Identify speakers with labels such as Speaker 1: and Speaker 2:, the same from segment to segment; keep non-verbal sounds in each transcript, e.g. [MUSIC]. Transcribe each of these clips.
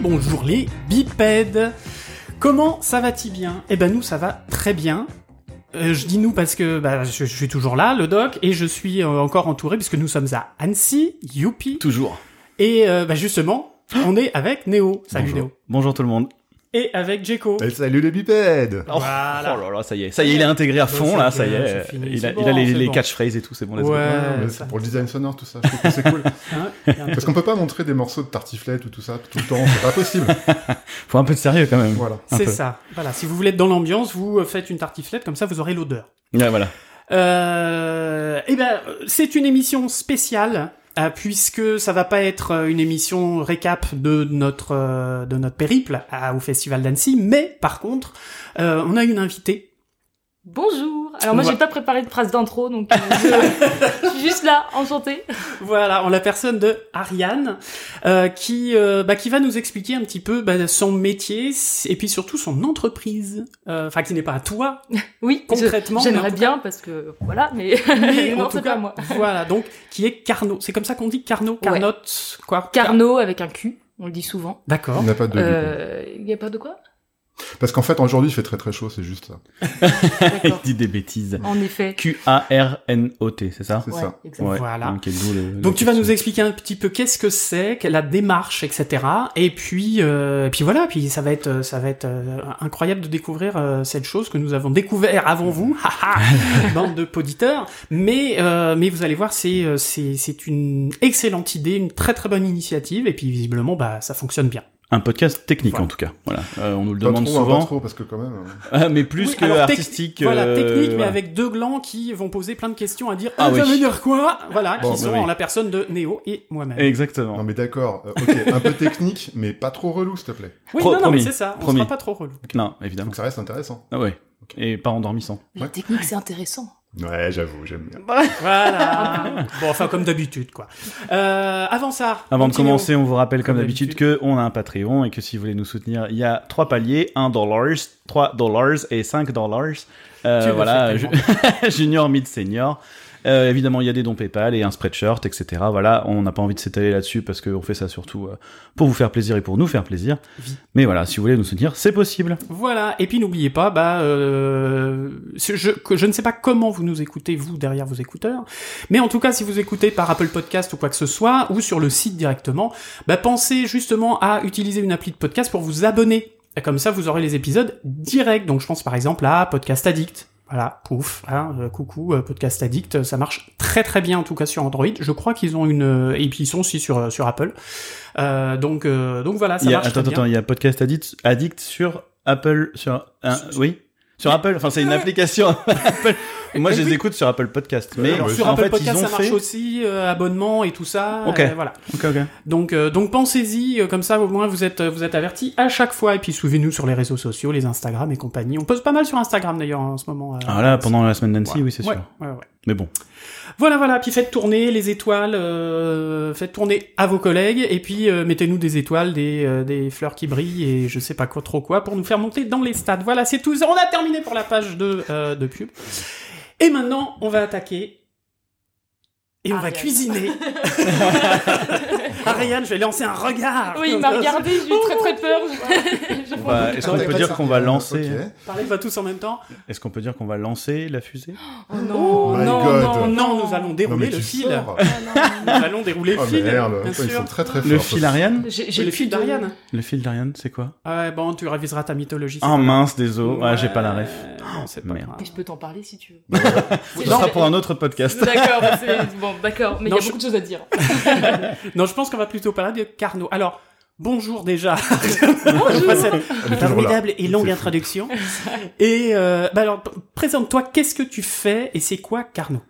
Speaker 1: bonjour les bipèdes Comment ça va-t-il bien Eh ben nous ça va très bien. Euh, je dis nous parce que bah, je, je suis toujours là, le doc, et je suis euh, encore entouré puisque nous sommes à Annecy, youpi,
Speaker 2: Toujours.
Speaker 1: et euh, bah, justement on est avec Néo. Salut
Speaker 2: Bonjour.
Speaker 1: Néo.
Speaker 2: Bonjour tout le monde.
Speaker 1: Et avec Jeko.
Speaker 3: Eh, salut les bipèdes
Speaker 2: Oh,
Speaker 1: Voilà.
Speaker 2: oh là là, ça y est, ça y est, il est intégré à fond
Speaker 1: c'est
Speaker 2: là,
Speaker 1: bien,
Speaker 2: ça y est.
Speaker 1: c'est fini,
Speaker 2: il a,
Speaker 1: c'est
Speaker 2: il a
Speaker 1: bon,
Speaker 2: les,
Speaker 1: c'est
Speaker 2: les
Speaker 1: bon.
Speaker 2: catchphrases et tout, c'est bon, let's
Speaker 1: Ouais.
Speaker 3: Ouais,
Speaker 1: ça.
Speaker 3: C'est pour le design sonore, tout ça. Je trouve que c'est cool.
Speaker 1: [LAUGHS] Hein, il y a un
Speaker 3: Parce
Speaker 1: peu-
Speaker 3: qu'on peut pas montrer des morceaux de tartiflette ou tout ça tout le temps, c'est
Speaker 1: [LAUGHS]
Speaker 3: pas possible.
Speaker 2: go. Faut un peu de sérieux quand même.
Speaker 3: Voilà.
Speaker 2: [LAUGHS] un
Speaker 1: C'est
Speaker 2: peu.
Speaker 1: ça. Voilà, si vous voulez être dans l'ambiance, vous euh, faites une tartiflette, comme ça vous aurez l'odeur.
Speaker 2: Ouais, voilà.
Speaker 1: Euh, eh ben, c'est une émission spéciale. euh, puisque ça va pas être euh, une émission récap de notre euh, de notre périple à- au festival d'Annecy, mais par contre, euh, on a une invitée.
Speaker 4: Bonjour. Alors moi
Speaker 1: Ouais.
Speaker 4: j'ai pas préparé de phrase d'intro donc euh, je... je suis juste là enchantée.
Speaker 1: Voilà, en la personne de Ariane, euh, qui euh, bah, qui va nous expliquer un petit peu bah, son métier et puis surtout son entreprise. Euh, Enfin, qui n'est pas à toi,
Speaker 4: [LAUGHS] Oui, je-
Speaker 1: Concrètement, mais en
Speaker 4: j'aimerais
Speaker 1: tout
Speaker 4: bien parce que voilà mais, [LAUGHS]
Speaker 1: mais en
Speaker 4: non
Speaker 1: tout
Speaker 4: c'est
Speaker 1: cas,
Speaker 4: pas moi.
Speaker 1: voilà. Donc, qui est Carnot. C'est comme ça qu'on dit Carnot,
Speaker 4: Ouais.
Speaker 1: Carnot, quoi
Speaker 4: Carnot avec un Q, on le dit souvent.
Speaker 1: D'accord.
Speaker 3: Il n'y a pas de.
Speaker 4: Il
Speaker 3: du
Speaker 1: Euh.
Speaker 4: y a pas de quoi
Speaker 3: coup. Parce qu'en fait, aujourd'hui, il fait très très chaud, c'est juste ça.
Speaker 2: Il [LAUGHS]
Speaker 4: D'accord.
Speaker 2: dit des bêtises.
Speaker 4: en effet.
Speaker 2: Q-A-R-N-O-T, c'est ça
Speaker 3: C'est
Speaker 4: Ouais,
Speaker 3: ça.
Speaker 4: exactement.
Speaker 1: Voilà.
Speaker 2: Ok, d'où le-
Speaker 1: Donc
Speaker 2: la
Speaker 1: tu vas nous
Speaker 2: question.
Speaker 1: expliquer un petit peu qu'est-ce que c'est, que la démarche, etc. Et puis, euh, et puis voilà, puis ça va être, euh, ça va être euh, incroyable de découvrir euh, cette chose que nous avons découvert avant vous, haha,
Speaker 2: [LAUGHS]
Speaker 1: bande de poditeurs. Mais, euh, mais vous allez voir, c'est, euh, c'est, c'est une excellente idée, une très très bonne initiative, et puis visiblement, bah, ça fonctionne bien.
Speaker 2: Un podcast technique
Speaker 1: Voilà.
Speaker 2: en tout cas. Voilà. Euh, on nous le
Speaker 3: Pas
Speaker 2: demande
Speaker 3: trop, hein, pas
Speaker 2: souvent.
Speaker 3: trop, parce que quand même. euh,
Speaker 2: Ah, mais plus
Speaker 1: Oui,
Speaker 2: que
Speaker 1: alors, tec-
Speaker 2: artistique.
Speaker 1: Voilà,
Speaker 2: euh,
Speaker 1: technique, mais
Speaker 2: voilà.
Speaker 1: avec deux glands qui vont poser plein de questions à dire,
Speaker 2: Ah
Speaker 1: ah, ça
Speaker 2: oui.
Speaker 1: veut dire quoi Voilà,
Speaker 3: Bon,
Speaker 1: qui
Speaker 2: bah
Speaker 1: sont
Speaker 2: oui.
Speaker 1: en la personne de Néo et moi-même.
Speaker 2: Exactement.
Speaker 3: Non, mais d'accord.
Speaker 1: [LAUGHS]
Speaker 3: euh, ok, un peu technique, mais pas trop relou, s'il te plaît.
Speaker 1: Oui,
Speaker 2: Pro-
Speaker 1: non, non,
Speaker 2: promis,
Speaker 1: mais c'est ça, on
Speaker 2: promis.
Speaker 1: sera pas trop relou.
Speaker 2: Non, évidemment.
Speaker 3: Donc ça reste intéressant.
Speaker 2: Ah ouais.
Speaker 3: Ok.
Speaker 2: Et pas endormissant.
Speaker 4: La technique c'est intéressant.
Speaker 3: Ouais, j'avoue, j'aime bien.
Speaker 1: Voilà. bon, enfin, comme d'habitude, quoi. Euh, avant ça.
Speaker 2: Avant de
Speaker 1: continuons.
Speaker 2: commencer, on vous rappelle comme
Speaker 1: Comme
Speaker 2: d'habitude que on a un Patreon et que si vous voulez nous soutenir, il y a trois paliers, 1 dollar, 3 dollars et 5 dollars. Euh,
Speaker 1: Tu le
Speaker 2: voilà,
Speaker 1: fais
Speaker 2: ju- [LAUGHS] junior, mid, senior. Euh, évidemment, il y a des dons PayPal et un spreadshirt, etc. Voilà, on n'a pas envie de s'étaler là-dessus parce qu'on fait ça surtout euh, pour vous faire plaisir et pour nous faire plaisir.
Speaker 1: Vi.
Speaker 2: Mais voilà, si vous voulez nous soutenir, c'est possible.
Speaker 1: Voilà. Et puis, n'oubliez pas, bah, euh, ce- je, que je ne sais pas comment vous nous écoutez, vous, derrière vos écouteurs. Mais en tout cas, si vous écoutez par Apple Podcast ou quoi que ce soit, ou sur le site directement, bah, pensez justement à utiliser une appli de podcast pour vous abonner. Et Comme ça, vous aurez les épisodes directs. Donc, je pense par exemple à Podcast Addict. Voilà, pouf, hein, euh, coucou, euh, Podcast Addict, euh, ça marche très très bien en tout cas sur Android. Je crois qu'ils ont une... euh, et puis ils sont aussi sur, euh, sur Apple. Euh, donc, euh, donc voilà, ça
Speaker 2: Il y a-
Speaker 1: marche
Speaker 2: attends,
Speaker 1: très bien.
Speaker 2: attends, il y a podcast addict, addict sur Apple, sur un,
Speaker 1: Sur-
Speaker 2: oui, sur Apple. Enfin, c'est une application
Speaker 1: [LAUGHS]
Speaker 2: Apple. Moi, je les
Speaker 1: Écoute-
Speaker 2: écoute sur Apple Podcast, mais
Speaker 3: Alors,
Speaker 1: sur
Speaker 2: Ah, bah, en
Speaker 1: Apple
Speaker 2: fait,
Speaker 1: Podcast,
Speaker 2: ils ont
Speaker 1: ça marche
Speaker 2: fait.
Speaker 1: aussi, euh, abonnement et tout ça.
Speaker 2: Ok.
Speaker 1: euh, voilà.
Speaker 2: Ok, ok.
Speaker 1: Donc, euh, donc pensez-y, euh, comme ça au moins vous êtes, euh, vous êtes avertis à chaque fois. Et puis suivez-nous sur les réseaux sociaux, les Instagram et compagnie. On pose pas mal sur Instagram d'ailleurs en ce moment. euh,
Speaker 2: Ah là, pendant la semaine d'Annecy,
Speaker 1: Ouais.
Speaker 2: oui, c'est
Speaker 1: Ouais,
Speaker 2: sûr.
Speaker 1: ouais, ouais.
Speaker 2: Mais bon,
Speaker 1: Voilà, voilà. Puis faites tourner les étoiles, euh, faites tourner à vos collègues. Et puis euh, mettez-nous des étoiles, des, euh, des fleurs qui brillent et je sais pas quoi, trop quoi, pour nous faire monter dans les stades. Voilà, c'est tout. On a terminé pour la page de, euh, de pub. Et maintenant, on va attaquer. Et on va
Speaker 4: Ariane. [LAUGHS]
Speaker 1: cuisiner. Ariane, je vais lancer un regard.
Speaker 4: [LAUGHS] oui, il m'a regardé, j'ai eu très très peur. Je- je
Speaker 2: On va-
Speaker 3: Bah,
Speaker 4: pense-
Speaker 2: est-ce qu'on peut dire qu'on va lancer hein, euh,
Speaker 3: Ok.
Speaker 1: Parlez pas tous en même temps.
Speaker 2: est-ce qu'on peut dire qu'on va lancer la fusée
Speaker 4: Oh non,
Speaker 3: Oh my
Speaker 4: non,
Speaker 3: God.
Speaker 4: non,
Speaker 1: Non, nous allons
Speaker 3: Non, mais
Speaker 1: dérouler
Speaker 3: tu
Speaker 1: le fil.
Speaker 3: sors.
Speaker 4: Ah, non, non,
Speaker 1: Nous
Speaker 4: non.
Speaker 1: allons dérouler le
Speaker 3: Oh
Speaker 1: fil.
Speaker 3: merde,
Speaker 1: bien
Speaker 3: putain, ils
Speaker 1: sûr.
Speaker 3: sont très très forts.
Speaker 2: Le fil Ariane
Speaker 4: J'ai j'ai
Speaker 1: Le
Speaker 4: plus
Speaker 1: fil
Speaker 4: de-
Speaker 1: d'Ariane.
Speaker 2: Le fil d'Ariane, c'est quoi
Speaker 1: Ah Ouais, bon, tu réviseras ta mythologie.
Speaker 2: Ah mince, désolé, ah, j'ai pas la ref.
Speaker 1: Ouais, bon, c'est pas
Speaker 2: Merde.
Speaker 1: grave.
Speaker 4: Mais je peux t'en parler si tu veux.
Speaker 2: Ce
Speaker 4: [LAUGHS] C'est-
Speaker 2: sera pour un autre podcast.
Speaker 4: D'accord, c'est- bon, d'accord, mais il y
Speaker 1: Non,
Speaker 4: a
Speaker 1: je-
Speaker 4: beaucoup de choses à dire.
Speaker 1: Non, je pense qu'on va plutôt parler de Carnot. Alors, bonjour [LAUGHS] déjà. Après
Speaker 4: Bonjour.
Speaker 1: cette
Speaker 3: Elle est toujours là.
Speaker 1: formidable et longue
Speaker 3: C'est
Speaker 1: [LAUGHS]
Speaker 3: fou.
Speaker 1: introduction. Et euh, bah alors, p- présente-toi, qu'est-ce que tu fais et c'est quoi Carnot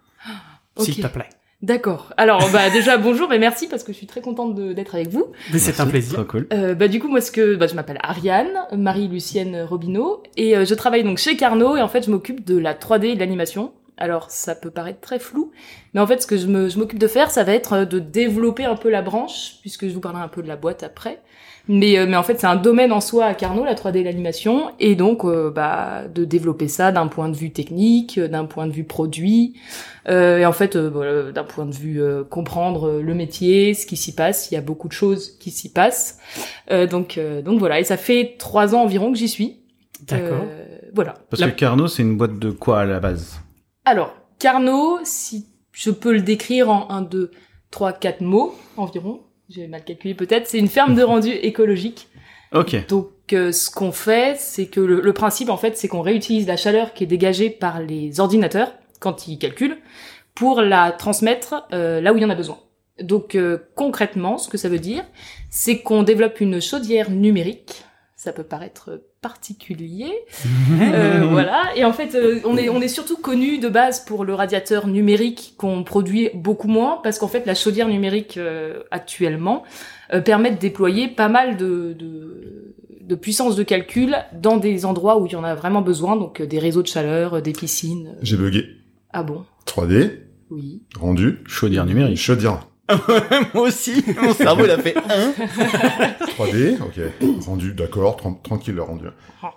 Speaker 4: Ok.
Speaker 1: S'il te plaît.
Speaker 4: D'accord. Alors bah déjà bonjour, mais merci parce que je suis très contente de- d'être avec vous.
Speaker 1: Mais [LAUGHS] c'est un
Speaker 2: Merci,
Speaker 1: plaisir.
Speaker 2: Trop cool.
Speaker 4: Euh, bah du coup moi ce que bah, je m'appelle Ariane Marie-Lucienne Robineau et euh, je travaille donc chez Carnot et en fait je m'occupe de la 3D et de l'animation. Alors ça peut paraître très flou, mais en fait ce que je me- je m'occupe de faire, ça va être euh, de développer un peu la branche puisque je vous parlerai un peu de la boîte après. Mais, euh, mais en fait, c'est un domaine en soi à Carnot, la 3D et l'animation. Et donc, euh, bah, de développer ça d'un point de vue technique, euh, d'un point de vue produit, euh, et en fait, euh, voilà, d'un point de vue euh, comprendre euh, le métier, ce qui s'y passe. Il y a beaucoup de choses qui s'y passent. Euh, donc, euh, donc voilà. Et ça fait trois ans environ que j'y suis.
Speaker 1: D'accord.
Speaker 4: Euh, voilà.
Speaker 2: Parce
Speaker 1: La-
Speaker 2: que Carnot, c'est une boîte de quoi à la base
Speaker 4: Alors, Carnot, si je peux le décrire en 1, 2, 3, 4 mots environ, j'ai mal calculé peut-être, c'est une
Speaker 2: [LAUGHS]
Speaker 4: ferme de rendu écologique.
Speaker 2: Ok.
Speaker 4: Donc, euh, ce qu'on fait, c'est que le, le principe, en fait, c'est qu'on réutilise la chaleur qui est dégagée par les ordinateurs quand ils calculent pour la transmettre euh, là où il y en a besoin. Donc, euh, concrètement, ce que ça veut dire, c'est qu'on développe une chaudière numérique. Ça peut paraître particulier, euh, voilà. Et en fait, euh, on est on est surtout connu de base pour le radiateur numérique qu'on produit beaucoup moins parce qu'en fait, la chaudière numérique euh, actuellement euh, permet de déployer pas mal de, de de puissance de calcul dans des endroits où il y en a vraiment besoin, donc euh, des réseaux de chaleur, euh, des piscines.
Speaker 3: J'ai bugué.
Speaker 4: Ah bon
Speaker 3: 3D,
Speaker 4: Oui.
Speaker 3: rendu,
Speaker 2: Chaudière numérique.
Speaker 3: chaudière.
Speaker 2: Moi aussi, mon cerveau, il a fait un.
Speaker 3: 3D, ok. rendu, d'accord, tran- tranquille le rendu.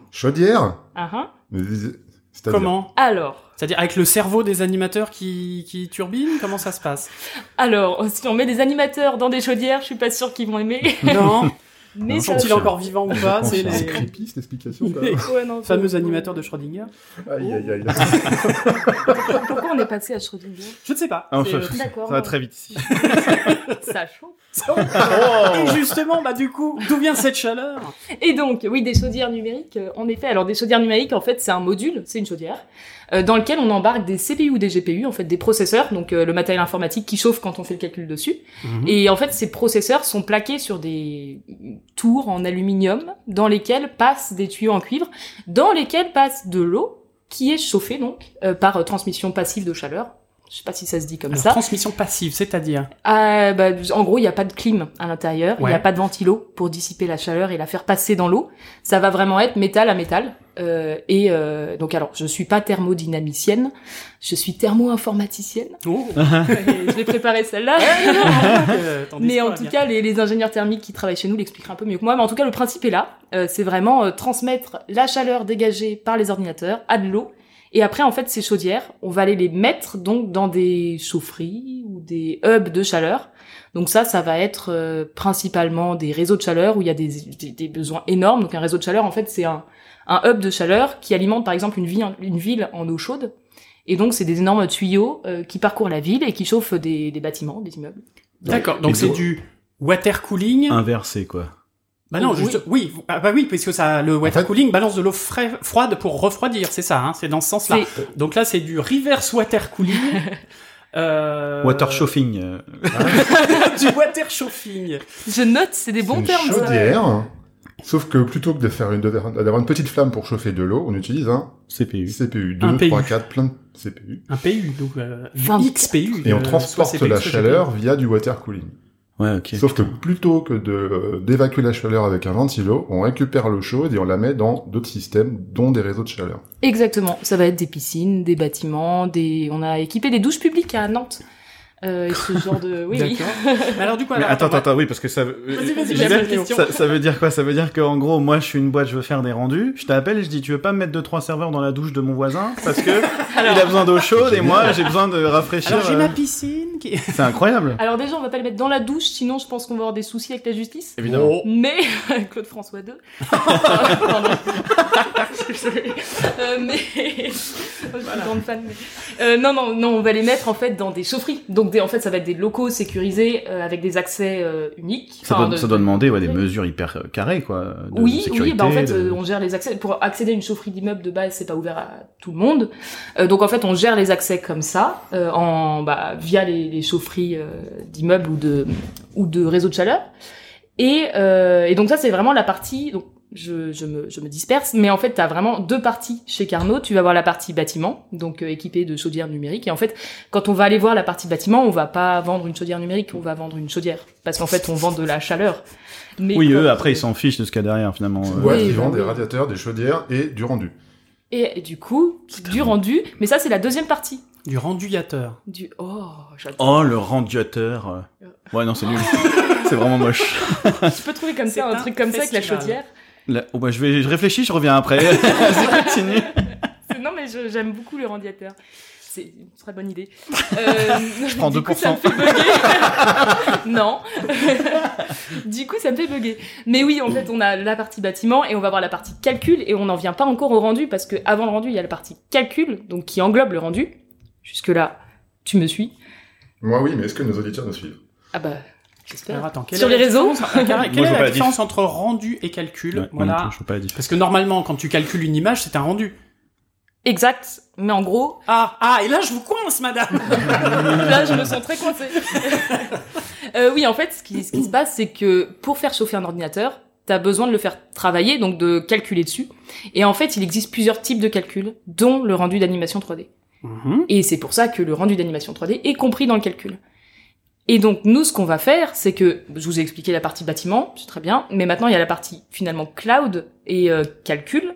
Speaker 3: Chaudière
Speaker 4: Ah, ah.
Speaker 3: Mais c'est-à-dire-
Speaker 1: [LAUGHS] Comment
Speaker 4: Alors.
Speaker 1: C'est-à-dire avec le cerveau des animateurs qui, qui turbine Comment ça se passe
Speaker 4: Alors, si on met des animateurs dans des chaudières, je suis pas sûre qu'ils vont aimer.
Speaker 1: Non
Speaker 4: Mais ça-
Speaker 1: Sont-ils encore vivants ou pas C'est
Speaker 3: C'est
Speaker 1: les
Speaker 3: creepy cette explication. quand
Speaker 1: Les
Speaker 3: même.
Speaker 4: Ouais,
Speaker 1: [LAUGHS]
Speaker 4: non,
Speaker 1: fameux
Speaker 4: faut-
Speaker 1: animateurs de Schrödinger
Speaker 3: aïe, aïe, aïe.
Speaker 4: Pourquoi on est passé à Schrödinger
Speaker 1: Je ne sais pas.
Speaker 2: Ah,
Speaker 1: C'est,
Speaker 2: ça-
Speaker 1: euh,
Speaker 4: D'accord.
Speaker 2: Ça va très vite ici.
Speaker 4: Ça chauffe.
Speaker 1: Oh. Et justement, bah du coup, d'où vient cette chaleur
Speaker 4: Et donc, oui, des chaudières numériques, euh, en effet. Alors, des chaudières numériques, en fait, c'est un module, c'est une chaudière, euh, dans lequel on embarque des CPU ou des GPU, en fait, des processeurs, donc euh, le matériel informatique qui chauffe quand on fait le calcul dessus.
Speaker 1: Mmh.
Speaker 4: Et en fait, ces processeurs sont plaqués sur des tours en aluminium, dans lesquelles passent des tuyaux en cuivre, dans lesquels passe de l'eau, qui est chauffée, donc, euh, par euh, transmission passive de chaleur. Je sais pas si ça se dit comme
Speaker 1: Alors,
Speaker 4: ça.
Speaker 1: Transmission passive, c'est-à-dire
Speaker 4: Ah, bah, en gros, il n'y a pas de clim à l'intérieur, il n'y
Speaker 1: Ouais.
Speaker 4: a pas de ventilo pour dissiper la chaleur et la faire passer dans l'eau. Ça va vraiment être métal à métal. Euh, et euh, donc, alors, je suis pas thermodynamicienne, je suis
Speaker 1: [LAUGHS]
Speaker 4: thermo-informaticienne.
Speaker 1: Oh.
Speaker 4: Et je vais préparer celle-là.
Speaker 1: Euh, attendez,
Speaker 4: Mais
Speaker 1: c'est
Speaker 4: en
Speaker 1: pas
Speaker 4: tout
Speaker 1: bien.
Speaker 4: cas, les, les ingénieurs thermiques qui travaillent chez nous l'expliqueraient un peu mieux que moi. Mais en tout cas, le principe est là. Euh, c'est vraiment euh, transmettre la chaleur dégagée par les ordinateurs à de l'eau. Et après, en fait, ces chaudières, on va aller les mettre donc dans des chaufferies ou des hubs de chaleur. Donc ça, ça va être euh, principalement des réseaux de chaleur où il y a des, des- des besoins énormes. Donc un réseau de chaleur, en fait, c'est un, un hub de chaleur qui alimente par exemple une ville, une ville en eau chaude. Et donc, c'est des énormes tuyaux euh, qui parcourent la ville et qui chauffent des- des bâtiments, des immeubles.
Speaker 1: D'accord,
Speaker 2: Mais
Speaker 1: donc c'est
Speaker 2: d'où-
Speaker 1: du water
Speaker 4: Euh.
Speaker 1: cooling.
Speaker 2: Inversé, quoi.
Speaker 1: Bah non,
Speaker 4: Oui.
Speaker 1: juste, oui, bah, bah oui, puisque ça, le water
Speaker 3: En fait-
Speaker 1: cooling balance de l'eau frais- froide pour refroidir, c'est ça, hein, c'est dans ce sens-là. Donc là, c'est du reverse water cooling.
Speaker 4: [LAUGHS]
Speaker 1: euh,
Speaker 2: Water chauffing. euh,
Speaker 1: [LAUGHS]
Speaker 4: Ah.
Speaker 2: [LAUGHS]
Speaker 1: du water chauffing.
Speaker 4: Je note, c'est des bons
Speaker 3: une
Speaker 4: termes. ça.
Speaker 3: chaudière. Sauf que plutôt que de faire une, d'avoir une petite flamme pour chauffer de l'eau, on utilise un
Speaker 2: CPU.
Speaker 3: CPU,
Speaker 1: Un
Speaker 3: 2, 3,
Speaker 1: PU.
Speaker 3: 4, plein de CPU.
Speaker 1: Un PU, donc euh, du
Speaker 4: Vingt-
Speaker 1: XPU.
Speaker 3: Et on
Speaker 1: euh,
Speaker 3: transporte
Speaker 1: soit CPX,
Speaker 3: la
Speaker 1: soit
Speaker 3: chaleur via du water cooling.
Speaker 2: Ouais, ok.
Speaker 3: Sauf que plutôt que de, euh, d'évacuer la chaleur avec un ventilo, on récupère l'eau chaude et on la met dans d'autres systèmes, dont des réseaux de chaleur.
Speaker 4: Exactement. Ça va être des piscines, des bâtiments, des. On a équipé des douches publiques à Nantes. Euh, et [LAUGHS] ce genre de. Oui, oui.
Speaker 1: GPU. Mais alors du coup,
Speaker 2: Mais
Speaker 1: alors,
Speaker 2: attends, attends,
Speaker 1: moi-
Speaker 2: attends, oui, parce que ça.
Speaker 1: Vas-y, vas-y, j'ai
Speaker 2: Gisèle,
Speaker 1: la question.
Speaker 2: Ça, ça veut dire quoi Ça veut dire qu'en gros, moi, je suis une boîte, je veux faire des rendus. Je t'appelle, et je dis, tu veux pas me mettre deux trois serveurs dans la douche de mon voisin parce
Speaker 4: [LAUGHS]
Speaker 2: que il a besoin d'eau chaude et moi, j'ai besoin de rafraîchir.
Speaker 1: Alors j'ai
Speaker 2: euh,
Speaker 1: ma piscine qui.
Speaker 2: C'est incroyable.
Speaker 4: Alors déjà, on va pas les mettre dans la douche, sinon je pense qu'on va avoir des soucis avec la justice.
Speaker 2: Évidemment.
Speaker 1: Oh.
Speaker 4: Mais [LAUGHS] Claude François [LAUGHS] II. Pardon. [LAUGHS] Euh, mais [LAUGHS] je suis grande fan. mais- Euh, non, non, non, on va les mettre en fait dans des chaufferies. Donc des- en fait, ça va être des locaux sécurisés euh, avec des accès euh, uniques.
Speaker 2: Ça,
Speaker 4: Enfin,
Speaker 2: doit,
Speaker 4: de-
Speaker 2: ça doit demander ouais, des mesures hyper euh, carrées, quoi. De
Speaker 4: oui,
Speaker 2: sécurité,
Speaker 4: oui, bah en fait,
Speaker 2: de-
Speaker 4: euh, on gère les accès. Pour accéder à une chaufferie d'immeuble de base, c'est pas ouvert à tout le monde. Euh, donc en fait, on gère les accès comme ça, euh, en bah, via les, les chaufferies euh, d'immeubles ou de ou de réseaux de chaleur. Et, euh, et donc ça, c'est vraiment la partie. Donc je, je, me, je me disperse, mais en fait, tu as vraiment deux parties chez Carnot. Tu vas voir la partie bâtiment, donc euh, équipée de chaudières numériques. Et en fait, quand on va aller voir la partie bâtiment, on va pas vendre une chaudière numérique, on va vendre une chaudière, parce qu'en fait, on vend de la chaleur. Mais
Speaker 2: Oui,
Speaker 4: quand-
Speaker 2: eux, après, ils s'en fichent de ce qu'il y a derrière, finalement. euh,
Speaker 3: Ouais,
Speaker 4: Oui,
Speaker 3: ils vendent
Speaker 4: oui.
Speaker 3: des radiateurs, des chaudières et du rendu.
Speaker 4: Et, et du coup, du rendu. Mais ça, c'est la deuxième partie.
Speaker 1: Du renduyateur.
Speaker 4: Du... Oh, j'adore.
Speaker 2: Oh, le rendiateur. Ouais, non, c'est
Speaker 4: [LAUGHS]
Speaker 2: nul. c'est vraiment moche.
Speaker 4: Tu peux trouver comme
Speaker 1: Oh, C'est
Speaker 4: ça un
Speaker 1: un
Speaker 4: truc comme ça avec la
Speaker 1: festival.
Speaker 4: chaudière.
Speaker 2: Là, oh, bah, je, vais, je réfléchis, je reviens [LAUGHS] après. Vas-y, continue.
Speaker 4: C'est- Non, mais je- j'aime beaucoup le rendiateur. C'est une très
Speaker 1: [LAUGHS]
Speaker 4: bonne idée. Euh,
Speaker 2: Je prends
Speaker 4: du coup, ça me
Speaker 2: 2%.
Speaker 4: fait bugger. [LAUGHS] non. du coup, ça me fait bugger. Mais oui, en fait, on a la partie bâtiment et on va voir la partie calcul et on n'en vient pas encore au rendu parce que avant le rendu, il y a la partie calcul, donc qui englobe le rendu. Jusque-là, tu me suis.
Speaker 3: Moi, oui, mais est-ce que nos auditeurs nous suivent
Speaker 4: Ah bah, j'espère.
Speaker 1: Alors, attends, quelle
Speaker 4: Sur
Speaker 1: est
Speaker 4: les
Speaker 1: la
Speaker 4: réseaux
Speaker 1: différence- [LAUGHS] Quelle est
Speaker 2: je vois pas
Speaker 1: la
Speaker 2: la
Speaker 1: différence entre rendu et calcul
Speaker 2: Ouais, moi non
Speaker 1: Voilà.
Speaker 2: plus, je veux pas la diff.
Speaker 1: Parce que normalement, quand tu calcules une image, c'est un rendu.
Speaker 4: Exact. Mais
Speaker 1: [LAUGHS]
Speaker 4: en gros,
Speaker 1: Ah, ah, et là, je vous coince, madame
Speaker 4: Là, je me sens très coincée. [LAUGHS] Euh, oui, en fait, ce qui, ce qui se passe, c'est que pour faire chauffer un ordinateur, t'as besoin de le faire travailler, donc de calculer dessus. Et en fait, il existe plusieurs types de calculs, dont le rendu d'animation 3D.
Speaker 1: Mhm.
Speaker 4: Et c'est pour ça que le rendu d'animation 3D est compris dans le calcul. Et donc, nous, ce qu'on va faire, c'est que, je vous ai expliqué la partie bâtiment, c'est très bien, mais maintenant, il y a la partie, finalement, cloud et euh, calcul.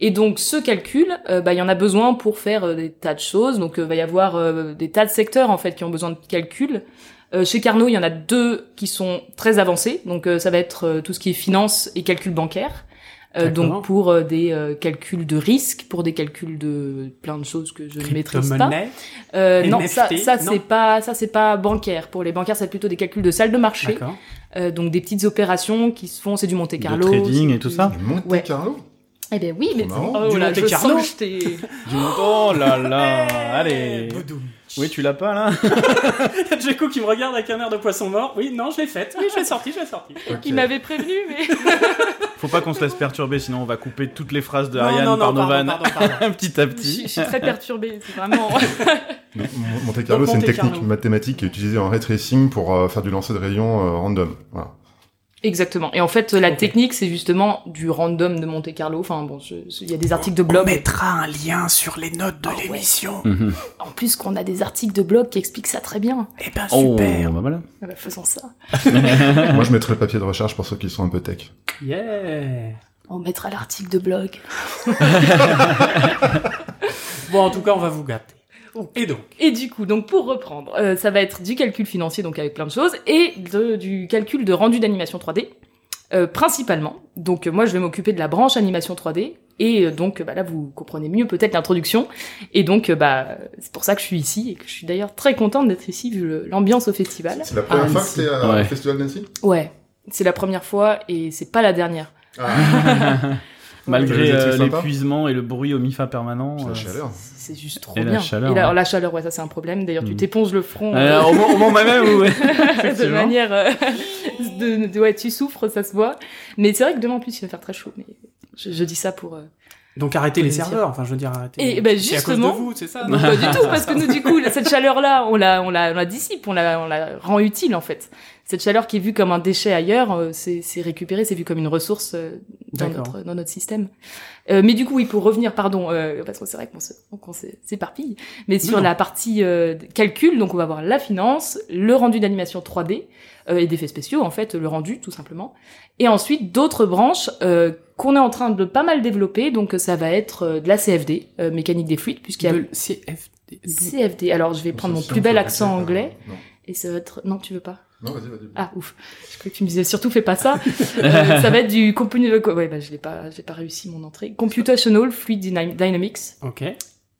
Speaker 4: Et donc, ce calcul, euh, bah, il y en a besoin pour faire euh, des tas de choses. Donc, euh, va y avoir euh, des tas de secteurs, en fait, qui ont besoin de calcul. Euh, chez Carnot, il y en a deux qui sont très avancés. Donc, euh, ça va être euh, tout ce qui est finance et calcul bancaire. Euh,
Speaker 1: D'accord.
Speaker 4: donc, pour euh, des euh, calculs de risque, pour des calculs de plein de choses que je ne maîtrise pas.
Speaker 1: Crypto-monnaie.
Speaker 4: Euh, non,
Speaker 1: NFT,
Speaker 4: ça, ça
Speaker 1: non.
Speaker 4: c'est pas, ça c'est pas bancaire. Pour les bancaires, c'est plutôt des calculs de salle de marché,
Speaker 1: D'accord.
Speaker 4: Euh, donc des petites opérations qui se font. C'est du Monte Carlo,
Speaker 2: trading
Speaker 4: c'est
Speaker 2: et tout
Speaker 4: du-
Speaker 2: ça
Speaker 3: Monte
Speaker 4: Ouais.
Speaker 3: Carlo
Speaker 4: Eh ben oui, mais
Speaker 3: C'est marrant.
Speaker 4: oh
Speaker 1: Du
Speaker 4: là,
Speaker 1: Monte
Speaker 4: je
Speaker 1: Carlo.
Speaker 4: sens que
Speaker 1: [LAUGHS]
Speaker 4: je t'ai-
Speaker 2: Du Oh là là, allez.
Speaker 1: Eh, Boudoum. [LAUGHS]
Speaker 2: Oui, tu l'as pas là
Speaker 1: T'as Jaco qui me regarde avec un air de poisson mort. Oui, non, je l'ai faite. Oui, je l'ai sorti, je l'ai sorti.
Speaker 3: Ok.
Speaker 4: Il m'avait prévenu,
Speaker 1: [LAUGHS]
Speaker 4: mais
Speaker 2: Faut pas qu'on se laisse perturber, sinon on va couper toutes les phrases de
Speaker 1: Non,
Speaker 2: Ariane
Speaker 1: non, non,
Speaker 2: par nos
Speaker 1: pardon,
Speaker 2: vannes.
Speaker 1: pardon,
Speaker 2: [LAUGHS]
Speaker 1: pardon.
Speaker 2: petit à
Speaker 4: je, suis- je
Speaker 2: petit.
Speaker 4: suis très perturbée. C'est vraiment. [LAUGHS]
Speaker 3: Donc, Mon- Monte Carlo, c'est une
Speaker 1: Monte
Speaker 3: technique
Speaker 1: Carlo.
Speaker 3: mathématique utilisée en ray tracing pour euh, faire du lancer de rayons euh, random. Voilà.
Speaker 4: Exactement. Et en fait, la
Speaker 1: Ok.
Speaker 4: technique, c'est justement du random de Monte Carlo. Enfin bon, je- je- il y a des articles de blog.
Speaker 1: mettra un lien sur les notes
Speaker 4: Ah
Speaker 1: de l'émission.
Speaker 2: Mhm.
Speaker 4: En plus, qu'on a des articles de blog qui expliquent ça très bien.
Speaker 1: Eh ben,
Speaker 2: Oh, bah voilà.
Speaker 4: Ah bah, faisons ça.
Speaker 3: Moi, je mettrai le papier de recherche pour ceux qui sont un peu tech.
Speaker 1: Yeah.
Speaker 4: On mettra l'article de blog.
Speaker 1: Bon, en tout cas, on va vous gâter.
Speaker 4: Oh.
Speaker 1: Et donc,
Speaker 4: Et du coup, donc pour reprendre, euh, ça va être du calcul financier, donc avec plein de choses, et de- du calcul de rendu d'animation 3D, euh, principalement. Donc euh, moi, je vais m'occuper de la branche animation 3D, et euh, donc euh, bah, là, vous comprenez mieux peut-être l'introduction, et donc euh, bah c'est pour ça que je suis ici, et que je suis d'ailleurs très contente d'être ici, vu le- l'ambiance au festival.
Speaker 3: C'est la première
Speaker 4: Ah,
Speaker 3: fois
Speaker 4: Annecy.
Speaker 3: que t'es à- au
Speaker 2: Ouais.
Speaker 3: Festival d'Annecy
Speaker 4: Ouais, c'est la première fois, et c'est pas la dernière.
Speaker 3: Vous avez
Speaker 2: Malgré
Speaker 3: des trucs
Speaker 2: euh,
Speaker 3: sympas
Speaker 2: l'épuisement et le bruit au MIFA permanent.
Speaker 3: Putain,
Speaker 2: euh,
Speaker 3: la chaleur.
Speaker 4: C'est juste trop
Speaker 2: Et la
Speaker 4: bien.
Speaker 2: chaleur,
Speaker 4: et la,
Speaker 2: ouais.
Speaker 4: la chaleur, ouais, ça c'est un problème. D'ailleurs, tu
Speaker 2: Mhm.
Speaker 4: t'éponges le front. euh,
Speaker 2: euh, au moment- au moment même, ouais.
Speaker 4: de
Speaker 2: Effectivement.
Speaker 4: manière euh, [LAUGHS] de, de- ouais tu souffres ça se voit mais c'est vrai que demain en plus il va faire très chaud mais je, je dis ça pour euh,
Speaker 1: donc arrêtez les
Speaker 4: Bien sûr.
Speaker 1: serveurs. Enfin, je veux dire, arrêtez.
Speaker 4: Et, ben,
Speaker 1: C'est à cause de
Speaker 4: justement-
Speaker 1: vous, c'est ça.
Speaker 4: non, pas du tout parce que nous du coup la- cette chaleur là on la on la on la dissipe on la on la rend utile en fait cette chaleur qui est vue comme un déchet ailleurs euh, c'est c'est récupéré c'est vu comme une ressource euh,
Speaker 1: [LAUGHS]
Speaker 4: dans
Speaker 1: D'accord.
Speaker 4: notre dans notre système Euh, mais du coup oui pour revenir pardon euh, parce que c'est vrai qu'on se qu'on s'é- s'éparpille mais sur
Speaker 1: non.
Speaker 4: la partie euh, calcul donc on va voir la finance le rendu d'animation 3D euh, et d'effets spéciaux en fait le rendu tout simplement et ensuite d'autres branches euh, qu'on est en train de pas mal développer donc ça va être euh, de la CFD euh, mécanique des fluides puisqu'il y a
Speaker 1: De CFD.
Speaker 4: CFD. Alors, je vais prendre mon
Speaker 3: Ça, si,
Speaker 4: plus
Speaker 3: on
Speaker 4: bel
Speaker 3: peut
Speaker 4: accent
Speaker 3: répéter, euh,
Speaker 4: anglais
Speaker 3: Non,
Speaker 4: et ça va être. Non, tu veux pas.
Speaker 3: Non, vas-y, vas-y.
Speaker 4: Ah ouf. Je croyais que tu me disais surtout fais
Speaker 1: [LAUGHS]
Speaker 4: pas ça. Euh, ça va être du computer. Ouais, bah je l'ai pas, j'ai pas réussi mon entrée. Computational Fluid Dyna- Dynamics.
Speaker 1: Ok.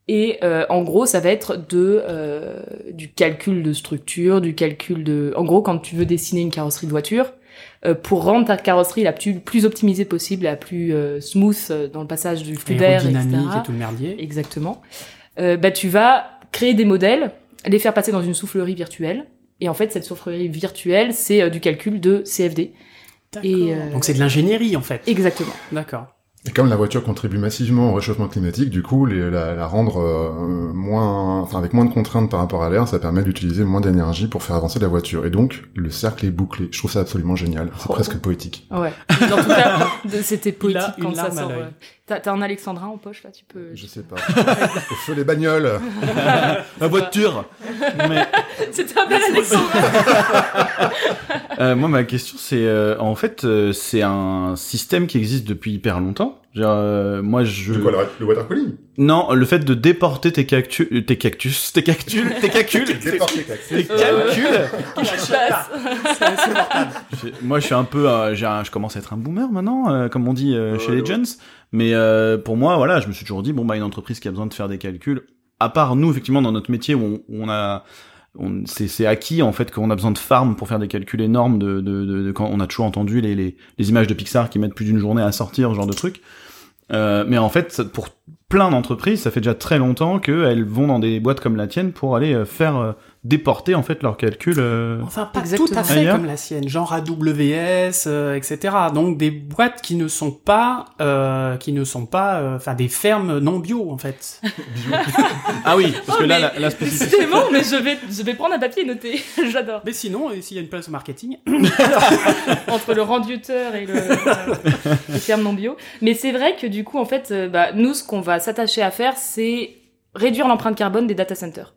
Speaker 4: Et euh, en gros, ça va être de euh, du calcul de structure, du calcul de. En gros, quand tu veux dessiner une carrosserie de voiture, euh, pour rendre ta carrosserie la plus, plus optimisée possible, la plus euh, smooth euh, dans le passage du flux d'air, etc.
Speaker 1: Aérodynamique et tout le merdier.
Speaker 4: Exactement. Euh, bah, tu vas créer des modèles, les faire passer dans une soufflerie virtuelle. Et en fait, cette soufflerie virtuelle, c'est euh, du calcul de CFD. Et, euh,
Speaker 1: Donc c'est de l'ingénierie en fait.
Speaker 4: Exactement.
Speaker 1: D'accord.
Speaker 3: Et comme la voiture contribue massivement au réchauffement climatique, du coup, les- la, la rendre euh, moins, enfin avec moins de contraintes par rapport à l'air, ça permet d'utiliser moins d'énergie pour faire avancer la voiture. Et donc, le cercle est bouclé. Je trouve ça absolument génial. C'est
Speaker 4: Oh.
Speaker 3: presque poétique.
Speaker 4: Ouais. En
Speaker 1: [LAUGHS]
Speaker 4: tout cas, de- c'était
Speaker 1: Il
Speaker 4: poétique
Speaker 1: a une
Speaker 4: quand ça
Speaker 1: larme à
Speaker 4: sort.
Speaker 1: l'œil.
Speaker 4: euh, T'as t'as un alexandrin en poche là, tu peux.
Speaker 3: Euh,
Speaker 4: [LAUGHS]
Speaker 3: Je sais pas. Au feu les bagnoles.
Speaker 2: [LAUGHS] La voiture. Mais,
Speaker 4: C'était un bel
Speaker 3: [LAUGHS]
Speaker 4: alexandrin.
Speaker 2: euh, moi, ma question, c'est euh, en fait, euh, c'est un système qui existe depuis hyper longtemps. Genre, euh, moi, je...
Speaker 3: [LAUGHS] De quoi, le, le water cooling
Speaker 2: Non, le fait de déporter tes cactus... euh, Tes cactus... Tes cactus... Tes calculs
Speaker 3: [LAUGHS] Déporter, taxer.
Speaker 2: Tes calculs
Speaker 4: Qu'est-ce qui se passe
Speaker 2: Je- Moi, je suis un peu, euh, j'ai un- je commence à être un boomer maintenant, euh, comme on dit euh, chez les Legends. Mais euh, pour moi, voilà, je me suis toujours dit, bon, bah, une entreprise qui a besoin de faire des calculs, à part nous, effectivement, dans notre métier où on, où on a, on, c'est, c'est acquis en fait qu'on a besoin de farm pour faire des calculs énormes. De, de, de, de- quand on a toujours entendu les, les, les images de Pixar qui mettent plus d'une journée à sortir, ce genre de truc. Euh, mais en fait, ça- pour plein d'entreprises, ça fait déjà très longtemps qu'elles vont dans des boîtes comme la tienne pour aller euh, faire euh, déporter en fait leurs calculs. euh,
Speaker 1: Enfin, pas tout à
Speaker 4: Exactement.
Speaker 1: fait
Speaker 2: Ailleurs
Speaker 1: comme la sienne, genre AWS, euh, etc. Donc des boîtes qui ne sont pas, euh, qui ne sont pas, euh, enfin des fermes non bio en
Speaker 4: [LAUGHS]
Speaker 1: fait.
Speaker 2: Ah oui, parce
Speaker 4: Oh,
Speaker 2: que là,
Speaker 4: mais-
Speaker 2: la, la spécificité-
Speaker 4: Décidément, mais je vais, je vais prendre un papier et noter. [LAUGHS] J'adore.
Speaker 1: Mais sinon, euh, s'il y a une place au marketing,
Speaker 4: Entre le rendiuteur et le, le terme non bio. Mais c'est vrai que du coup, en fait, euh, bah, nous, ce qu'on va s'attacher à faire, c'est réduire l'empreinte carbone des data centers.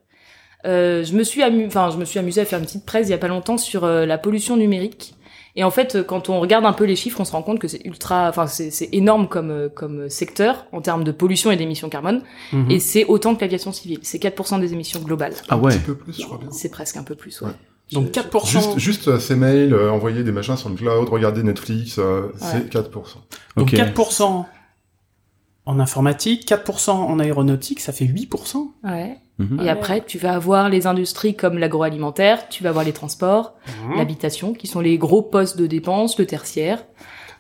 Speaker 4: Euh, je me suis amu- enfin, je me suis amusée à faire une petite presse il y a pas longtemps sur euh, la pollution numérique. Et en fait, euh, quand on regarde un peu les chiffres, on se rend compte que c'est ultra, enfin, c'est c'est énorme comme euh, comme secteur en termes de pollution et d'émissions carbone.
Speaker 1: Mhm.
Speaker 4: Et c'est autant que l'aviation civile. C'est 4% des émissions globales.
Speaker 2: Ah
Speaker 3: Un
Speaker 2: ouais.
Speaker 3: petit peu plus, je crois bien.
Speaker 4: C'est presque un peu plus, ouais.
Speaker 3: Ouais.
Speaker 1: donc
Speaker 4: Je-
Speaker 1: 4%.
Speaker 3: Juste, juste euh, ces mails, euh, envoyer des machins sur le cloud, regarder Netflix, euh,
Speaker 4: Ouais.
Speaker 3: c'est 4%.
Speaker 1: Donc
Speaker 2: Ok.
Speaker 1: 4% en informatique, 4% en aéronautique, ça fait 8%.
Speaker 4: Ouais.
Speaker 2: Mhm.
Speaker 4: Et après, tu vas avoir les industries comme l'agroalimentaire, tu vas avoir les transports,
Speaker 3: Mmh.
Speaker 4: l'habitation, qui sont les gros postes de dépenses, le tertiaire.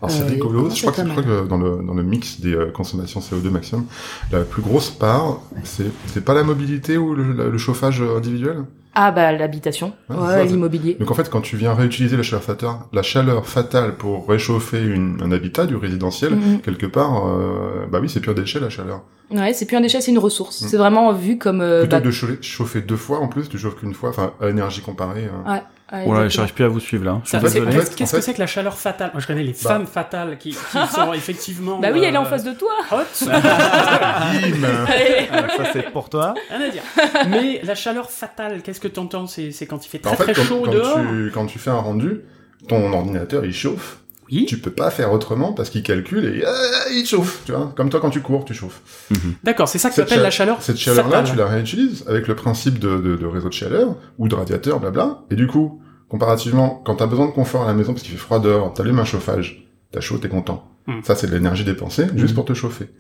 Speaker 3: Alors c'est
Speaker 4: Euh,
Speaker 3: rigolo,
Speaker 4: comment
Speaker 3: je crois, que,
Speaker 4: ça
Speaker 3: je crois que dans le, dans le mix des euh, consommations CO2 maximum, la plus grosse part, c'est c'est pas la mobilité ou le, la- le chauffage euh, individuel
Speaker 4: Ah bah l'habitation,
Speaker 3: Ouais,
Speaker 4: ouais,
Speaker 3: c'est ça, c'est-
Speaker 4: l'immobilier.
Speaker 3: Donc en fait, quand tu viens réutiliser la chaleur fatale, la chaleur fatale pour réchauffer une, un habitat du résidentiel,
Speaker 4: Mhm.
Speaker 3: quelque part, euh, bah oui, c'est pur déchet la chaleur.
Speaker 4: Mmh. Ouais, c'est plus un déchet, c'est une ressource.
Speaker 3: Mm.
Speaker 4: C'est vraiment vu comme... euh,
Speaker 3: Plutôt
Speaker 4: bah,
Speaker 3: que de chauffer- chauffer deux fois en plus, tu chauffes qu'une fois, enfin, à l'énergie comparée. euh.
Speaker 4: Ouais, ouais,
Speaker 2: Oh là,
Speaker 4: exactement.
Speaker 2: j'arrive plus à vous suivre là. Je suis
Speaker 1: Ça,
Speaker 3: fait,
Speaker 1: c'est-
Speaker 2: désolé.
Speaker 3: en fait,
Speaker 1: Qu'est-ce que
Speaker 3: en fait-
Speaker 1: c'est que la chaleur fatale Moi, je connais les
Speaker 3: Bah.
Speaker 1: femmes fatales qui,
Speaker 4: [LAUGHS]
Speaker 1: qui sont effectivement.
Speaker 4: Bah oui, elle est en
Speaker 1: euh,
Speaker 4: face de toi.
Speaker 1: hot. Ah. [LAUGHS]
Speaker 3: Bim
Speaker 4: Allez.
Speaker 2: Ah, Ça c'est pour toi.
Speaker 1: Rien à dire. Mais la chaleur fatale, qu'est-ce que t'entends C'est c'est quand il fait
Speaker 3: Bah,
Speaker 1: très
Speaker 3: en fait,
Speaker 1: très
Speaker 3: quand,
Speaker 1: chaud
Speaker 3: quand
Speaker 1: dehors.
Speaker 3: tu, quand tu fais un rendu, ton ordinateur il chauffe.
Speaker 1: Oui.
Speaker 3: Tu peux pas faire autrement parce qu'il calcule et euh, il chauffe. Tu vois, comme toi quand tu cours, tu chauffes.
Speaker 1: D'accord, c'est ça que
Speaker 3: Cette
Speaker 1: t'appelles la
Speaker 3: chaleur-
Speaker 1: chaleur.
Speaker 3: Cette chaleur-là,
Speaker 1: fatale.
Speaker 3: tu la réutilises avec le principe de, de- de réseau de chaleur ou de radiateur, blabla. Et du coup, comparativement, quand t'as besoin de confort à la maison parce qu'il fait froid dehors, t'allumes un chauffage, t'as chaud, t'es content.
Speaker 2: Hmm.
Speaker 1: Mm.
Speaker 3: Ça, c'est de l'énergie dépensée juste pour te chauffer.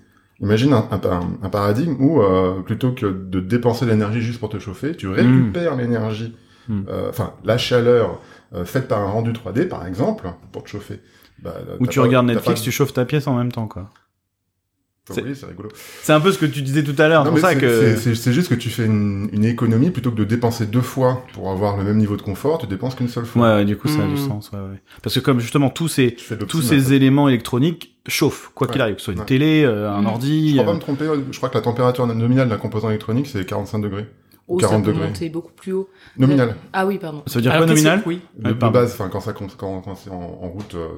Speaker 3: Imagine un, un par- un paradigme où euh, plutôt que de dépenser de l'énergie juste pour te chauffer,
Speaker 2: Hmm.
Speaker 3: tu récupères l'énergie,
Speaker 2: Mm.
Speaker 3: euh, enfin la chaleur euh, faite par un rendu 3D par exemple pour te chauffer. Bah, là,
Speaker 2: Ou
Speaker 3: t'as
Speaker 2: tu
Speaker 3: pas-
Speaker 2: regardes
Speaker 3: t'as
Speaker 2: Netflix,
Speaker 3: pas-
Speaker 2: tu chauffes ta pièce en même temps quoi.
Speaker 3: Oui, c'est rigolo.
Speaker 2: C'est un peu ce que tu disais tout à l'heure. C'est
Speaker 3: Non,
Speaker 2: pour
Speaker 3: mais
Speaker 2: ça
Speaker 3: c'est-
Speaker 2: que.
Speaker 3: c'est- c'est c'est juste que tu fais une, une économie plutôt que de dépenser deux fois pour avoir le même niveau de confort, tu dépenses qu'une seule
Speaker 2: Ouais,
Speaker 3: fois.
Speaker 2: ouais, du coup ça a
Speaker 1: Mm.
Speaker 2: du sens. Ouais, ouais. Parce que comme justement tous ces
Speaker 3: Tu fais de
Speaker 2: tous
Speaker 3: l'optimal.
Speaker 2: ces éléments électroniques chauffent quoi qu'il
Speaker 3: Ouais.
Speaker 2: arrive, que ce soit une
Speaker 3: Ouais.
Speaker 2: télé, euh, un
Speaker 4: Mm.
Speaker 2: ordi.
Speaker 3: Je crois
Speaker 2: euh,
Speaker 3: pas me tromper, je crois que la température nominale d'un composant électronique c'est 45 degrés.
Speaker 4: [LAUGHS] Oh, ça
Speaker 3: 40
Speaker 4: peut
Speaker 3: degrés.
Speaker 4: monter beaucoup plus haut.
Speaker 3: Nominale.
Speaker 4: Ah oui, pardon.
Speaker 2: Ça veut dire
Speaker 1: Alors,
Speaker 2: quoi
Speaker 1: qu'est-ce que-
Speaker 2: nominal
Speaker 1: Oui.
Speaker 3: De,
Speaker 2: Ouais,
Speaker 3: de
Speaker 2: pardon.
Speaker 3: base, enfin quand ça compte- quand, quand c'est en, en route euh,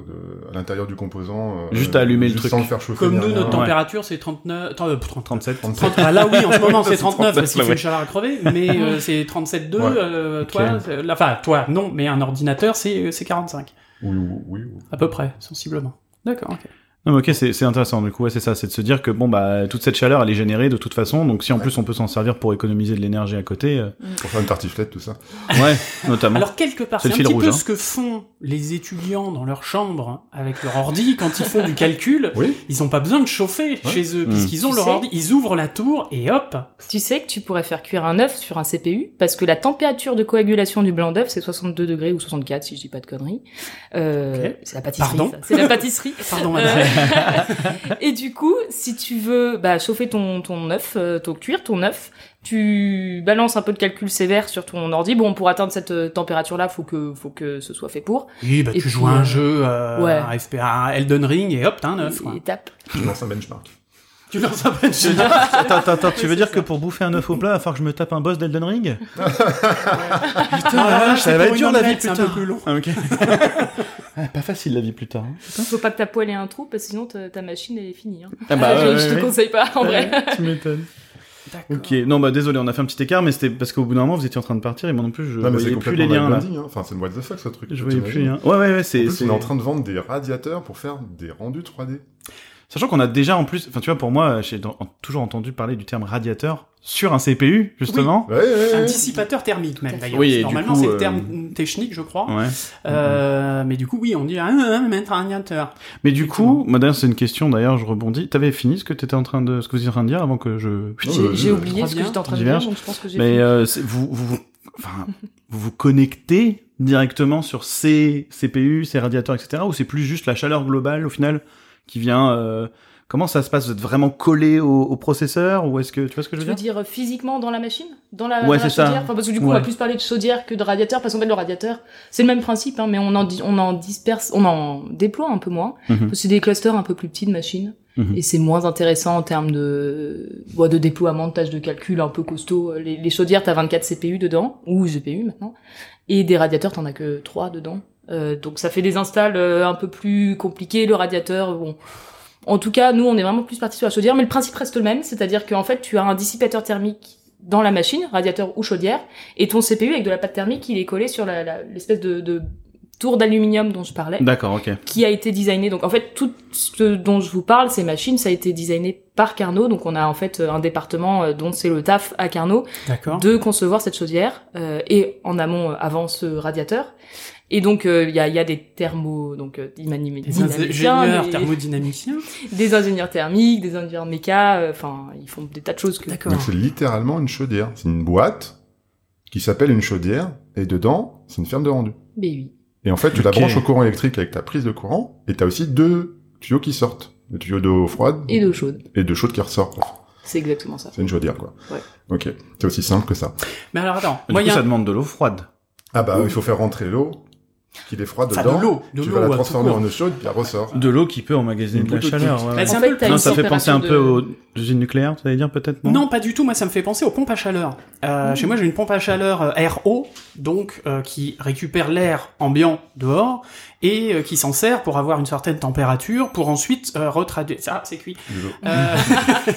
Speaker 3: de- à l'intérieur du composant. euh,
Speaker 2: Juste à allumer le truc.
Speaker 3: Sans le faire chauffer.
Speaker 1: Comme
Speaker 3: ni
Speaker 1: nous,
Speaker 3: rien.
Speaker 1: notre
Speaker 2: Ouais.
Speaker 1: température, c'est 39. attends, euh, 30,
Speaker 2: 37.
Speaker 3: 37.
Speaker 1: Ah, là, oui, en ce moment,
Speaker 2: [LAUGHS]
Speaker 1: c'est 39 parce qu'il
Speaker 2: bah
Speaker 1: fait
Speaker 2: ouais.
Speaker 1: une chaleur à crever, mais euh, c'est 37,2.
Speaker 3: Ouais.
Speaker 1: euh, toi,
Speaker 2: Ok.
Speaker 1: c'est- là, enfin, toi, non, mais un ordinateur, c'est euh, c'est 45,
Speaker 3: Oui, oui, oui.
Speaker 1: à peu près, sensiblement. D'accord, ok.
Speaker 2: Non, mais ok, c'est c'est intéressant. Du coup, ouais, c'est ça, c'est de se dire que bon, bah, toute cette chaleur, elle est générée de toute façon. Donc, si en
Speaker 3: Ouais.
Speaker 2: plus on peut s'en servir pour économiser de l'énergie à côté, euh,
Speaker 3: Pour faire une tartiflette, tout ça.
Speaker 1: [LAUGHS]
Speaker 2: ouais, notamment.
Speaker 1: Alors, quelque part,
Speaker 2: C'est
Speaker 1: c'est un
Speaker 2: le fil
Speaker 1: petit
Speaker 2: rouge,
Speaker 1: peu
Speaker 2: hein.
Speaker 1: ce que font les étudiants dans leur chambre hein, avec leur ordi quand ils font du calcul.
Speaker 3: Oui.
Speaker 1: Ils n'ont pas besoin de chauffer chez eux,
Speaker 2: Mm.
Speaker 1: puisqu'ils ont
Speaker 4: Tu
Speaker 1: leur
Speaker 4: sais-
Speaker 1: ordi, ils ouvrent la tour et hop,
Speaker 4: Tu sais que tu pourrais faire cuire un œuf sur un CPU parce que la température de coagulation du blanc d'œuf c'est 62 degrés ou 64 si je dis pas de conneries. Euh,
Speaker 1: Ok.
Speaker 4: C'est la pâtisserie.
Speaker 1: Pardon.
Speaker 4: ça. C'est la pâtisserie.
Speaker 1: pardon madame.
Speaker 4: Euh, et du coup, si tu veux bah, chauffer ton, ton œuf, euh, ton cuir, ton œuf, tu balances un peu de calcul sévère sur ton ordi. Bon, pour atteindre cette euh, température-là, faut que, faut que ce soit fait pour.
Speaker 1: Oui, bah
Speaker 4: Et
Speaker 1: tu
Speaker 4: puis,
Speaker 1: joues à un
Speaker 4: euh,
Speaker 1: jeu, euh,
Speaker 4: ouais.
Speaker 1: un, FP, un Elden Ring et hop, t'as un œuf. quoi.
Speaker 4: Et tape.
Speaker 3: Je lance un benchmark.
Speaker 1: Tu lances un
Speaker 2: Ah,
Speaker 1: peu de
Speaker 2: [LAUGHS] attends, attends, attends, tu
Speaker 4: Oui,
Speaker 2: veux
Speaker 4: c'est
Speaker 2: dire
Speaker 4: ça.
Speaker 2: que pour bouffer un œuf au plat, il va falloir que je me tape un boss d'Elden Ring
Speaker 1: Putain,
Speaker 2: Ah, ça
Speaker 1: c'est
Speaker 2: va
Speaker 1: pour
Speaker 2: être dur,
Speaker 1: une
Speaker 2: la vie,
Speaker 1: omelette, c'est un
Speaker 2: putain.
Speaker 1: peu plus long.
Speaker 2: Ah, ok. Ah, pas facile la vie plus tard. hein.
Speaker 4: Faut pas que ta poêle ait un trou parce que sinon ta, ta machine elle est finie. hein.
Speaker 2: Ah
Speaker 4: Euh,
Speaker 2: ouais,
Speaker 4: [LAUGHS] je, je
Speaker 2: ouais,
Speaker 4: te
Speaker 2: ouais.
Speaker 4: conseille pas en vrai.
Speaker 2: Ouais, tu m'étonnes.
Speaker 1: D'accord.
Speaker 2: Ok, non, bah désolé, on a fait un petit écart, mais c'était parce qu'au bout d'un moment, vous étiez en train de partir et moi non plus, je
Speaker 3: Non, mais c'est
Speaker 2: voyais plus les
Speaker 3: complètement
Speaker 2: liens là.
Speaker 3: mindbending, hein. Enfin, c'est une what the fuck ce truc.
Speaker 2: Je voyais plus les
Speaker 3: t'imagines
Speaker 2: liens. Ouais, ouais, ouais,
Speaker 3: En
Speaker 2: c'est.
Speaker 3: plus,
Speaker 2: c'est-
Speaker 3: on est en train de vendre des radiateurs pour faire des rendus 3D.
Speaker 2: Sachant qu'on a déjà en plus, enfin tu vois, pour moi, j'ai dans- en- toujours entendu parler du terme radiateur sur un CPU justement.
Speaker 3: Ouais, ouais,
Speaker 1: Un
Speaker 3: ouais.
Speaker 1: dissipateur thermique même d'ailleurs.
Speaker 2: Oui, et du
Speaker 1: Normalement
Speaker 2: coup,
Speaker 1: c'est le
Speaker 2: euh, Mm,
Speaker 1: terme technique je crois.
Speaker 2: Ouais.
Speaker 1: Euh, mais du coup oui on dit ah, ah, ah, mettre un radiateur.
Speaker 2: Mais du coup, moi, d'ailleurs, c'est une question. D'ailleurs, je rebondis. T'avais fini ce que t'étais en train de, ce que vous étiez en train de dire avant que je.
Speaker 3: Oh,
Speaker 4: J'ai
Speaker 3: euh,
Speaker 4: j'ai
Speaker 3: euh,
Speaker 4: oublié ce que
Speaker 1: bien.
Speaker 4: j'étais en train de dire,
Speaker 2: Diverge.
Speaker 4: donc je pense que j'ai
Speaker 2: Mais
Speaker 4: fait-
Speaker 2: euh, c'est- vous, vous, vous, enfin, vous vous connectez directement sur ces CPU, ces radiateurs, etc. Ou c'est plus juste la chaleur globale au final qui vient. euh, comment ça se passe Vous êtes vraiment collé au, au processeur ou est-ce que tu vois ce que je
Speaker 4: Tu
Speaker 2: veux
Speaker 4: veux
Speaker 2: dire
Speaker 4: dire euh, physiquement dans la machine Dans la,
Speaker 2: Ouais,
Speaker 4: dans la
Speaker 2: c'est ça.
Speaker 4: chaudière Enfin, Parce que du coup, on va
Speaker 2: Ouais.
Speaker 4: plus parler de chaudière que de radiateur, parce qu'en fait, le radiateur, c'est le même principe, hein, mais on en, di- on en disperse, on en déploie un peu moins.
Speaker 2: Mhm.
Speaker 4: Parce que C'est des clusters un peu plus petits de machines,
Speaker 2: Mhm.
Speaker 4: et c'est moins intéressant en termes de, ouais, de déploiement, de tâches de calcul un peu costaud. Les, les chaudières, t'as 24 CPU dedans, ou GPU maintenant, et des radiateurs, t'en as que 3 dedans. Euh, donc ça fait des installs euh, un peu plus compliqués. Le radiateur, bon. En tout cas, nous, on est vraiment plus parti sur la chaudière, mais le principe reste le même, c'est-à-dire qu'en fait, tu as un dissipateur thermique dans la machine, radiateur ou chaudière, et ton CPU avec de la pâte thermique, il est collé sur la- la- l'espèce de, de tour d'aluminium dont je parlais,
Speaker 2: D'accord, ok.
Speaker 4: qui a été designé. Donc en fait, tout ce dont je vous parle, ces machines, ça a été designé par Carnot. Donc on a en fait un département euh, dont c'est le taf à Carnot
Speaker 1: D'accord.
Speaker 4: de concevoir cette chaudière euh, et en amont euh, avant ce radiateur. Et donc euh, il y, a, il y a des thermo donc euh, dynami-
Speaker 1: Des
Speaker 4: dynamiciens,
Speaker 1: ingénieurs
Speaker 4: des-
Speaker 1: thermodynamiciens.
Speaker 4: des ingénieurs thermiques, des ingénieurs méca, euh, enfin ils font des tas de choses que
Speaker 1: D'accord.
Speaker 3: Donc c'est littéralement une chaudière. C'est une boîte qui s'appelle une chaudière, et dedans, c'est une ferme de rendu.
Speaker 4: Mais oui.
Speaker 3: Et en fait, tu la
Speaker 2: Ok.
Speaker 3: branches au courant électrique avec ta prise de courant, et t'as aussi deux tuyaux qui sortent. Le tuyau d'eau froide
Speaker 4: Et de chaude,
Speaker 3: et de chaude qui ressort. quoi.
Speaker 4: c'est exactement ça.
Speaker 3: C'est une chaudière, quoi.
Speaker 4: Ouais.
Speaker 3: Ok. C'est aussi simple que ça.
Speaker 1: Mais alors attends,
Speaker 2: Du
Speaker 1: moi il y
Speaker 2: coup,
Speaker 1: a
Speaker 2: ça
Speaker 1: un-
Speaker 2: demande de l'eau froide.
Speaker 3: Ah bah, il faut faire rentrer l'eau, qu'il est froid
Speaker 1: Enfin,
Speaker 3: dedans.
Speaker 1: de l'eau, de
Speaker 3: tu
Speaker 1: l'eau
Speaker 3: vas la
Speaker 1: à tout
Speaker 3: transformer
Speaker 1: court.
Speaker 3: en eau chaude, puis elle ressort.
Speaker 2: De l'eau qui peut emmagasiner
Speaker 3: Une
Speaker 2: de la
Speaker 3: goutte de
Speaker 2: chaleur.
Speaker 3: goutte.
Speaker 2: ouais,
Speaker 1: Bah,
Speaker 2: ouais.
Speaker 1: c'est
Speaker 4: En
Speaker 1: un
Speaker 4: fait,
Speaker 1: peu le
Speaker 4: t'as
Speaker 2: Non,
Speaker 4: une
Speaker 2: ça fait penser
Speaker 4: température
Speaker 2: un Ah, peu aux
Speaker 4: de-
Speaker 2: usines nucléaires, tu allais dire peut-être
Speaker 1: Non, pas du tout. Moi, ça me fait penser aux pompes à chaleur. Euh, Chez moi, j'ai une pompe à chaleur euh, RO, donc euh, qui récupère l'air ambiant dehors et euh, qui s'en sert pour avoir une certaine température pour ensuite euh, retraduire. Ça, c'est cuit.
Speaker 3: Du l'eau.
Speaker 1: Euh,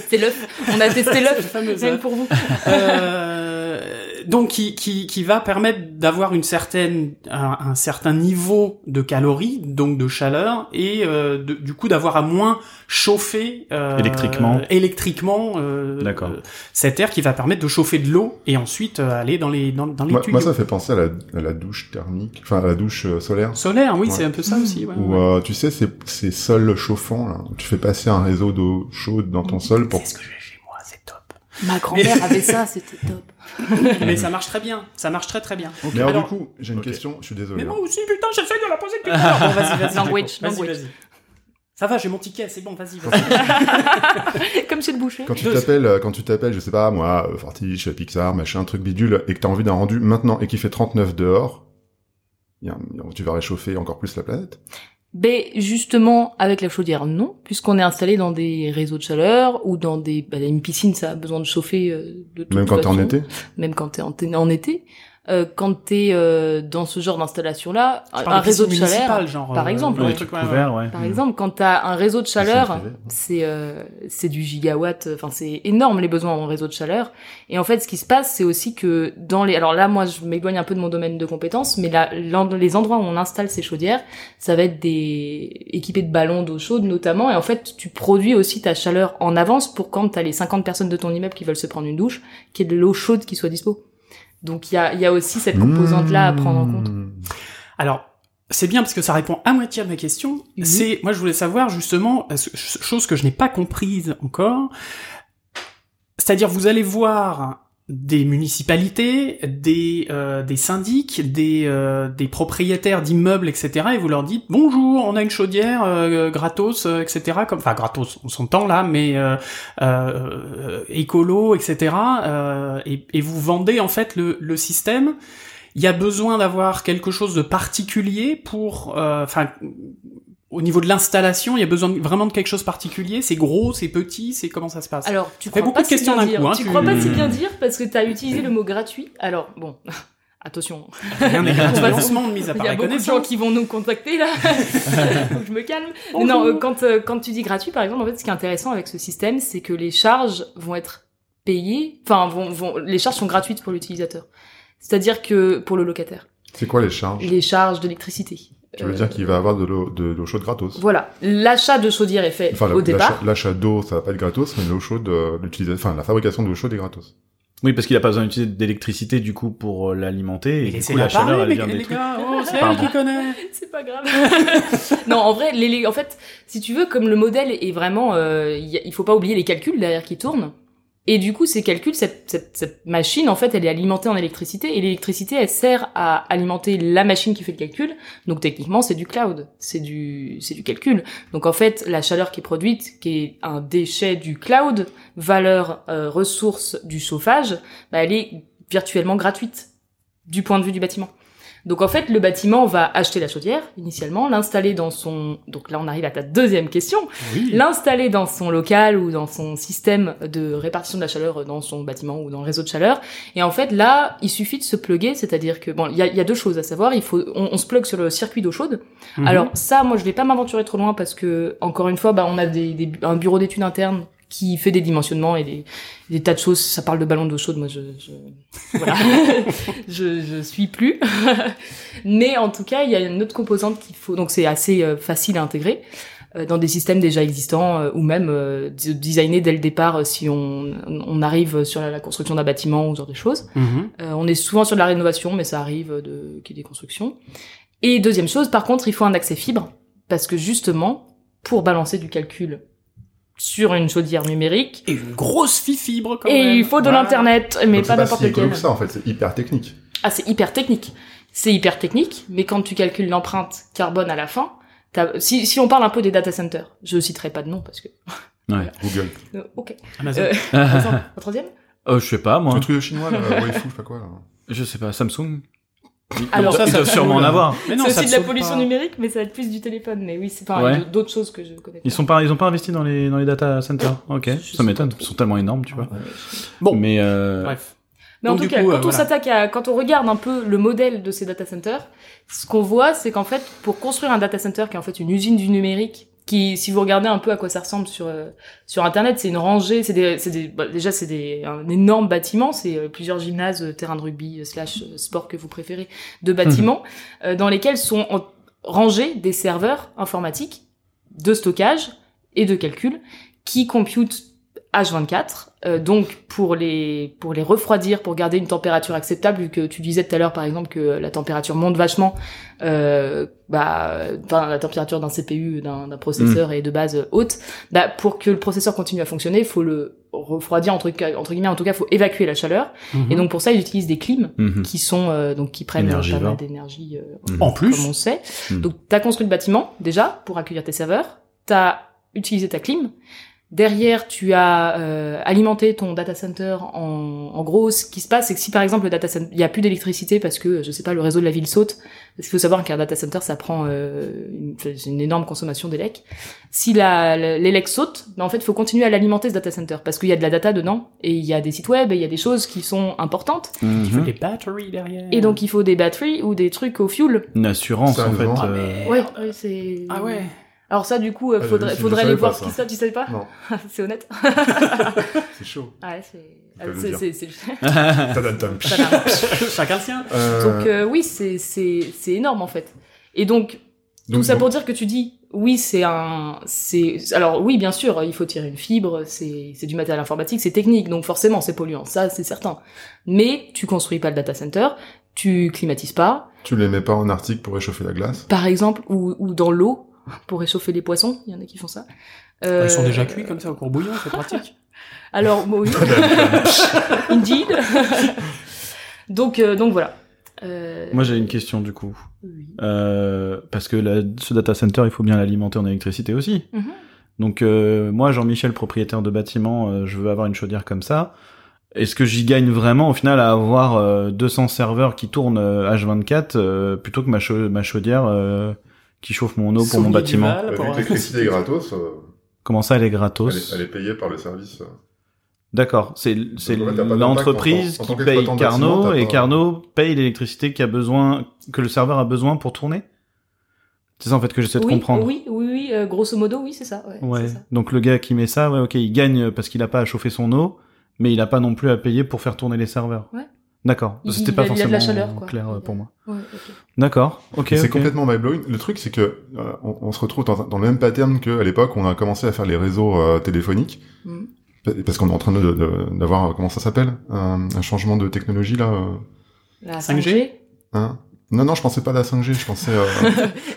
Speaker 4: C'est l'œuf, on a testé
Speaker 1: [LAUGHS]
Speaker 4: l'œuf,
Speaker 1: fameux
Speaker 4: même
Speaker 1: œuf.
Speaker 4: pour vous.
Speaker 1: Euh, donc qui, qui, qui va permettre d'avoir une certaine un, un certain niveau de calories donc de chaleur et euh, de- du coup d'avoir à moins chauffer euh,
Speaker 2: Électriquement.
Speaker 1: électriquement euh,
Speaker 2: D'accord.
Speaker 1: euh, cet air qui va permettre de chauffer de l'eau et ensuite euh, aller dans les dans, dans les
Speaker 3: Moi,
Speaker 1: tuyaux
Speaker 3: moi, ça fait penser à la, à la douche thermique, enfin, à la douche euh, solaire.
Speaker 1: solaire oui
Speaker 3: Ouais.
Speaker 1: c'est un peu ça aussi ouais,
Speaker 3: Ou
Speaker 1: ouais.
Speaker 3: euh, tu sais, c'est c'est sol chauffant. Là. Tu fais passer un réseau d'eau chaude dans ton sol pour.
Speaker 1: c'est ce que j'ai chez moi c'est top
Speaker 4: Ma grand-mère avait ça, c'était top.
Speaker 1: mais ça marche très bien ça marche très très bien
Speaker 3: Mais alors,
Speaker 1: Alors-
Speaker 3: du coup, j'ai une
Speaker 2: Ok.
Speaker 3: question. Je suis
Speaker 1: mais
Speaker 3: désolé. hein.
Speaker 1: moi aussi putain j'essaie de la poser depuis tout à l'heure bon vas-y vas-y
Speaker 4: Language,
Speaker 1: vas-y
Speaker 4: language.
Speaker 1: vas-y ça va j'ai mon ticket c'est bon vas-y vas-y
Speaker 4: [LAUGHS] Comme chez le boucher.
Speaker 3: hein. Quand tu
Speaker 1: Deux-
Speaker 3: t'appelles, euh, quand tu t'appelles, je sais pas moi, euh, Fortiche, Pixar, machin, truc bidule, et que t'as envie d'un rendu maintenant et qu'il fait 39 dehors, y a un- tu vas réchauffer encore plus la planète.
Speaker 4: Ben justement, avec la chaudière, non, puisqu'on est installé dans des réseaux de chaleur ou dans des, ben, une piscine, ça a besoin de chauffer euh, de toute
Speaker 3: Même quand t'es en
Speaker 4: façon.
Speaker 3: été.
Speaker 4: Même quand t'es en, t- en été, Euh, quand t'es euh, dans ce genre d'installation-là, un, un réseau de chaleur,
Speaker 1: genre,
Speaker 4: par
Speaker 1: euh,
Speaker 4: exemple,
Speaker 1: ouais,
Speaker 4: ouais.
Speaker 1: des trucs, ouais, ouais.
Speaker 2: Couvert, ouais. Mm.
Speaker 4: par exemple, quand t'as un réseau de
Speaker 3: Piscine
Speaker 4: chaleur,
Speaker 3: privée, ouais.
Speaker 4: c'est euh, c'est du gigawatt, enfin c'est énorme les besoins en réseau de chaleur. Et en fait, ce qui se passe, c'est aussi que dans les, alors là, moi, je m'éloigne un peu de mon domaine de compétences, mais là, l'en- les endroits où on installe ces chaudières, ça va être des équipés de ballons d'eau chaude notamment. Et en fait, tu produis aussi ta chaleur en avance pour quand t'as les 50 personnes de ton immeuble qui veulent se prendre une douche, qu'il y ait de l'eau chaude qui soit dispo. Donc il y a, il y a aussi cette
Speaker 3: Mmh.
Speaker 4: composante-là à prendre en compte.
Speaker 1: Alors, c'est bien parce que ça répond à moitié à ma question.
Speaker 4: Mhm.
Speaker 1: C'est, moi, je voulais savoir justement, euh, ce- chose que je n'ai pas comprise encore. C'est-à-dire, vous allez voir des municipalités, des, euh, des syndics, des, euh, des propriétaires d'immeubles, etc. Et vous leur dites bonjour, on a une chaudière euh, gratos, euh, etc. Comme, enfin gratos, on s'entend là, mais euh, euh, écolo, etc. euh, et, et vous vendez en fait le, le système. Il y a besoin d'avoir quelque chose de particulier pour, euh, enfin, au niveau de l'installation, il y a besoin de- vraiment de quelque chose de particulier. C'est gros, c'est petit, c'est comment ça se passe
Speaker 4: Alors, tu
Speaker 1: Ça fait
Speaker 4: crois
Speaker 1: beaucoup
Speaker 4: pas
Speaker 1: de
Speaker 4: si
Speaker 1: questions
Speaker 4: bien
Speaker 1: d'un
Speaker 4: dire.
Speaker 1: coup, hein,
Speaker 4: tu,
Speaker 1: tu-
Speaker 4: crois pas si bien dire parce que t'as utilisé le mot gratuit. Alors, bon, [LAUGHS] attention.
Speaker 1: Rien n'est
Speaker 4: On va-
Speaker 1: lancement de mise à
Speaker 4: Il
Speaker 1: part
Speaker 4: y a
Speaker 1: la
Speaker 4: beaucoup de gens
Speaker 1: connaissance.
Speaker 4: qui vont nous contacter
Speaker 1: [LAUGHS]
Speaker 4: là. Donc je me calme.
Speaker 1: Bonjour.
Speaker 4: Non, euh, quand euh, quand tu dis gratuit, par exemple, en fait, ce qui est intéressant avec ce système, c'est que les charges vont être payées. Enfin, vont, vont, les charges sont gratuites pour l'utilisateur. C'est-à-dire que pour le locataire,
Speaker 3: C'est quoi les charges
Speaker 4: les charges d'électricité, Euh,
Speaker 3: Tu veux dire qu'il va avoir de l'eau, de l'eau chaude gratos.
Speaker 4: Voilà, l'achat de chaudière est fait
Speaker 3: Enfin, la-
Speaker 4: au
Speaker 3: l'achat-
Speaker 4: départ.
Speaker 3: l'achat d'eau, ça va pas être gratos, mais l'eau chaude, euh, l'utilisation, enfin, la fabrication d'eau chaude est gratos.
Speaker 2: Oui, parce qu'il a pas besoin d'utiliser d'électricité du coup pour euh, l'alimenter et du coup
Speaker 1: Laissez-la
Speaker 2: la chaleur elle
Speaker 1: parler,
Speaker 2: vient
Speaker 1: les,
Speaker 2: des
Speaker 1: les
Speaker 2: trucs.
Speaker 1: gars. Oh, c'est elle
Speaker 2: Pardon.
Speaker 1: qui connaît.
Speaker 4: [LAUGHS] C'est pas grave. non, en vrai, les- les- en fait, si tu veux, comme le modèle est vraiment, euh, y a- il faut pas oublier les calculs derrière qui tournent. Et du coup, ces calculs, cette, cette- cette machine, en fait, elle est alimentée en électricité, et l'électricité, elle sert à alimenter la machine qui fait le calcul. Donc techniquement, c'est du cloud, c'est du, c'est du calcul. Donc en fait, la chaleur qui est produite, qui est un déchet du cloud, valeur euh, ressource du chauffage, bah, elle est virtuellement gratuite du point de vue du bâtiment. Donc en fait, le bâtiment va acheter la chaudière initialement, l'installer dans son... Donc là, on arrive à ta deuxième question.
Speaker 1: Oui.
Speaker 4: L'installer dans son local ou dans son système de répartition de la chaleur dans son bâtiment ou dans le réseau de chaleur. Et en fait, là, il suffit de se plugger, c'est-à-dire que... Bon, il y a, il y a deux choses à savoir. Il faut, on, on se plug sur le circuit d'eau chaude.
Speaker 1: Mhm.
Speaker 4: Alors ça, moi, je vais pas m'aventurer trop loin parce que, encore une fois, bah, on a des, des- un bureau d'études interne qui fait des dimensionnements et des, des tas de choses. Ça parle de ballon d'eau chaude, moi, je... je voilà. [LAUGHS] je, je suis plus. [LAUGHS] Mais en tout cas, il y a une autre composante qu'il faut... Donc c'est assez euh, facile à intégrer euh, dans des systèmes déjà existants euh, ou même euh, de- designer dès le départ euh, si on, on arrive sur la, la construction d'un bâtiment ou ce genre de choses.
Speaker 1: Mhm.
Speaker 4: Euh, on est souvent sur de la rénovation, mais ça arrive euh, de, qu'il y ait des constructions. Et deuxième chose, par contre, il faut un accès fibre, parce que justement, pour balancer du calcul sur une chaudière numérique,
Speaker 1: Et une grosse fille fibre quand
Speaker 4: et
Speaker 1: même.
Speaker 4: il faut de
Speaker 1: Voilà.
Speaker 4: l'internet, mais
Speaker 3: Donc,
Speaker 4: pas
Speaker 3: c'est
Speaker 4: n'importe
Speaker 3: si
Speaker 4: lequel.
Speaker 3: écolo que ça, en fait, c'est hyper technique.
Speaker 4: Ah, c'est hyper technique. C'est hyper technique, mais quand tu calcules l'empreinte carbone à la fin, t'as- si, si on parle un peu des data centers, je citerai pas de nom parce que.
Speaker 3: Google.
Speaker 4: Euh,
Speaker 1: [LAUGHS]
Speaker 4: ok.
Speaker 1: Amazon.
Speaker 4: Euh,
Speaker 2: [LAUGHS]
Speaker 4: Vincent, un troisième
Speaker 2: Euh, je sais pas moi.
Speaker 3: Le truc chinois, là, euh, Weifu, je sais pas quoi, là.
Speaker 2: Je sais pas. Samsung. Ils-
Speaker 4: Alors-
Speaker 2: ils doivent- ils doivent sûrement en avoir.
Speaker 1: Mais
Speaker 4: C'est aussi
Speaker 1: te
Speaker 4: de la
Speaker 1: sauve
Speaker 4: pollution
Speaker 1: pas.
Speaker 4: numérique, mais ça va être plus du téléphone. Mais oui, c'est enfin,
Speaker 2: Ouais.
Speaker 4: d- d'autres choses que je connais. pas.
Speaker 2: Ils sont pas, ils ont pas investi dans les dans les data centers. Ok,
Speaker 4: Je sais
Speaker 2: ça m'étonne.
Speaker 4: pas trop.
Speaker 2: Ils sont tellement énormes, tu vois.
Speaker 1: Bon.
Speaker 2: mais euh,
Speaker 1: Bref.
Speaker 4: Mais en
Speaker 1: Donc,
Speaker 4: tout
Speaker 1: du
Speaker 4: cas,
Speaker 1: coup, euh,
Speaker 4: quand on
Speaker 1: voilà.
Speaker 4: s'attaque à, quand on regarde un peu le modèle de ces data centers, ce qu'on voit, c'est qu'en fait, pour construire un data center qui est en fait une usine du numérique, qui, si vous regardez un peu à quoi ça ressemble sur euh, sur internet, c'est une rangée, c'est des, c'est des, bah, déjà c'est des un énorme bâtiment, c'est euh, plusieurs gymnases, euh, terrains de rugby euh, slash euh, sport que vous préférez,
Speaker 1: Mhm.
Speaker 4: de bâtiments euh, dans lesquels sont en- rangés des serveurs informatiques de stockage et de calcul qui computent H24. euh, donc pour les pour les refroidir, pour garder une température acceptable, vu que tu disais tout à l'heure par exemple que la température monte vachement, euh, bah enfin, la température d'un CPU, d'un d'un processeur est de base euh, haute. Bah pour que le processeur continue à fonctionner, il faut le refroidir entre gu- entre guillemets, en tout cas, faut évacuer la chaleur.
Speaker 1: Mm.
Speaker 4: Et donc pour ça, ils utilisent des clims
Speaker 2: mhm.
Speaker 4: qui sont euh, donc qui prennent euh, pas
Speaker 2: Énergivores.
Speaker 4: mal d'énergie euh,
Speaker 1: En
Speaker 4: comme
Speaker 1: plus. Hmm.
Speaker 4: on sait.
Speaker 2: Mm.
Speaker 4: Donc, t'as construit le bâtiment, déjà, pour accueillir tes serveurs. T'as utilisé ta clim. Derrière, tu as euh, alimenté ton data center en, en gros. Ce qui se passe, c'est que si par exemple le data center, il n'y a plus d'électricité parce que je sais pas, le réseau de la ville saute. Parce qu'il faut savoir qu'un data center, ça prend euh, une, c'est une énorme consommation d'élec. Si la- la- l'élec saute, ben en fait, il faut continuer à l'alimenter ce data center parce qu'il y a de la data dedans et il y a des sites web et il y a des choses qui sont importantes.
Speaker 1: Il faut
Speaker 2: Mhm.
Speaker 1: des batteries derrière.
Speaker 4: Et donc, il faut des batteries ou des trucs au fuel.
Speaker 2: une assurance en fait.
Speaker 3: Sérieusement
Speaker 1: Ah,
Speaker 2: euh,
Speaker 1: mais-
Speaker 4: Ouais, ouais, c'est.
Speaker 1: Ah ouais.
Speaker 4: Alors ça, du coup, euh,
Speaker 3: Ah,
Speaker 4: faudrait,
Speaker 3: j'avoue, je
Speaker 4: faudrait
Speaker 3: savais
Speaker 4: aller
Speaker 3: pas
Speaker 4: voir
Speaker 3: ça.
Speaker 4: ce qui se passe, tu savais pas
Speaker 3: Non,
Speaker 4: [LAUGHS] C'est honnête
Speaker 3: c'est chaud.
Speaker 4: Ouais, c'est... ah,
Speaker 3: Faut le
Speaker 4: c'est-
Speaker 3: dire.
Speaker 4: c'est- c'est-
Speaker 3: Tadadam.
Speaker 4: [LAUGHS] ça va.
Speaker 1: [LAUGHS] Chacun le sien.
Speaker 3: Euh,
Speaker 4: Donc euh, oui, c'est, c'est, c'est énorme, en fait. Et donc, tout
Speaker 3: donc,
Speaker 4: ça
Speaker 3: donc,
Speaker 4: pour dire que tu dis, oui, c'est un... c'est Alors oui, bien sûr, il faut tirer une fibre, c'est, c'est du matériel informatique, c'est technique, donc forcément, c'est polluant, ça, c'est certain. Mais tu construis pas le data center, tu climatises pas,
Speaker 3: Tu les mets pas en article pour réchauffer la glace.
Speaker 4: par exemple, ou, ou dans l'eau, pour réchauffer les poissons, il y en a qui font ça. Euh,
Speaker 3: Ah,
Speaker 1: Ils sont déjà cuits comme ça au cours bouillon, c'est [LAUGHS] pratique.
Speaker 4: Alors,
Speaker 2: [LAUGHS]
Speaker 4: moi, oui. Indeed. donc, euh, donc voilà. Euh,
Speaker 2: [LAUGHS] Moi j'ai une question du coup.
Speaker 4: oui.
Speaker 2: Euh, parce que la- ce data center, il faut bien l'alimenter en électricité aussi.
Speaker 4: Mhm.
Speaker 2: Donc euh, moi, Jean-Michel, propriétaire de bâtiment, euh, je veux avoir une chaudière comme ça. Est-ce que j'y gagne vraiment au final à avoir euh, 200 serveurs qui tournent euh, H24 euh, plutôt que ma, chau- ma chaudière euh, qui chauffe mon eau pour
Speaker 1: Soumis
Speaker 2: mon
Speaker 1: du
Speaker 2: bâtiment
Speaker 4: Ah,
Speaker 1: mal
Speaker 3: Euh,
Speaker 1: pour- [LAUGHS]
Speaker 3: L'électricité est gratos, euh,
Speaker 2: Comment ça, elle est
Speaker 3: elle,
Speaker 2: gratos
Speaker 3: est, elle est payée par le service. euh.
Speaker 2: D'accord, c'est c'est
Speaker 3: Donc, ouais, t'as pas
Speaker 2: l'entreprise
Speaker 3: d'impact
Speaker 2: qui
Speaker 3: en tant- en tant
Speaker 2: paye
Speaker 3: qu'exploitant de bâtiment,
Speaker 2: Carnot
Speaker 3: t'as
Speaker 2: et
Speaker 3: pas-
Speaker 2: Carnot paye l'électricité qui a besoin que le serveur a besoin pour tourner. C'est ça en fait que j'essaie de
Speaker 4: oui,
Speaker 2: comprendre.
Speaker 4: oui, oui, oui, euh, grosso modo, oui, c'est ça. Ouais,
Speaker 2: Ouais.
Speaker 4: c'est ça.
Speaker 2: Donc le gars qui met ça, ouais, ok, il gagne parce qu'il a pas à chauffer son eau, mais il a pas non plus à payer pour faire tourner les serveurs.
Speaker 4: Ouais.
Speaker 2: D'accord.
Speaker 4: Il-
Speaker 2: C'était
Speaker 4: il
Speaker 2: pas
Speaker 4: a- il a
Speaker 2: forcément
Speaker 4: de la chaleur, quoi.
Speaker 2: clair euh, pour moi.
Speaker 4: Ouais, ok.
Speaker 2: D'accord. Ok.
Speaker 3: C'est
Speaker 2: ok.
Speaker 3: complètement mind-blowing. Le truc, c'est que euh, on, on se retrouve dans, dans le même pattern qu'à l'époque, on a commencé à faire les réseaux euh, téléphoniques.
Speaker 4: Mm.
Speaker 3: Pa- Parce qu'on est en train de- de- d'avoir, euh, comment ça s'appelle un, un changement de technologie, là euh,
Speaker 4: La
Speaker 1: 5G?
Speaker 4: 5G.
Speaker 3: hein Non, non, je pensais pas à la 5G, je pensais... euh,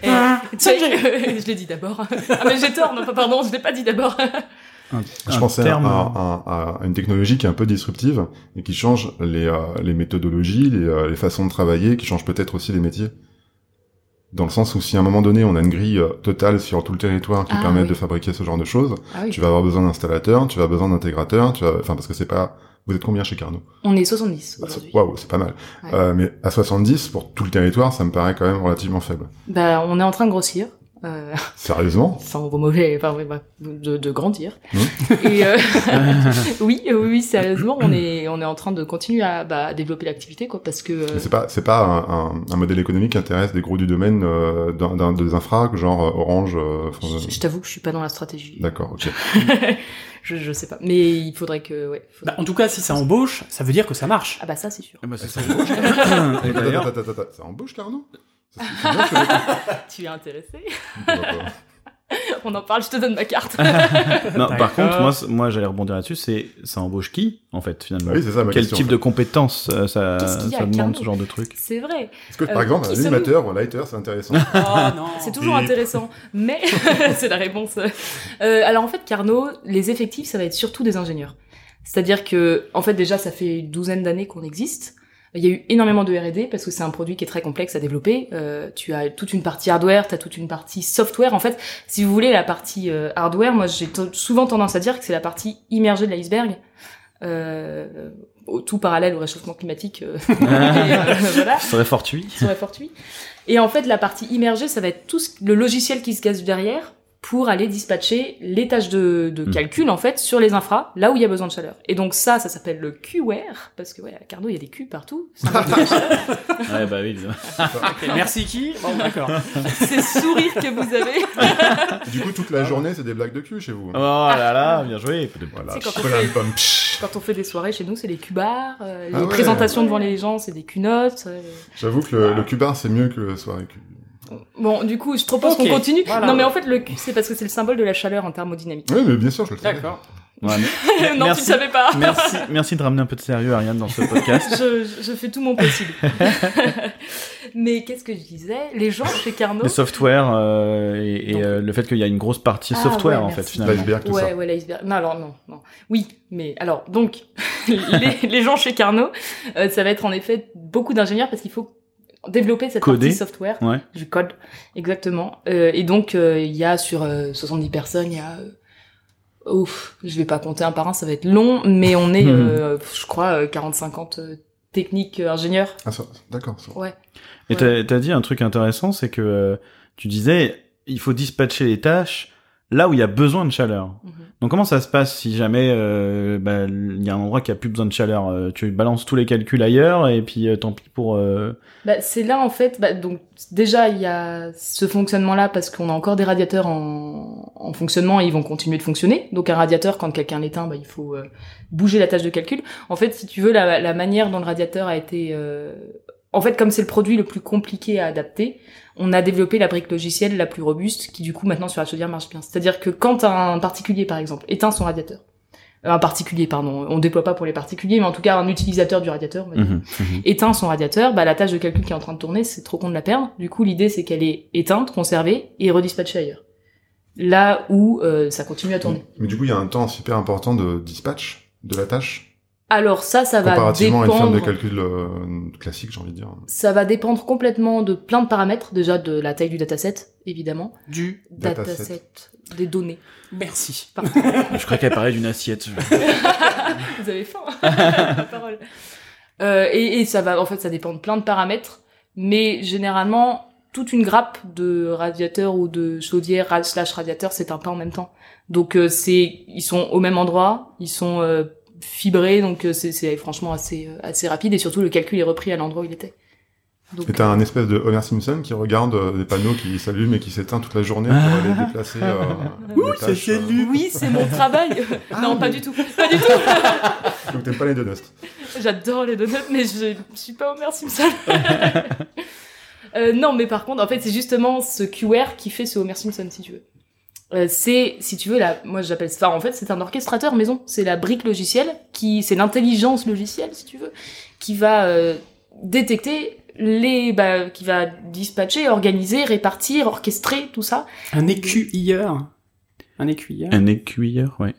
Speaker 4: Eh,
Speaker 1: Ah,
Speaker 4: tu sais, [LAUGHS] je l'ai dit d'abord. Ah, mais j'ai tort, non, pas- pardon, je l'ai pas dit d'abord.
Speaker 2: Un,
Speaker 3: Je
Speaker 2: un
Speaker 3: pensais à-
Speaker 2: terme.
Speaker 3: à, à- à une technologie qui est un peu disruptive et qui change les, euh, les méthodologies, les, euh, les façons de travailler, qui change peut-être aussi les métiers. Dans le sens où si à un moment donné on a une grille euh, totale sur tout le territoire qui
Speaker 4: Ah,
Speaker 3: permet
Speaker 4: oui.
Speaker 3: de fabriquer ce genre de choses,
Speaker 4: Ah oui.
Speaker 3: tu vas avoir besoin d'installateurs, tu vas avoir besoin d'intégrateurs, tu vas... enfin parce que c'est pas... Vous êtes combien chez Carnot
Speaker 4: On est 70 aujourd'hui.
Speaker 3: Waouh, c'est pas mal.
Speaker 4: Ouais.
Speaker 3: Euh, mais à 70 pour tout le territoire, ça me paraît quand même relativement faible.
Speaker 4: Bah, on est en train de grossir. Euh,
Speaker 3: Sérieusement
Speaker 4: sans vos mauvais, enfin, oui, bah, de, de grandir.
Speaker 3: Mmh.
Speaker 2: Hmm. [LAUGHS]
Speaker 4: Et euh, [LAUGHS] oui, oui, oui, sérieusement, on est, on est en train de continuer à bah, développer l'activité, quoi, parce que euh,
Speaker 3: Mais C'est pas, c'est pas un, un- un modèle économique qui intéresse des gros du domaine euh, d'un, d'un- des infra, genre euh, Orange. euh, enfin,
Speaker 4: je, je t'avoue que je suis pas dans la stratégie.
Speaker 3: D'accord, ok.
Speaker 4: Je, je sais pas, mais il faudrait que, ouais. faudrait-
Speaker 1: Bah, en tout cas, si ça embauche, ça veut dire que ça marche.
Speaker 4: Ah bah ça, c'est sûr.
Speaker 2: Ah bah,
Speaker 3: [LAUGHS]
Speaker 2: c'est ça. [LAUGHS] Et
Speaker 3: Attends,
Speaker 2: d'ailleurs,
Speaker 3: attends, attends, attends, ça embauche Carnot Ça, c'est- c'est bien, je savais
Speaker 4: [LAUGHS]
Speaker 3: pas.
Speaker 4: Tu es intéressé
Speaker 3: Pourquoi pas
Speaker 4: [LAUGHS] On en parle, je te donne ma [LAUGHS] carte.
Speaker 2: non, par
Speaker 1: D'accord.
Speaker 2: contre, moi, c- moi, j'allais rebondir là-dessus. C'est, ça embauche qui, en fait, finalement
Speaker 3: Bah Oui, c'est ça ma
Speaker 2: Quel
Speaker 3: question.
Speaker 2: type de compétences euh, ça,
Speaker 4: Qu'est-ce qu'il y a,
Speaker 2: ça demande
Speaker 4: Carnot
Speaker 2: ce genre de
Speaker 4: [LAUGHS]
Speaker 2: truc
Speaker 4: c'est vrai.
Speaker 3: Est-ce que, par
Speaker 4: Euh,
Speaker 3: exemple, un
Speaker 4: qui sommes-nous
Speaker 3: animateur ou un lighter, c'est intéressant
Speaker 4: [LAUGHS]
Speaker 1: Oh [LAUGHS] non.
Speaker 4: C'est toujours intéressant, mais [LAUGHS] c'est la réponse. Euh, alors en fait, Carnot, les effectifs, ça va être surtout des ingénieurs. C'est-à-dire que, en fait, déjà, ça fait une douzaine d'années qu'on existe. Il y a eu énormément de R&D parce que c'est un produit qui est très complexe à développer. Euh, tu as toute une partie hardware, tu as toute une partie software. En fait, si vous voulez la partie euh, hardware, moi j'ai t- souvent tendance à dire que c'est la partie immergée de l'iceberg, euh, au- tout parallèle au réchauffement climatique. euh, [LAUGHS] et, euh, voilà
Speaker 2: Ce serait fortuit.
Speaker 4: serait fortuit. Et en fait, la partie immergée, ça va être tout ce- le logiciel qui se casse derrière pour aller dispatcher les tâches de, de
Speaker 1: Hmm.
Speaker 2: Mm.
Speaker 4: calcul, en fait, sur les infras, là où il y a besoin de chaleur. Et donc ça, ça s'appelle le QR, parce que, ouais, à Cardo, il y a des culs partout.
Speaker 1: [LAUGHS]
Speaker 2: ouais, bah oui.
Speaker 1: Ok, Merci qui Bon, d'accord.
Speaker 4: Ces sourires que vous avez.
Speaker 3: Du coup,
Speaker 4: Ah.
Speaker 3: toute la journée, c'est des blagues de cul chez vous. hein.
Speaker 2: Oh là là, bien joué.
Speaker 3: Voilà,
Speaker 4: C'est quand on
Speaker 3: chocolat
Speaker 4: fait-
Speaker 3: de pomme, psh.
Speaker 4: Quand on fait des soirées chez nous, c'est des cubars, euh, les
Speaker 3: Ah ouais.
Speaker 4: présentations devant les gens, c'est des cunottes. euh,
Speaker 3: J'avoue que le, le cubar, c'est mieux que le soirée cul.
Speaker 4: Bon, du coup, je propose
Speaker 1: Ok,
Speaker 4: qu'on continue.
Speaker 1: voilà.
Speaker 4: Non, mais en fait, le cul, c'est parce que c'est le symbole de la chaleur en thermodynamique. [LAUGHS]
Speaker 3: Oui, mais bien sûr, je le
Speaker 1: [LAUGHS]
Speaker 3: savais.
Speaker 1: D'accord.
Speaker 2: Ouais, mais-
Speaker 4: non,
Speaker 2: Merci.
Speaker 4: tu ne savais pas.
Speaker 2: merci, merci de ramener un peu de sérieux, Ariane, dans ce podcast.
Speaker 4: je, je- je fais tout
Speaker 2: [LAUGHS]
Speaker 4: mon possible. Mais qu'est-ce que je disais Les gens chez Carnot.
Speaker 2: Les softwares euh, et, et,
Speaker 4: Donc-
Speaker 2: euh, le fait qu'il y a une grosse partie
Speaker 4: Ah,
Speaker 2: software,
Speaker 4: ouais,
Speaker 2: en fait,
Speaker 4: merci.
Speaker 2: finalement.
Speaker 3: L'iceberg, tout
Speaker 4: Ouais,
Speaker 3: ça.
Speaker 4: ouais, l'iceberg. Non, alors non, non. Oui, mais alors donc [LAUGHS] les, les gens chez Carnot, euh, ça va être en effet beaucoup d'ingénieurs parce qu'il faut développer cette
Speaker 2: Coder.
Speaker 4: partie software
Speaker 2: Ouais.
Speaker 4: du code, exactement. Euh, et donc euh, il y a sur euh, 70 personnes, il y a euh, ouf, je vais pas compter un par un, ça va être long, mais on
Speaker 2: [LAUGHS]
Speaker 4: est, euh, je crois, euh, 40-50 euh, techniques euh, ingénieurs.
Speaker 3: Ah, ça, d'accord. ça.
Speaker 4: Ouais.
Speaker 2: Et
Speaker 4: Ouais.
Speaker 2: t'as- t'as dit un truc intéressant, c'est que euh, tu disais, il faut dispatcher les tâches là où il y a besoin de chaleur.
Speaker 4: Mhm.
Speaker 2: Donc comment ça se passe si jamais euh, bah, il y a un endroit qui a plus besoin de chaleur euh, Tu balances tous les calculs ailleurs et puis euh, tant pis pour. euh,
Speaker 4: Bah, c'est là en fait, bah, donc déjà il y a ce fonctionnement-là parce qu'on a encore des radiateurs en, en fonctionnement et ils vont continuer de fonctionner. Donc un radiateur, quand quelqu'un l'éteint, bah, il faut euh, bouger la tâche de calcul. En fait, si tu veux, la, la manière dont le radiateur a été... euh, En fait, comme c'est le produit le plus compliqué à adapter, on a développé la brique logicielle la plus robuste qui du coup maintenant sur la chaudière marche bien. C'est-à-dire que quand un particulier par exemple éteint son radiateur, euh, un particulier pardon, on déploie pas pour les particuliers, mais en tout cas un utilisateur du radiateur, on va dire,
Speaker 2: mhm, mhm.
Speaker 4: éteint son radiateur, bah, la tâche de calcul qui est en train de tourner, c'est trop con de la perdre. Du coup, l'idée, c'est qu'elle est éteinte, conservée et redispatchée ailleurs. Là où euh, ça continue à tourner.
Speaker 3: Mais du coup, il y a un temps super important de dispatch de la tâche,
Speaker 4: Alors ça, ça va
Speaker 3: comparativement à une firme de
Speaker 4: dépendre.
Speaker 3: calcul euh, classique, j'ai envie de dire.
Speaker 4: Ça va dépendre complètement de plein de paramètres, déjà de la taille du dataset, évidemment,
Speaker 1: Du
Speaker 3: Dataset.
Speaker 4: dataset, des données.
Speaker 1: merci.
Speaker 2: Je crois qu'elle parlait d'une assiette.
Speaker 4: Vous avez faim [LAUGHS] La parole. Euh, et, et ça va, en fait, ça dépend de plein de paramètres, mais généralement, toute une grappe de radiateurs ou de chaudières ra- slash radiateurs s'éteint pas en même temps. Donc euh, c'est, ils sont au même endroit, ils sont euh, fibrés, donc euh, c'est- c'est franchement assez euh, assez rapide et surtout le calcul est repris à l'endroit où il était. Donc,
Speaker 3: Et t'as un espèce de Homer Simpson qui regarde euh, des panneaux qui s'allument et qui s'éteint toute la journée pour aller déplacer.
Speaker 2: [LAUGHS]
Speaker 3: Euh,
Speaker 2: Ah. Ouh,
Speaker 3: des
Speaker 2: ça
Speaker 3: tâches, euh.
Speaker 2: s'allume.
Speaker 4: oui, c'est mon travail. non, pas du tout, pas du tout.
Speaker 3: Donc t'aimes pas les donuts.
Speaker 4: J'adore les donuts, mais je, je suis pas Homer Simpson. euh, non, mais par contre, en fait, c'est justement ce QR qui fait ce Homer Simpson, si tu veux. Euh, c'est, si tu veux, là, moi j'appelle ça, en fait, c'est un orchestrateur maison. C'est la brique logicielle qui, c'est l'intelligence logicielle, si tu veux, qui va euh, détecter les, bah, qui va dispatcher, organiser, répartir, orchestrer, tout ça.
Speaker 1: Un écuyeur. Un écuyeur.
Speaker 2: [LAUGHS] Un écuyeur, ouais.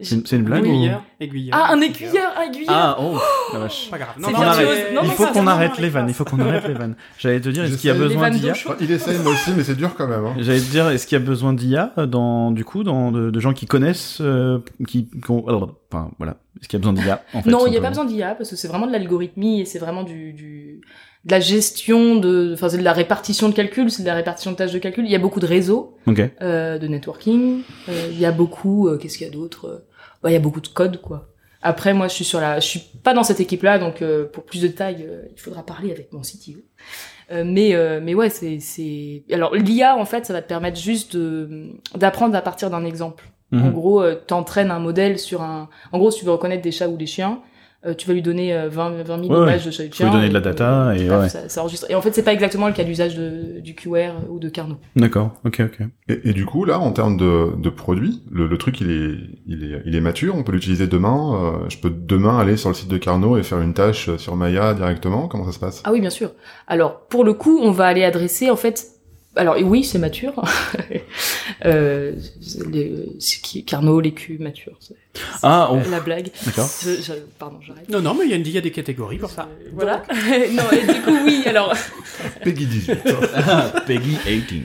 Speaker 2: C'est une- c'est une blague
Speaker 4: Oui.
Speaker 2: ou...
Speaker 1: Aiguilleur. Aiguilleur.
Speaker 4: Ah, un aiguilleur, un aiguilleur.
Speaker 2: Ah, oh, la vache.
Speaker 1: Pas grave.
Speaker 4: C'est
Speaker 2: On
Speaker 4: autre
Speaker 2: arrête.
Speaker 4: chose. Non,
Speaker 2: il
Speaker 4: non,
Speaker 2: faut
Speaker 4: ça,
Speaker 2: qu'on
Speaker 4: non,
Speaker 2: arrête
Speaker 1: non,
Speaker 2: les vannes, il faut qu'on arrête les vannes. J'allais te dire, est-ce qu'il y a
Speaker 3: Je sais, les
Speaker 2: besoin
Speaker 4: vannes
Speaker 2: d'IA
Speaker 4: d'eau chaude.
Speaker 3: Enfin, il essaye moi aussi, mais c'est dur quand même. Hein.
Speaker 2: J'allais te dire, est-ce qu'il y a besoin d'IA dans, du coup, dans, de, de gens qui connaissent, euh, qui, qui ont- alors, enfin, voilà. Est-ce qu'il y a besoin d'IA, en fait,
Speaker 4: non, il n'y a pas
Speaker 2: simplement
Speaker 4: besoin d'IA parce que c'est vraiment de l'algorithmie et c'est vraiment du, du de la gestion de, enfin c'est de la répartition de calcul, c'est de la répartition de tâches de calcul. Il y a beaucoup de réseaux,
Speaker 2: Ok.
Speaker 4: euh, de networking. euh, Il y a beaucoup, euh, qu'est-ce qu'il y a d'autre Euh, bah, Il y a beaucoup de code quoi. Après moi je suis sur la, je suis pas dans cette équipe là donc euh, pour plus de taille il faudra parler avec mon CTO. Euh, mais euh, mais ouais c'est c'est alors l'IA en fait ça va te permettre juste de- d'apprendre à partir d'un exemple. En
Speaker 2: Mhm.
Speaker 4: gros, euh, t'entraînes un modèle sur un. En gros, si tu veux reconnaître des chats ou des chiens, euh, tu vas lui donner euh, 20, 20 000
Speaker 2: Ouais,
Speaker 4: images de chats et de
Speaker 2: Faut lui
Speaker 4: chiens.
Speaker 2: donner de la data et
Speaker 4: paf,
Speaker 2: ouais.
Speaker 4: ça, ça enregistre. Et en fait, c'est pas exactement le cas d'usage de, du QR ou de Carnot.
Speaker 2: D'accord. Ok, ok.
Speaker 3: Et, et du coup, là, en termes de, de produits, le, le truc, il est, il, est, il est mature, on peut l'utiliser demain. euh, je peux demain aller sur le site de Carnot et faire une tâche euh, sur Maya directement. Comment ça se passe
Speaker 4: Ah oui, bien sûr. Alors, pour le coup, on va aller adresser, en fait. Alors, oui, c'est mature. [LAUGHS] euh, les, c'est qui- Carnot, l'écu, mature. c'est-
Speaker 2: Ah, oh,
Speaker 4: La blague.
Speaker 2: d'accord.
Speaker 4: Je- je- pardon, j'arrête.
Speaker 1: Non, non, mais il y, a une- il y a des catégories pour ça.
Speaker 4: Voilà. [LAUGHS] non, et du coup, oui, alors.
Speaker 3: Peggy 18.
Speaker 2: [LAUGHS] Peggy 18.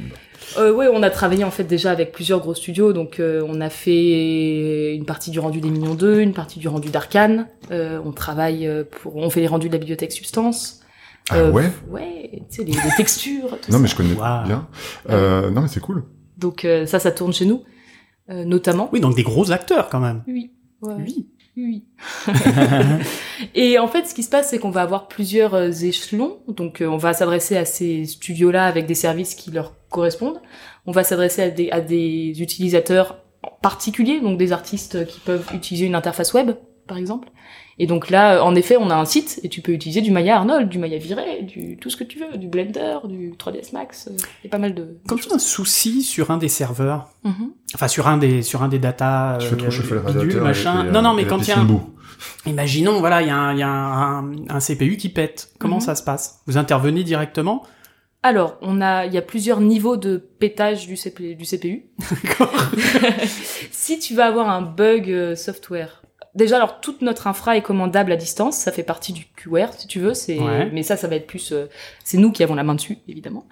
Speaker 4: Euh, ouais, on a travaillé en fait déjà avec plusieurs gros studios, donc euh, on a fait une partie du rendu des Millions 2, une partie du rendu d'Arcane. Euh, on travaille euh, pour, on fait les rendus de la bibliothèque Substance.
Speaker 3: Ah
Speaker 4: Euh,
Speaker 3: ouais
Speaker 4: Ouais, tu sais les, les textures. Tout
Speaker 3: Non, mais
Speaker 4: ça.
Speaker 3: je connais
Speaker 1: Waouh.
Speaker 3: bien. Euh, non, mais c'est cool.
Speaker 4: Donc euh, ça, ça tourne chez nous, euh, notamment.
Speaker 1: Oui, donc des gros acteurs quand même.
Speaker 4: Oui. Ouais.
Speaker 1: Oui.
Speaker 4: Oui. [LAUGHS] et en fait, ce qui se passe, c'est qu'on va avoir plusieurs euh, échelons. Donc, euh, on va s'adresser à ces studios-là avec des services qui leur correspondent. On va s'adresser à des, à des utilisateurs particuliers, donc des artistes qui peuvent utiliser une interface web, par exemple. Et donc là, euh, en effet, on a un site et tu peux utiliser du Maya Arnold, du Maya Viray, du tout ce que tu veux, du Blender, du 3ds Max. euh, Il y a pas mal de.
Speaker 1: Comme
Speaker 4: de
Speaker 1: ça, un souci sur un des serveurs.
Speaker 4: Mhm.
Speaker 1: Enfin, sur un des, sur un des data.
Speaker 3: Je
Speaker 1: euh,
Speaker 3: fais trop chauffer le
Speaker 1: bidule,
Speaker 3: radiateur.
Speaker 1: machin.
Speaker 3: et- et,
Speaker 1: non, non,
Speaker 3: euh,
Speaker 1: mais
Speaker 3: et la
Speaker 1: quand il y a
Speaker 3: piscine
Speaker 1: un,
Speaker 3: boue.
Speaker 1: Imaginons, voilà, il y a, un, il y a un, un- un CPU qui pète. Comment
Speaker 4: Mhm.
Speaker 1: ça se passe Vous intervenez
Speaker 4: [LAUGHS]
Speaker 1: directement
Speaker 4: Alors, on a, il y a plusieurs niveaux de pétage du, CP du CPU. [LAUGHS] si tu vas avoir un bug euh, software, déjà, alors toute notre infra est commandable à distance, ça fait partie du QR si tu veux. C'est,
Speaker 1: Ouais.
Speaker 4: mais ça, ça va être plus, euh, c'est nous qui avons la main dessus, évidemment.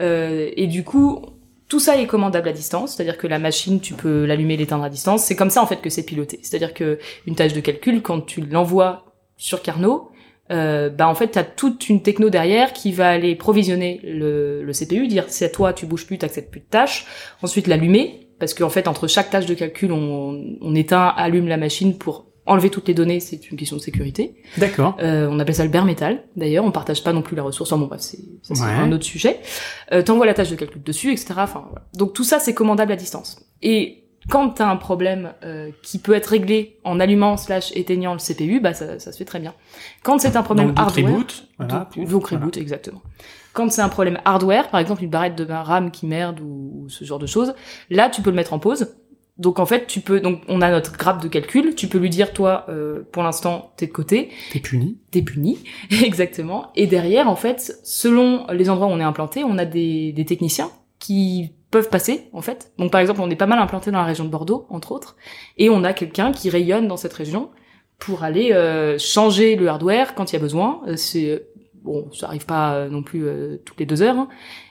Speaker 4: Euh, et du coup, tout ça est commandable à distance, c'est-à-dire que la machine, tu peux l'allumer, l'éteindre à distance. C'est comme ça en fait que c'est piloté. C'est-à-dire que une tâche de calcul, quand tu l'envoies sur Carnot, euh, bah en fait, t'as toute une techno derrière qui va aller provisionner le, le CPU, dire c'est à toi, tu bouges plus, t'acceptes plus de tâches. Ensuite, l'allumer, parce qu'en fait, entre chaque tâche de calcul, on, on éteint, allume la machine pour enlever toutes les données. C'est une question de sécurité.
Speaker 1: D'accord.
Speaker 4: Euh, on appelle ça le bare metal. D'ailleurs, on partage pas non plus la ressource. En bon, bref, c'est ça, c'est
Speaker 1: Ouais.
Speaker 4: un autre sujet. Euh, T'envoies la tâche de calcul dessus, etc. Enfin, voilà. Donc tout ça, c'est commandable à distance. Et quand t'as un problème euh, qui peut être réglé en allumant slash éteignant le CPU, bah ça, ça se fait très bien. Quand c'est un problème
Speaker 1: Donc, boot,
Speaker 4: hardware,
Speaker 1: reboot. Voilà.
Speaker 4: donc,
Speaker 1: pouf,
Speaker 4: donc
Speaker 1: voilà.
Speaker 4: reboot, exactement. Quand c'est un problème hardware, par exemple une barrette de RAM qui merde ou, ou ce genre de choses, là tu peux le mettre en pause. Donc en fait tu peux, donc on a notre grappe de calcul, tu peux lui dire toi euh, pour l'instant t'es de côté,
Speaker 1: T'es puni.
Speaker 4: t'es puni, [LAUGHS] exactement. Et derrière, en fait, selon les endroits où on est implanté, on a des, des techniciens qui peuvent passer, en fait. Donc, par exemple, on est pas mal implanté dans la région de Bordeaux, entre autres, et on a quelqu'un qui rayonne dans cette région pour aller euh, changer le hardware quand il y a besoin. Euh, C'est bon, ça arrive pas euh, non plus euh, toutes les deux heures. hein.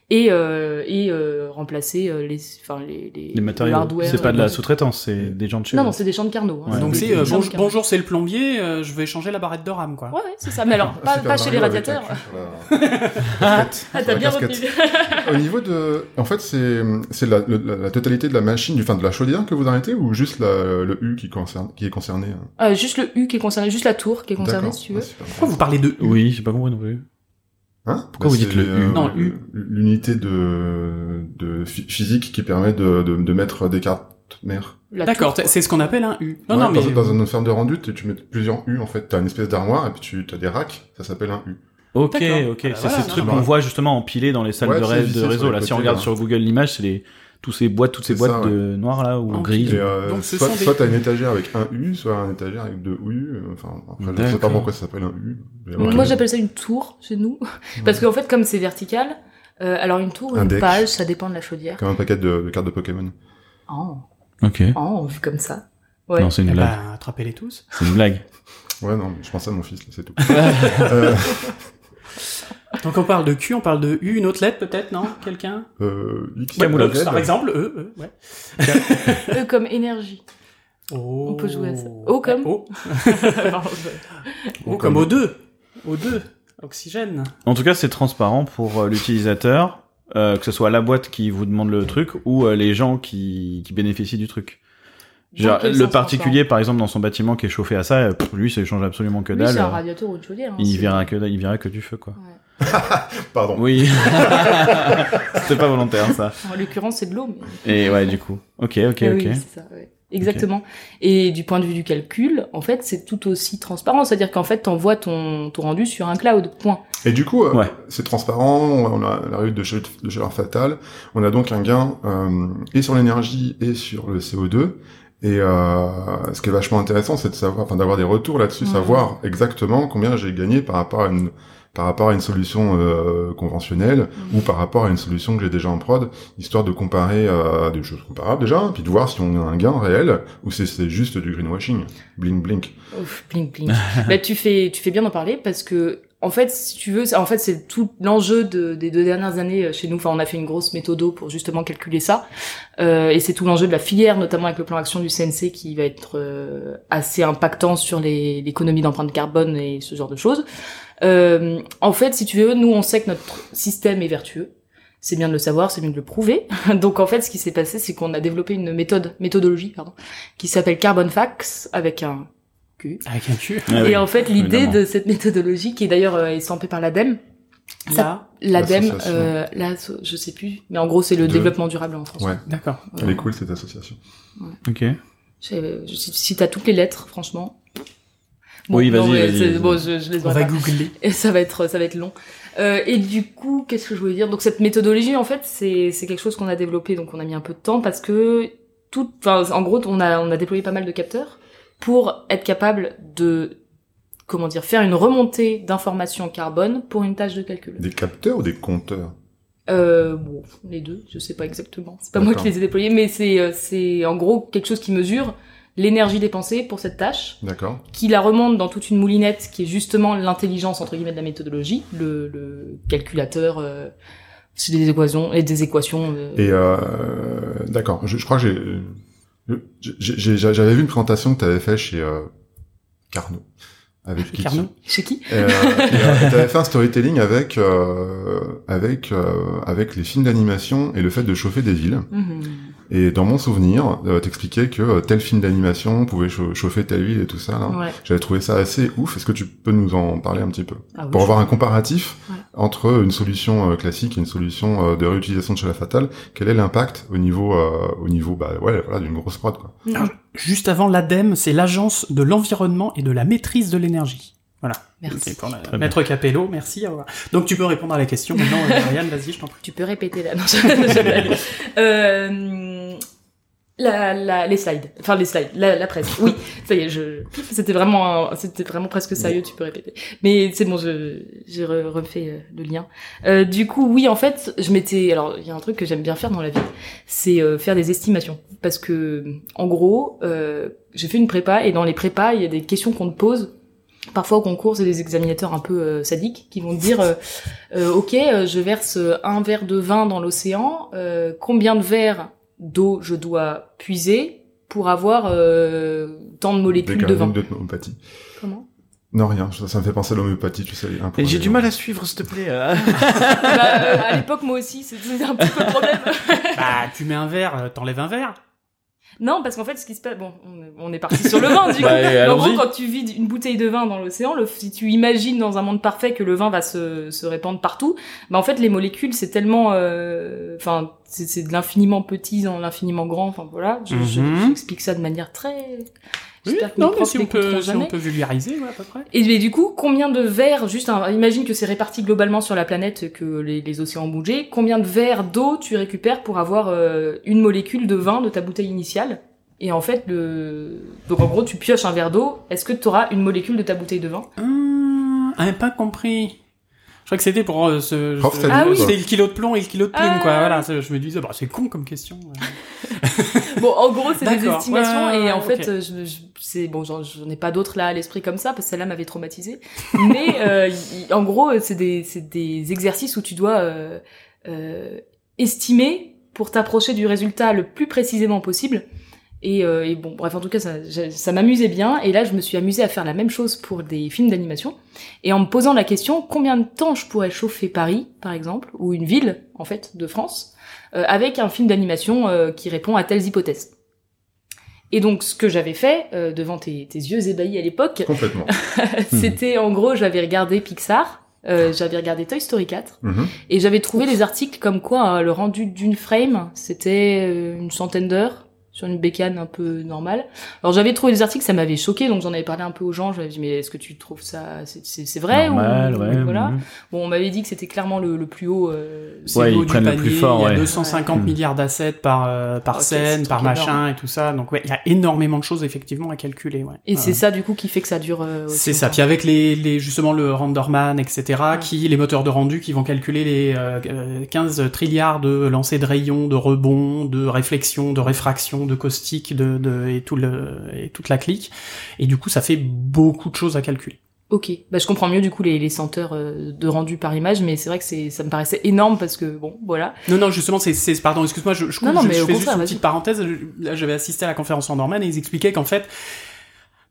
Speaker 4: Et, euh, et euh, remplacer euh, les, enfin les, les,
Speaker 2: Les
Speaker 4: le
Speaker 2: matériaux.
Speaker 4: hardware,
Speaker 2: C'est pas de
Speaker 4: euh,
Speaker 2: la sous-traitance, c'est des gens de chez
Speaker 4: Non,
Speaker 2: eux.
Speaker 4: non, c'est des champs de carnot.
Speaker 2: Ouais.
Speaker 1: Donc
Speaker 4: des-
Speaker 1: c'est
Speaker 4: des
Speaker 1: euh,
Speaker 4: champs de
Speaker 1: bonj-
Speaker 4: Carnot.
Speaker 1: bonjour, c'est le plombier. euh, je vais changer la barrette de RAM, quoi.
Speaker 4: Ouais, ouais, c'est ça. Mais alors, pas,
Speaker 3: Super
Speaker 4: pas chez les
Speaker 3: Mario avec la
Speaker 4: radiateurs.
Speaker 3: queue sur la-
Speaker 1: [LAUGHS]
Speaker 3: casquette,
Speaker 4: Ah,
Speaker 3: sur
Speaker 4: t'as
Speaker 3: la
Speaker 4: bien
Speaker 3: casquette.
Speaker 4: retenu. [LAUGHS]
Speaker 3: Au niveau de, en fait, c'est c'est la, la- la totalité de la machine, du enfin de la chaudière que vous arrêtez ou juste la- le U qui concerne qui est concerné. hein
Speaker 4: Euh, juste le U qui est concerné, juste la tour qui est concernée,
Speaker 3: D'accord.
Speaker 4: si tu
Speaker 3: Ah,
Speaker 4: veux.
Speaker 3: super.
Speaker 1: Pourquoi vous parlez de
Speaker 2: Oui, j'ai pas compris non plus.
Speaker 3: Hein
Speaker 2: Pourquoi vous
Speaker 3: c'est,
Speaker 2: dites le U
Speaker 1: Non, U.
Speaker 3: L'unité de, de phy- physique qui permet de, de, de mettre des cartes mer.
Speaker 4: La
Speaker 1: D'accord,
Speaker 4: tour,
Speaker 1: c'est ce qu'on appelle un U. Non,
Speaker 3: Ouais,
Speaker 1: non, mais
Speaker 3: par exemple, dans une ferme de rendu, tu, tu mets plusieurs U en fait. T'as une espèce d'armoire et puis tu as des racks. Ça s'appelle un U.
Speaker 2: Ok,
Speaker 1: D'accord.
Speaker 2: ok.
Speaker 1: Ah bah
Speaker 2: c'est
Speaker 1: voilà,
Speaker 2: ces
Speaker 1: non,
Speaker 2: trucs
Speaker 3: non.
Speaker 2: qu'on voit justement empilés dans les salles
Speaker 3: Ouais,
Speaker 2: de,
Speaker 3: c'est
Speaker 2: ré-
Speaker 3: vissé
Speaker 2: de
Speaker 3: sur
Speaker 2: réseau.
Speaker 3: les
Speaker 2: Là, si
Speaker 3: côtés,
Speaker 2: on regarde
Speaker 3: là.
Speaker 2: sur Google l'image, c'est les tous ces boîtes, toutes ces
Speaker 3: C'est
Speaker 2: boîtes
Speaker 3: ça, ouais.
Speaker 2: de noires là ou
Speaker 4: Ah,
Speaker 1: Ok.
Speaker 2: grises.
Speaker 3: Et, euh,
Speaker 1: Donc, ce
Speaker 3: soit
Speaker 1: sont des-
Speaker 3: soit t'as une étagère avec un U, soit une étagère avec deux U. euh, Enfin, après, je sais pas
Speaker 2: D'accord.
Speaker 3: pourquoi ça s'appelle un U. mais
Speaker 4: Moi,
Speaker 3: voilà.
Speaker 4: j'appelle ça une tour chez nous. [LAUGHS] Parce qu'en fait, comme c'est vertical, euh, alors une tour ou
Speaker 3: Un
Speaker 4: une
Speaker 3: deck.
Speaker 4: page, ça dépend de la chaudière.
Speaker 3: Comme un paquet de, de cartes de Pokémon.
Speaker 4: Oh,
Speaker 2: Ok.
Speaker 4: oh, vu comme ça. Ouais. Ah, bah.
Speaker 2: Non, c'est une
Speaker 1: Eh
Speaker 2: blague.
Speaker 1: ben, attrapez-les tous.
Speaker 2: C'est une blague.
Speaker 3: Ouais, non, je pense à mon fils, là, c'est tout. euh,
Speaker 1: Donc on parle de Q, on parle de U, une autre lettre peut-être, non Quelqu'un
Speaker 3: euh, X,
Speaker 2: Camoulox,
Speaker 3: Z,
Speaker 1: Par exemple, E, E, ouais.
Speaker 4: E comme
Speaker 1: [LAUGHS]
Speaker 4: énergie.
Speaker 1: On
Speaker 4: peut jouer à ça. O comme
Speaker 1: Oh. O,
Speaker 4: Pardon, je-
Speaker 1: O comme O2. O2, oxygène.
Speaker 2: En tout cas, c'est transparent pour euh, l'utilisateur, euh, que ce soit la boîte qui vous demande le truc ou euh, les gens qui, qui bénéficient du truc. Genre,
Speaker 4: Dans quel
Speaker 2: le
Speaker 4: sens
Speaker 2: particulier, par exemple, dans son bâtiment qui est chauffé à ça, euh, pff, lui, ça change absolument que
Speaker 4: Lui,
Speaker 2: dalle.
Speaker 4: c'est un
Speaker 2: euh,
Speaker 4: radiateur ou une chaudière. hein,
Speaker 2: il
Speaker 4: c'est-
Speaker 2: verra que dalle, il verra que du feu, quoi.
Speaker 4: Ouais.
Speaker 3: Pardon.
Speaker 2: Oui. [LAUGHS] C'était pas volontaire, ça.
Speaker 4: En l'occurrence, c'est de l'eau. Mais...
Speaker 2: Et ouais, du coup. Ok, ok,
Speaker 4: Mais
Speaker 2: ok.
Speaker 4: Eh oui, c'est ça, ouais. Exactement. Et du point de vue du calcul, en fait, c'est tout aussi transparent. C'est-à-dire qu'en fait, t'envoies ton, ton rendu sur un cloud. Point.
Speaker 3: Et du coup, euh,
Speaker 2: Ouais.
Speaker 3: c'est transparent, on a la réduction de, chale- de chaleur fatale, on a donc un gain euh, et sur l'énergie et sur le CO2. Et euh, ce qui est vachement intéressant, c'est de savoir, enfin d'avoir des retours là-dessus,
Speaker 4: Mhm.
Speaker 3: savoir exactement combien j'ai gagné par rapport à une par rapport à une solution euh, conventionnelle
Speaker 4: Mhm.
Speaker 3: ou par rapport à une solution que j'ai déjà en prod, histoire de comparer euh, des choses comparables déjà, puis de voir si on a un gain réel ou si c'est juste du greenwashing. Blink blink.
Speaker 4: Ouf, bling, bling. [LAUGHS] bah, tu fais, tu fais bien d'en parler parce que, en fait, si tu veux, c'est- en fait, c'est tout l'enjeu de- des deux dernières années euh, chez nous. Enfin, on a fait une grosse méthodo pour justement calculer ça. Euh, et c'est tout l'enjeu de la filière, notamment avec le plan action du CNC qui va être euh, assez impactant sur les- l'économie d'empreinte carbone et ce genre de choses. Euh, en fait, si tu veux, nous, on sait que notre système est vertueux. C'est bien de le savoir, c'est bien de le prouver. [LAUGHS] Donc en fait, ce qui s'est passé, c'est qu'on a développé une méthode, méthodologie, pardon, qui s'appelle Carbon Facts avec un Q.
Speaker 1: Avec un Q.
Speaker 2: Ah
Speaker 4: et
Speaker 2: oui.
Speaker 4: en fait, l'idée
Speaker 2: évidemment.
Speaker 4: de cette méthodologie, qui d'ailleurs euh, est stampée par l'ADEME, Ça-
Speaker 1: Là,
Speaker 4: l'ADEME,
Speaker 3: L'association.
Speaker 4: euh, là, je sais plus, mais en gros, c'est le
Speaker 3: De-
Speaker 4: développement durable en France.
Speaker 3: Ouais.
Speaker 1: d'accord.
Speaker 3: Elle est cool cette association.
Speaker 4: [LAUGHS]
Speaker 2: Ok.
Speaker 4: Je- je- si si t'as toutes les lettres, franchement.
Speaker 2: Oui, vas-y,
Speaker 4: non, mais
Speaker 2: vas-y,
Speaker 4: c'est-
Speaker 2: vas-y.
Speaker 4: Bon, je, je les
Speaker 1: On
Speaker 4: aurai
Speaker 1: va
Speaker 4: pas.
Speaker 1: googler.
Speaker 4: Et ça va être, ça va être long. Euh, et du coup, qu'est-ce que je voulais dire Donc cette méthodologie, en fait, c'est c'est quelque chose qu'on a développé, donc on a mis un peu de temps parce que tout, enfin, en gros, on a on a déployé pas mal de capteurs pour être capable de comment dire faire une remontée d'informations carbone pour une tâche de calcul.
Speaker 3: Des capteurs ou des compteurs
Speaker 4: Euh, bon, les deux, je sais pas exactement. C'est pas moi
Speaker 3: D'accord.
Speaker 4: qui les ai déployés, mais c'est euh, c'est en gros quelque chose qui mesure l'énergie dépensée pour cette tâche
Speaker 3: D'accord.
Speaker 4: qui la remonte dans toute une moulinette qui est justement l'intelligence entre guillemets de la méthodologie, le, le calculateur, euh, c'est des équations et des équations. euh,
Speaker 3: Et euh, d'accord, je, je crois que j'ai- j'ai- j'ai- j'ai- j'avais vu une présentation que tu avais fait chez euh, Carnot. Avec qui
Speaker 1: Carnot.
Speaker 4: Chez qui
Speaker 3: Et, euh, tu avais fait un storytelling avec euh, avec euh, avec les films d'animation et le fait de chauffer des villes.
Speaker 4: Mhm.
Speaker 3: Et dans mon souvenir, euh, t'expliquais que euh, tel film d'animation pouvait chau- chauffer telle ville et tout ça. Là.
Speaker 4: Ouais.
Speaker 3: J'avais trouvé ça assez ouf. Est-ce que tu peux nous en parler un petit peu
Speaker 4: Ah oui.
Speaker 3: pour avoir un comparatif
Speaker 4: Ouais.
Speaker 3: entre une solution euh, classique et une solution euh, de réutilisation de chaleur fatale, quel est l'impact au niveau euh, au niveau bah ouais voilà d'une grosse prod quoi.
Speaker 1: Juste avant l'ADEME, c'est l'Agence de l'environnement et de la maîtrise de l'énergie. Voilà.
Speaker 4: Merci.
Speaker 1: C'est pour la-
Speaker 2: Très bien.
Speaker 1: Maître Capello, merci. au revoir. Donc tu peux répondre à la question maintenant, euh, Marianne, vas-y, je t'en prie.
Speaker 4: Tu peux répéter là. Non, je- je- [LAUGHS] Euh, la, la- les slides, enfin les slides, la, la presse. Oui, ça y est, je. C'était vraiment, un- c'était vraiment presque sérieux. Tu peux répéter. Mais c'est bon, je j'ai re- refait euh, le lien. Euh, du coup, oui, en fait, je m'étais. Alors, il y a un truc que j'aime bien faire dans la vie, c'est euh, faire des estimations, parce que en gros, euh, j'ai fait une prépa et dans les prépas, il y a des questions qu'on te pose. Parfois au concours, c'est des examinateurs un peu euh, sadiques qui vont te dire euh, euh, ok, euh, je verse euh, un verre de vin dans l'océan, euh, combien de verres d'eau je dois puiser pour avoir euh, tant de molécules de
Speaker 3: Décalage
Speaker 4: vin
Speaker 3: de homéopathie.
Speaker 4: Comment
Speaker 3: Non rien, ça, ça me fait penser à l'homéopathie, tu sais. un point
Speaker 2: Et j'ai
Speaker 3: de-
Speaker 2: du mal à suivre, s'il te plaît. euh.
Speaker 4: bah, euh, À l'époque, moi aussi, c'était un petit peu le problème.
Speaker 1: Bah, tu mets un verre, euh, t'enlèves un verre.
Speaker 4: non, parce qu'en fait, ce qui se passe... Bon, on est- on est parti sur le vin, du coup.
Speaker 2: Bah, et
Speaker 4: Mais en gros,
Speaker 2: allons-y.
Speaker 4: quand tu vides une bouteille de vin dans l'océan, le- si tu imagines dans un monde parfait que le vin va se, se répandre partout, bah en fait les molécules c'est tellement, euh, enfin c'est c'est de l'infiniment petit dans l'infiniment grand. Enfin voilà, je- je-
Speaker 1: Mhm.
Speaker 4: j'explique ça de manière très.
Speaker 1: Oui,
Speaker 4: J'espère que mes
Speaker 1: non, mais
Speaker 4: profs
Speaker 1: si on,
Speaker 4: n'écouteront
Speaker 1: peut, si on
Speaker 4: jamais.
Speaker 1: peut vulgariser, ouais, à peu près.
Speaker 4: Et, mais du coup, combien de verres, juste, un- imagine que c'est réparti globalement sur la planète que les, les océans ont bougé, combien de verres d'eau tu récupères pour avoir euh, une molécule de vin de ta bouteille initiale Et en fait, le... donc en gros, tu pioches un verre d'eau, est-ce que tu auras une molécule de ta bouteille de vin
Speaker 1: Hum, ah, pas compris. Je crois que c'était pour euh, ce.
Speaker 3: Prof,
Speaker 1: ce-
Speaker 3: t'as dit
Speaker 4: Ah oui.
Speaker 1: C'était le kilo de plomb et le kilo de plume,
Speaker 4: Ah.
Speaker 1: quoi. Voilà, c'est- je me disais, bah, c'est con comme question. ouais.
Speaker 4: Bon, en gros, c'est des
Speaker 1: D'accord.
Speaker 4: estimations,
Speaker 1: Ouais, ouais,
Speaker 4: et en
Speaker 1: ouais,
Speaker 4: fait,
Speaker 1: ok.
Speaker 4: euh, je, je- c'est bon, j'en j'en ai pas d'autres là à l'esprit comme ça, parce que celle-là m'avait traumatisée.
Speaker 1: [LAUGHS]
Speaker 4: Mais euh, y- y- en gros, euh, c'est des, c'est des exercices où tu dois euh, euh, estimer pour t'approcher du résultat le plus précisément possible. Et, euh, et bon, bref, en tout cas, ça, j'ai- ça m'amusait bien. Et là, je me suis amusée à faire la même chose pour des films d'animation. Et en me posant la question, combien de temps je pourrais chauffer Paris, par exemple, ou une ville, en fait, de France, euh, avec un film d'animation euh, qui répond à telles hypothèses. Et donc, ce que j'avais fait, euh, devant tes, tes yeux ébahis à l'époque, [LAUGHS]
Speaker 1: [LAUGHS]
Speaker 3: Complètement.
Speaker 4: c'était en gros, j'avais regardé Pixar, euh, j'avais regardé Toy Story 4,
Speaker 3: Mhm.
Speaker 4: et j'avais trouvé des articles comme quoi hein, le rendu d'une frame, c'était euh, une centaine d'heures sur une bécane un peu normale. Alors j'avais trouvé des articles, ça m'avait choqué, donc j'en avais parlé un peu aux gens. J'avais dit mais est-ce que tu trouves ça c'est- c'est c'est vrai
Speaker 2: Normal,
Speaker 4: ou
Speaker 2: ouais,
Speaker 4: voilà.
Speaker 1: mm.
Speaker 2: mhm.
Speaker 4: Bon, on m'avait dit que c'était clairement le, le plus haut. euh,
Speaker 1: C'est
Speaker 2: Ouais,
Speaker 1: l'eau
Speaker 2: ils
Speaker 1: du
Speaker 2: prennent le
Speaker 1: panier,
Speaker 2: plus fort,
Speaker 1: Il y a
Speaker 2: ouais. Mm.
Speaker 1: 250
Speaker 2: Ouais.
Speaker 1: milliards d'assets par, euh, par
Speaker 4: Ok,
Speaker 1: scène,
Speaker 4: c'est
Speaker 1: par
Speaker 4: trop
Speaker 1: machin
Speaker 4: énorme.
Speaker 1: et tout ça. Donc, ouais, il y a énormément de choses, effectivement, à calculer, ouais.
Speaker 4: Et
Speaker 1: Ouais.
Speaker 4: c'est ça du coup qui fait que ça dure. euh, aussi
Speaker 1: Ah. C'est ça.
Speaker 4: longtemps.
Speaker 1: Puis avec les, les justement le renderman, etc., qui les moteurs de rendu qui vont calculer les euh, euh, 15 trilliards de lancers de rayons, de rebonds, de réflexions, de réfractions, de caustiques, de, de et tout le et toute la clique. Et du coup, ça fait beaucoup de choses à calculer.
Speaker 4: Ok, bah, je comprends mieux du coup les, les senteurs euh, de rendu par image, mais c'est vrai que c'est ça me paraissait énorme parce que bon voilà.
Speaker 1: Non, non, justement, c'est, c'est pardon, excuse-moi, je, je, coupe,
Speaker 4: Non, non,
Speaker 1: je-
Speaker 4: mais
Speaker 1: je
Speaker 4: au
Speaker 1: fais juste
Speaker 4: contraire,
Speaker 1: une
Speaker 4: vas-y.
Speaker 1: petite parenthèse. Je- Là, j'avais assisté à la conférence en Norman et ils expliquaient qu'en fait,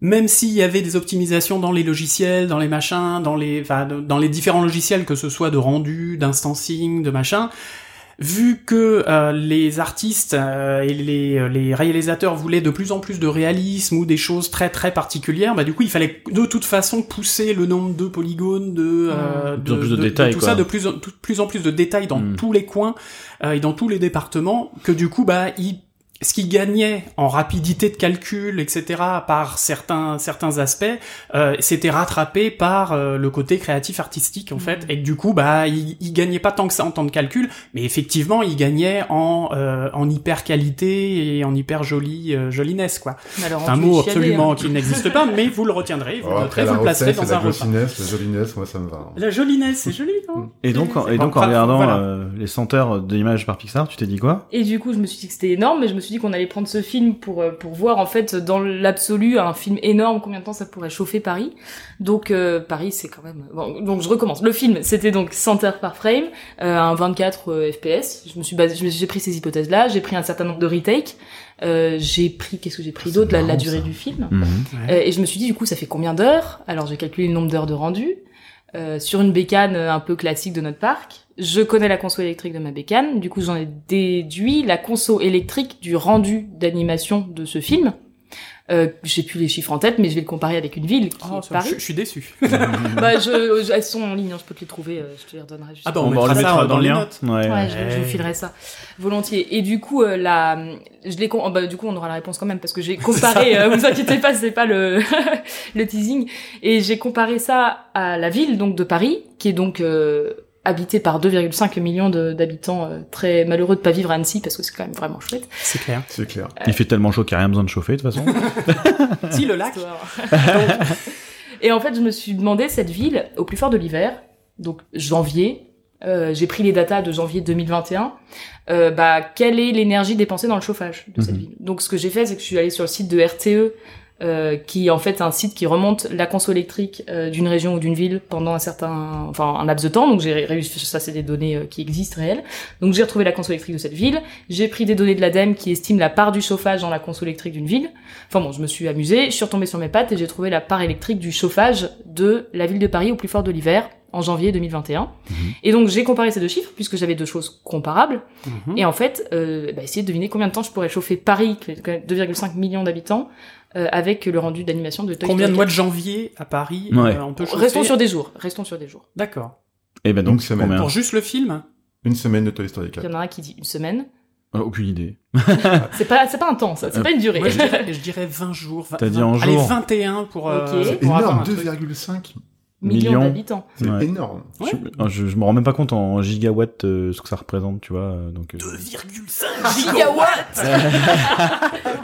Speaker 1: même s'il y avait des optimisations dans les logiciels, dans les machins, dans les, enfin, de- dans les différents logiciels, que ce soit de rendu, d'instancing, de machin, vu que euh, les artistes euh, et les, les réalisateurs voulaient de plus en plus de réalisme ou des choses très très particulières, bah du coup il fallait de toute façon pousser le nombre de polygones, de, euh,
Speaker 2: De plus en plus de détails,
Speaker 1: tout
Speaker 2: quoi.
Speaker 1: ça, de plus en, tout- plus en plus de détails dans
Speaker 2: Mm.
Speaker 1: tous les coins euh, et dans tous les départements, que du coup bah il ce qui gagnait en rapidité de calcul, etc., par certains certains aspects, euh, s'était rattrapé par euh, le côté créatif artistique en fait, et que du coup bah il, il gagnait pas tant que ça en temps de calcul, mais effectivement il gagnait en euh, en hyper qualité et en hyper jolie euh, jolinesse quoi.
Speaker 4: Mais alors,
Speaker 1: C'est un
Speaker 4: rendu
Speaker 1: mot
Speaker 4: chialé,
Speaker 1: absolument
Speaker 4: hein.
Speaker 1: qui n'existe pas, mais vous le retiendrez, vous
Speaker 3: Oh,
Speaker 1: le
Speaker 3: après
Speaker 1: noterez, vous
Speaker 3: la
Speaker 1: le placerez
Speaker 3: grossesse,
Speaker 1: dans
Speaker 3: et la
Speaker 1: un repas.
Speaker 3: grossinesse, la jolinesse, moi ça me va. hein.
Speaker 1: La jolinesse, c'est joli non
Speaker 2: Et donc, en- et donc en
Speaker 1: Enfin,
Speaker 2: regardant
Speaker 1: voilà.
Speaker 2: euh, les senteurs d'images par Pixar, tu t'es dit quoi
Speaker 4: Et du coup, je me suis dit que c'était énorme, mais je me suis dit qu'on allait prendre ce film pour, euh, pour voir, en fait, dans l'absolu, un film énorme, combien de temps ça pourrait chauffer Paris. Donc, euh, Paris, c'est quand même... Bon, donc, je recommence. Le film, c'était donc 100 heures par frame, euh, un 24 euh, FPS. Je me suis basé, je me- j'ai pris ces hypothèses-là, j'ai pris un certain nombre de retakes, euh, j'ai pris, qu'est-ce que j'ai pris
Speaker 3: C'est
Speaker 4: d'autre, la, la
Speaker 3: marrant,
Speaker 4: durée
Speaker 3: ça.
Speaker 4: du film.
Speaker 2: Mhm.
Speaker 1: Ouais.
Speaker 4: Euh, et je me suis dit, du coup, ça fait combien d'heures Alors, j'ai calculé le nombre d'heures de rendu. euh, sur une bécane euh, un peu classique de notre parc. Je connais la conso électrique de ma bécane. Du coup, j'en ai déduit la conso électrique du rendu d'animation de ce film. Euh, j'ai plus les chiffres en tête, mais je vais le comparer avec une ville qui
Speaker 1: Oh,
Speaker 4: est
Speaker 1: ça,
Speaker 4: Paris.
Speaker 1: je, je suis déçu.
Speaker 4: Bah, je, je- elles sont en ligne, hein, je peux te les trouver, euh, je te les redonnerai juste.
Speaker 2: [LAUGHS]
Speaker 1: Ah bah,
Speaker 2: On
Speaker 1: on
Speaker 2: va
Speaker 1: mettra
Speaker 2: le
Speaker 1: ça
Speaker 2: mettre
Speaker 1: dans
Speaker 2: dans le
Speaker 1: les
Speaker 2: lien.
Speaker 1: notes.
Speaker 2: Ouais.
Speaker 4: Ouais, je, je vous
Speaker 1: Ouais.
Speaker 4: filerai ça volontiers. Et du coup, euh, la, je l'ai, con- oh, bah, du coup, on aura la réponse quand même parce que j'ai comparé. euh, vous inquiétez pas, c'est pas le [LAUGHS] le teasing. Et j'ai comparé ça à la ville donc de Paris, qui est donc euh, habitée par 2,5 millions de- d'habitants euh, très malheureux de pas vivre à Annecy parce que c'est quand même vraiment chouette.
Speaker 1: [LAUGHS] C'est clair.
Speaker 3: C'est clair.
Speaker 2: Il fait tellement chaud qu'il n'y a rien besoin de chauffer de toute façon. [LAUGHS]
Speaker 1: si le lac.
Speaker 4: [LAUGHS] Et en fait, je me suis demandé cette ville au plus fort de l'hiver, donc janvier. euh, j'ai pris les datas de janvier 2021. euh, bah, quelle est l'énergie dépensée dans le chauffage de cette
Speaker 2: Mhm.
Speaker 4: ville Donc, ce que j'ai fait, c'est que je suis allée sur le site de RTE, euh, qui est en fait un site qui remonte la conso électrique euh, d'une région ou d'une ville pendant un certain, enfin, un laps de temps. Donc, j'ai ré- réussi. Ça, c'est des données euh, qui existent réelles. Donc, j'ai retrouvé la conso électrique de cette ville. J'ai pris des données de l'ADEME qui estime la part du chauffage dans la conso électrique d'une ville. Enfin bon, je me suis amusée, je suis retombée sur mes pattes et j'ai trouvé la part électrique du chauffage de la ville de Paris au plus fort de l'hiver en janvier 2021. Et donc j'ai comparé ces deux chiffres puisque j'avais deux choses comparables
Speaker 1: Mhm.
Speaker 4: et en fait euh, bah, essayer de deviner combien de temps je pourrais chauffer Paris, qui est quand même 2,5 millions d'habitants, euh, avec le rendu d'animation de Toy
Speaker 1: Combien de mois
Speaker 4: Story
Speaker 1: de janvier à Paris
Speaker 2: Ouais.
Speaker 1: euh, on peut
Speaker 4: 4.
Speaker 1: chauffer
Speaker 4: Restons sur des jours, restons sur des jours.
Speaker 1: D'accord.
Speaker 2: Et ben
Speaker 3: Une
Speaker 2: donc,
Speaker 3: semaine.
Speaker 2: combien
Speaker 1: Pour juste le film
Speaker 3: Une semaine de Toy Story
Speaker 4: Il y
Speaker 3: 4.
Speaker 4: en a un qui dit une semaine.
Speaker 2: Euh, aucune idée.
Speaker 4: C'est pas, c'est pas un temps, ça. C'est
Speaker 2: Euh,
Speaker 4: pas une durée.
Speaker 1: Moi, je dirais, je dirais 20 jours. 20
Speaker 2: T'as dit en
Speaker 1: Allez,
Speaker 2: jours.
Speaker 1: 21 pour, euh,
Speaker 4: Ok. C'est
Speaker 1: pour avoir
Speaker 3: Énorme,
Speaker 1: un truc.
Speaker 3: 2,5.
Speaker 4: [LAUGHS] Millions
Speaker 2: millions.
Speaker 4: d'habitants.
Speaker 3: C'est
Speaker 2: Ouais.
Speaker 3: énorme.
Speaker 1: Ouais.
Speaker 2: Je, euh, je, je me rends même pas compte en gigawatts euh, ce que ça représente, tu vois. euh, Donc, euh,
Speaker 1: 2,5
Speaker 4: Gigawatt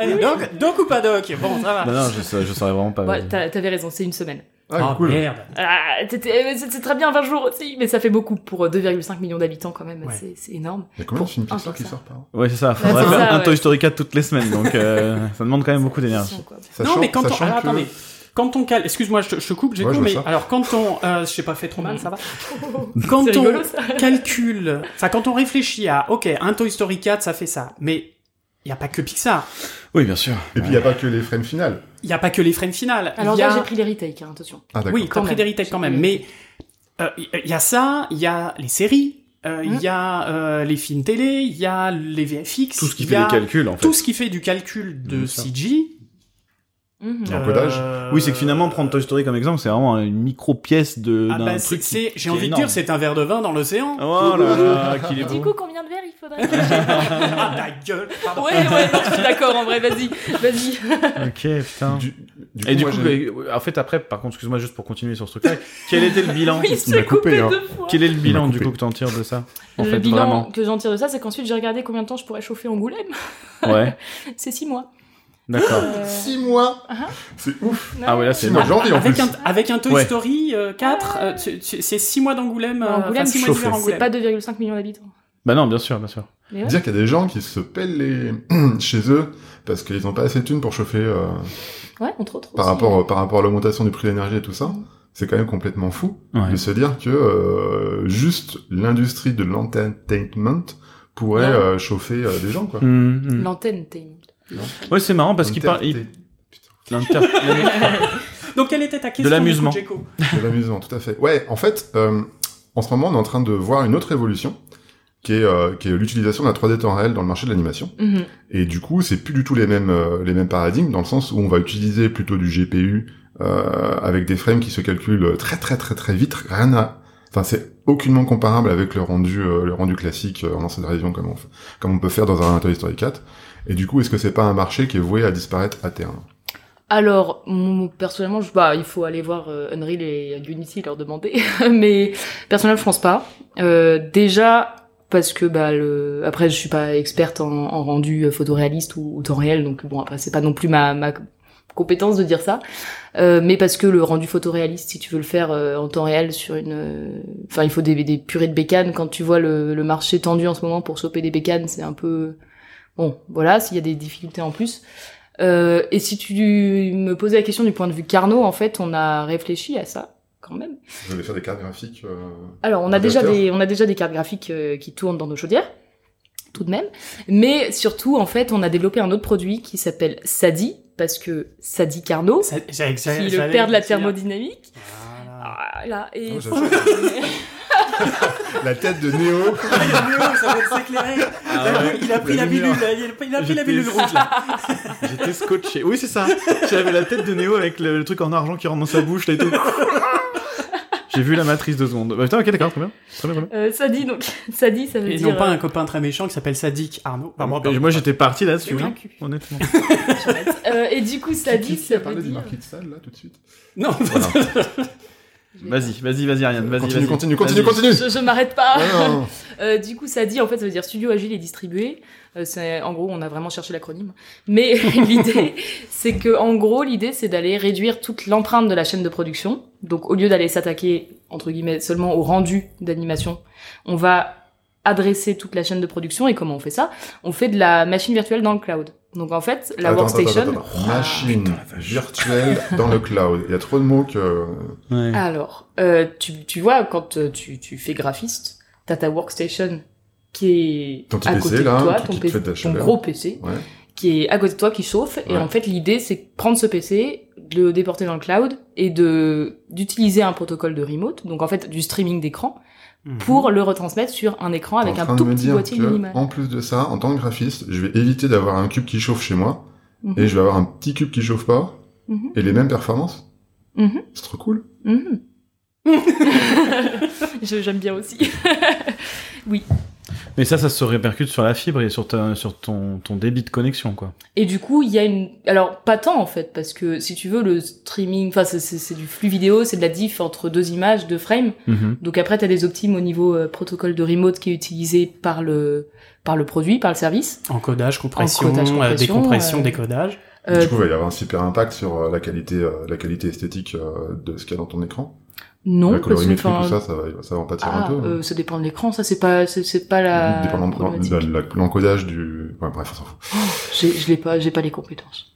Speaker 1: Allez, doc, doc ou pas doc Bon, ça va.
Speaker 2: Bah non, non, je, sa- je saurais vraiment pas.
Speaker 4: Ouais, t'as- T'avais raison, c'est une semaine.
Speaker 3: Ah, cool.
Speaker 1: merde.
Speaker 4: Ah, t'étais- mais c'est c'est très bien 20 jours aussi, mais ça fait beaucoup pour euh, 2,5 millions d'habitants quand même.
Speaker 1: Ouais.
Speaker 4: C'est c'est énorme.
Speaker 3: Il y a combien de films
Speaker 4: Pour un
Speaker 3: Pixar qui
Speaker 4: Pixar.
Speaker 3: sortent hein par an
Speaker 2: Ouais, c'est ça. Faudrait
Speaker 4: c'est
Speaker 2: faire
Speaker 4: ça,
Speaker 2: un
Speaker 4: ouais.
Speaker 2: Toy Story 4 toutes les semaines, donc euh, ça demande quand même beaucoup d'énergie.
Speaker 4: Attention, quoi.
Speaker 3: Sachant-
Speaker 1: non, mais quand on...
Speaker 3: sachant
Speaker 1: alors,
Speaker 3: que-
Speaker 1: attendez. Quand on calme, excuse-moi, je, te- je te coupe, j'ai
Speaker 3: Ouais, je
Speaker 1: coupé,
Speaker 3: vois
Speaker 1: mais
Speaker 3: ça.
Speaker 1: alors quand on, euh, je sais pas, fait trop mal, ça va. Quand
Speaker 4: C'est
Speaker 1: on
Speaker 4: rigolo ça.
Speaker 1: calcule, enfin quand on réfléchit à, ok, un Toy Story 4, ça fait ça, mais il y a pas que Pixar,
Speaker 2: Oui, bien sûr.
Speaker 3: Et puis, il n'y a pas que les frames finales.
Speaker 1: il y a pas que les frames finales.
Speaker 4: Alors
Speaker 1: il y a...
Speaker 4: là, j'ai pris les retakes, hein, attention.
Speaker 3: Ah, d'accord.
Speaker 1: Oui,
Speaker 4: Quand
Speaker 1: t'as pris
Speaker 4: même.
Speaker 1: des retakes quand
Speaker 4: J'ai
Speaker 1: même.
Speaker 4: pris
Speaker 1: Mais euh, il y a ça, il y a les séries, il
Speaker 4: Mm.
Speaker 1: y a euh, les films télé, il y a les VFX,
Speaker 2: Tout ce qui
Speaker 1: y
Speaker 2: fait
Speaker 1: a
Speaker 2: les calculs, en fait.
Speaker 1: Tout ce qui fait du calcul de
Speaker 2: Mm, ça.
Speaker 1: CG.
Speaker 4: Mhm.
Speaker 3: Dans le codage.
Speaker 1: euh,
Speaker 2: Oui, c'est que finalement, prendre Toy Story comme exemple, c'est vraiment une micro-pièce de-
Speaker 1: Ah
Speaker 2: d'un
Speaker 1: bah,
Speaker 2: truc.
Speaker 1: c'est,
Speaker 2: qui-
Speaker 1: c'est-
Speaker 2: qui
Speaker 1: j'ai
Speaker 2: est
Speaker 1: envie de
Speaker 2: énorme.
Speaker 1: dire, c'est un verre de vin dans l'océan.
Speaker 2: [LAUGHS] Oh là
Speaker 1: [LAUGHS]
Speaker 2: là, qu'il est
Speaker 4: Et
Speaker 2: beau.
Speaker 4: du coup, combien de verres il
Speaker 2: [LAUGHS]
Speaker 4: faudrait Ouais,
Speaker 1: ah, la gueule. pardon.
Speaker 4: ouais, non, je suis d'accord, en vrai, vas-y, vas-y.
Speaker 2: Ok, putain.
Speaker 3: Du- du
Speaker 2: Et du
Speaker 3: moi,
Speaker 2: coup,
Speaker 3: j'ai-
Speaker 2: euh, en fait, après, par contre, excuse-moi juste pour continuer sur ce truc-là, quel était le
Speaker 4: [LAUGHS]
Speaker 2: bilan
Speaker 4: Il se
Speaker 3: m'a
Speaker 4: fait
Speaker 3: coupé,
Speaker 4: couper
Speaker 3: hein.
Speaker 4: deux fois.
Speaker 2: Quel est le bilan, du
Speaker 3: coupé.
Speaker 2: coup, que t'en tires de ça En
Speaker 4: Le
Speaker 2: fait,
Speaker 4: bilan
Speaker 2: vraiment.
Speaker 4: que j'en tire de ça, c'est qu'ensuite j'ai regardé combien de temps je pourrais chauffer Angoulême. [LAUGHS]
Speaker 2: Ouais,
Speaker 4: C'est six mois.
Speaker 2: d'accord.
Speaker 4: Euh,
Speaker 3: Six mois
Speaker 4: Ah.
Speaker 3: C'est ouf
Speaker 4: non.
Speaker 2: Ah ouais, là,
Speaker 3: Six
Speaker 2: c'est
Speaker 3: mois de janvier, en
Speaker 1: Avec
Speaker 3: plus
Speaker 1: un, avec un Toy
Speaker 2: Ouais.
Speaker 1: Story euh, 4, euh, tu- tu- c'est 6 mois d'Angoulême. euh,
Speaker 4: Bah, Angoulême,
Speaker 1: enfin, six mois
Speaker 2: chauffé.
Speaker 1: d'hiver à
Speaker 4: C'est
Speaker 1: Angoulême.
Speaker 4: pas 2,5 millions d'habitants.
Speaker 2: Bah non, bien sûr, bien sûr.
Speaker 4: Mais ouais.
Speaker 3: Dire qu'il y a des gens qui se pèlent les... [CLEARS THROAT] chez eux parce qu'ils n'ont pas assez de thunes pour chauffer euh,
Speaker 4: Ouais, entre autres.
Speaker 3: par,
Speaker 4: aussi. euh,
Speaker 3: rapport, par rapport à l'augmentation du prix de l'énergie et tout ça. C'est quand même complètement fou
Speaker 2: Ouais.
Speaker 3: de se dire que euh, juste l'industrie de l'entertainment pourrait
Speaker 4: Non.
Speaker 3: euh, chauffer euh, des gens, quoi.
Speaker 2: Hum, hum.
Speaker 4: L'antenne, t'es.
Speaker 2: Ouais, c'est marrant parce qu'il parle il-
Speaker 3: Entertain-
Speaker 2: l'inter-
Speaker 1: Donc, quelle était ta question
Speaker 2: l'amusement.
Speaker 1: du coup, Jeko
Speaker 3: De l'amusement, tout à fait. Ouais, en fait, euh, en ce moment, on est en train de voir une autre évolution qui est, euh, qui est l'utilisation de la 3D temps réel dans le marché de l'animation.
Speaker 4: Mhm.
Speaker 3: Et du coup, c'est plus du tout les mêmes euh, les mêmes paradigmes dans le sens où on va utiliser plutôt du GPU euh, avec des frames qui se calculent très très très très vite. Rien à, enfin, c'est aucunement comparable avec le rendu euh, le rendu classique euh, en ancienne révision comme on f- comme on peut faire dans un Toy Story 4. Et du coup, est-ce que c'est pas un marché qui est voué à disparaître à terme
Speaker 4: Alors, mon- personnellement, je, bah, il faut aller voir euh, Unreal et Unity leur demander. [LAUGHS] Mais personnellement, je pense pas. Euh, déjà, parce que bah, le... après, je suis pas experte en, en rendu euh, photoréaliste ou, ou temps réel, donc bon, après, c'est pas non plus ma, ma compétence de dire ça. Euh, mais parce que le rendu photoréaliste, si tu veux le faire euh, en temps réel sur une, euh, enfin, il faut des, des purées de bécanes. Quand tu vois le, le marché tendu en ce moment pour choper des bécanes, c'est un peu bon. Voilà, s'il y a des difficultés en plus. Euh, et si tu me posais la question du point de vue Carnot, en fait, on a réfléchi à ça quand même.
Speaker 3: Je vais faire des cartes graphiques. euh,
Speaker 4: Alors, on a
Speaker 3: Un
Speaker 4: déjà
Speaker 3: adaptateur.
Speaker 4: des, on a déjà des cartes graphiques euh, qui tournent dans nos chaudières, tout de même. Mais surtout, en fait, on a développé un autre produit qui s'appelle Sadi, parce que Sadi Carnot,
Speaker 1: Ça- j'ai- j'ai-
Speaker 4: qui est le
Speaker 1: j'allais
Speaker 4: père de la
Speaker 1: le dire.
Speaker 4: thermodynamique.
Speaker 1: Voilà.
Speaker 4: Ah, là, et [LAUGHS]
Speaker 3: Oh, j'adore. La tête de Néo.
Speaker 1: Ah, il y a Léo, ça va s'éclairer.
Speaker 3: Ah
Speaker 2: Ah
Speaker 1: Il a pris la
Speaker 2: lumière.
Speaker 1: pilule, là, il a- il a pris la
Speaker 2: J'étais-
Speaker 1: pilule rouge [LAUGHS] là.
Speaker 2: J'étais scotché. Oui, c'est ça. J'avais la tête de Néo avec le, le truc en argent qui rentre dans sa bouche là et [LAUGHS] tout. J'ai vu la matrice deux secondes. Bah, putain, ok, d'accord, très bien. Très bien, très bien.
Speaker 4: euh, Sadi, donc, Sadi, ça veut
Speaker 1: Et
Speaker 4: dire.
Speaker 1: non pas
Speaker 4: euh,
Speaker 1: un copain très méchant qui s'appelle Sadique Arnaud. Enfin, bon,
Speaker 2: Et moi, j'étais parti là-dessus,
Speaker 4: Oui.
Speaker 2: hein, honnêtement.
Speaker 4: euh, et du coup,
Speaker 3: Qui
Speaker 4: Sadi, ça
Speaker 3: a
Speaker 4: veut
Speaker 3: parlé du
Speaker 4: dire.
Speaker 3: marquis de salle là tout de suite
Speaker 1: non.
Speaker 2: Vas-y, vas-y, vas-y, Ariane, vas-y.
Speaker 3: Continue,
Speaker 2: vas-y.
Speaker 3: continue, continue,
Speaker 2: Vas-y.
Speaker 3: continue.
Speaker 4: Je, je m'arrête pas.
Speaker 3: Ouais, Ah non, non.
Speaker 4: Euh, du coup, ça dit, en fait, ça veut dire studio agile et distribué. Euh, c'est, en gros, on a vraiment cherché l'acronyme. Mais [LAUGHS] l'idée, c'est que, en gros, l'idée, c'est d'aller réduire toute l'empreinte de la chaîne de production. Donc, au lieu d'aller s'attaquer, entre guillemets, seulement au rendu d'animation, on va adresser toute la chaîne de production. Et comment on fait ça? On fait de la machine virtuelle dans le cloud. Donc, en fait, la
Speaker 3: Attends, attends,
Speaker 4: workstation. Ah,
Speaker 3: attends, attends. Machine virtuelle dans le cloud. Il y a trop de mots que. Mm.
Speaker 2: Ouais.
Speaker 4: Alors, euh, tu, tu vois, quand euh, tu, tu fais graphiste, t'as ta workstation qui est
Speaker 3: Ton petit
Speaker 4: à
Speaker 3: PC,
Speaker 4: côté
Speaker 3: là,
Speaker 4: de toi,
Speaker 3: qui-
Speaker 4: ton,
Speaker 3: qui te
Speaker 4: P-
Speaker 3: fait de la
Speaker 4: ton
Speaker 3: chaleur.
Speaker 4: gros PC,
Speaker 3: Ouais.
Speaker 4: qui est à côté de toi, qui chauffe. Et
Speaker 3: Ouais.
Speaker 4: en fait, l'idée, c'est de prendre ce PC, de le déporter dans le cloud et de d'utiliser un protocole de remote, donc en fait du streaming d'écran,
Speaker 1: Hmm.
Speaker 4: pour le retransmettre sur un écran
Speaker 3: Mhm. T'es
Speaker 4: Ah, avec
Speaker 3: en train
Speaker 4: un
Speaker 3: de
Speaker 4: tout
Speaker 3: me
Speaker 4: petit
Speaker 3: dire
Speaker 4: boîtier
Speaker 3: que,
Speaker 4: minimal.
Speaker 3: En plus de ça, en tant que graphiste, je vais éviter d'avoir un cube qui chauffe chez moi
Speaker 4: Mhm.
Speaker 3: et je vais avoir un petit cube qui chauffe pas
Speaker 4: Mhm.
Speaker 3: et les mêmes performances.
Speaker 4: Mhm.
Speaker 3: C'est trop cool. [LAUGHS]
Speaker 4: [LAUGHS] Mhm. Je- J'aime bien aussi. oui.
Speaker 2: Mais ça, ça se répercute sur la fibre et sur, ta- sur ton, ton débit de connexion, quoi.
Speaker 4: Et du coup, il y a une... Alors, pas tant en fait, parce que si tu veux, le streaming, enfin, c'est- c'est c'est du flux vidéo, c'est de la diff entre deux images, deux frames.
Speaker 2: Mhm.
Speaker 4: Donc après, tu as des optimes au niveau euh, protocole de remote qui est utilisé par le, par le produit, par le service.
Speaker 1: Encodage, compression,
Speaker 4: Encodage,
Speaker 1: euh,
Speaker 4: compression,
Speaker 1: décompression,
Speaker 4: euh,
Speaker 1: décodage.
Speaker 4: Euh,
Speaker 3: Du coup, il va y avoir un super impact sur euh, la qualité, euh, la qualité esthétique euh, de ce qu'il y a dans ton écran.
Speaker 4: non,
Speaker 3: la
Speaker 4: parce que...
Speaker 3: colorimétrie,
Speaker 4: enfin,
Speaker 3: tout ça, ça va, ça va en pâtir
Speaker 4: ah,
Speaker 3: un peu. hein.
Speaker 4: euh, ça dépend de l'écran, ça c'est pas, c'est- c'est pas la.
Speaker 3: Dépendant de-
Speaker 4: problématique.
Speaker 3: de la- l'encodage du... Ouais, bref, on s'en fout.
Speaker 4: J'ai- Je l'ai pas, j'ai pas les compétences.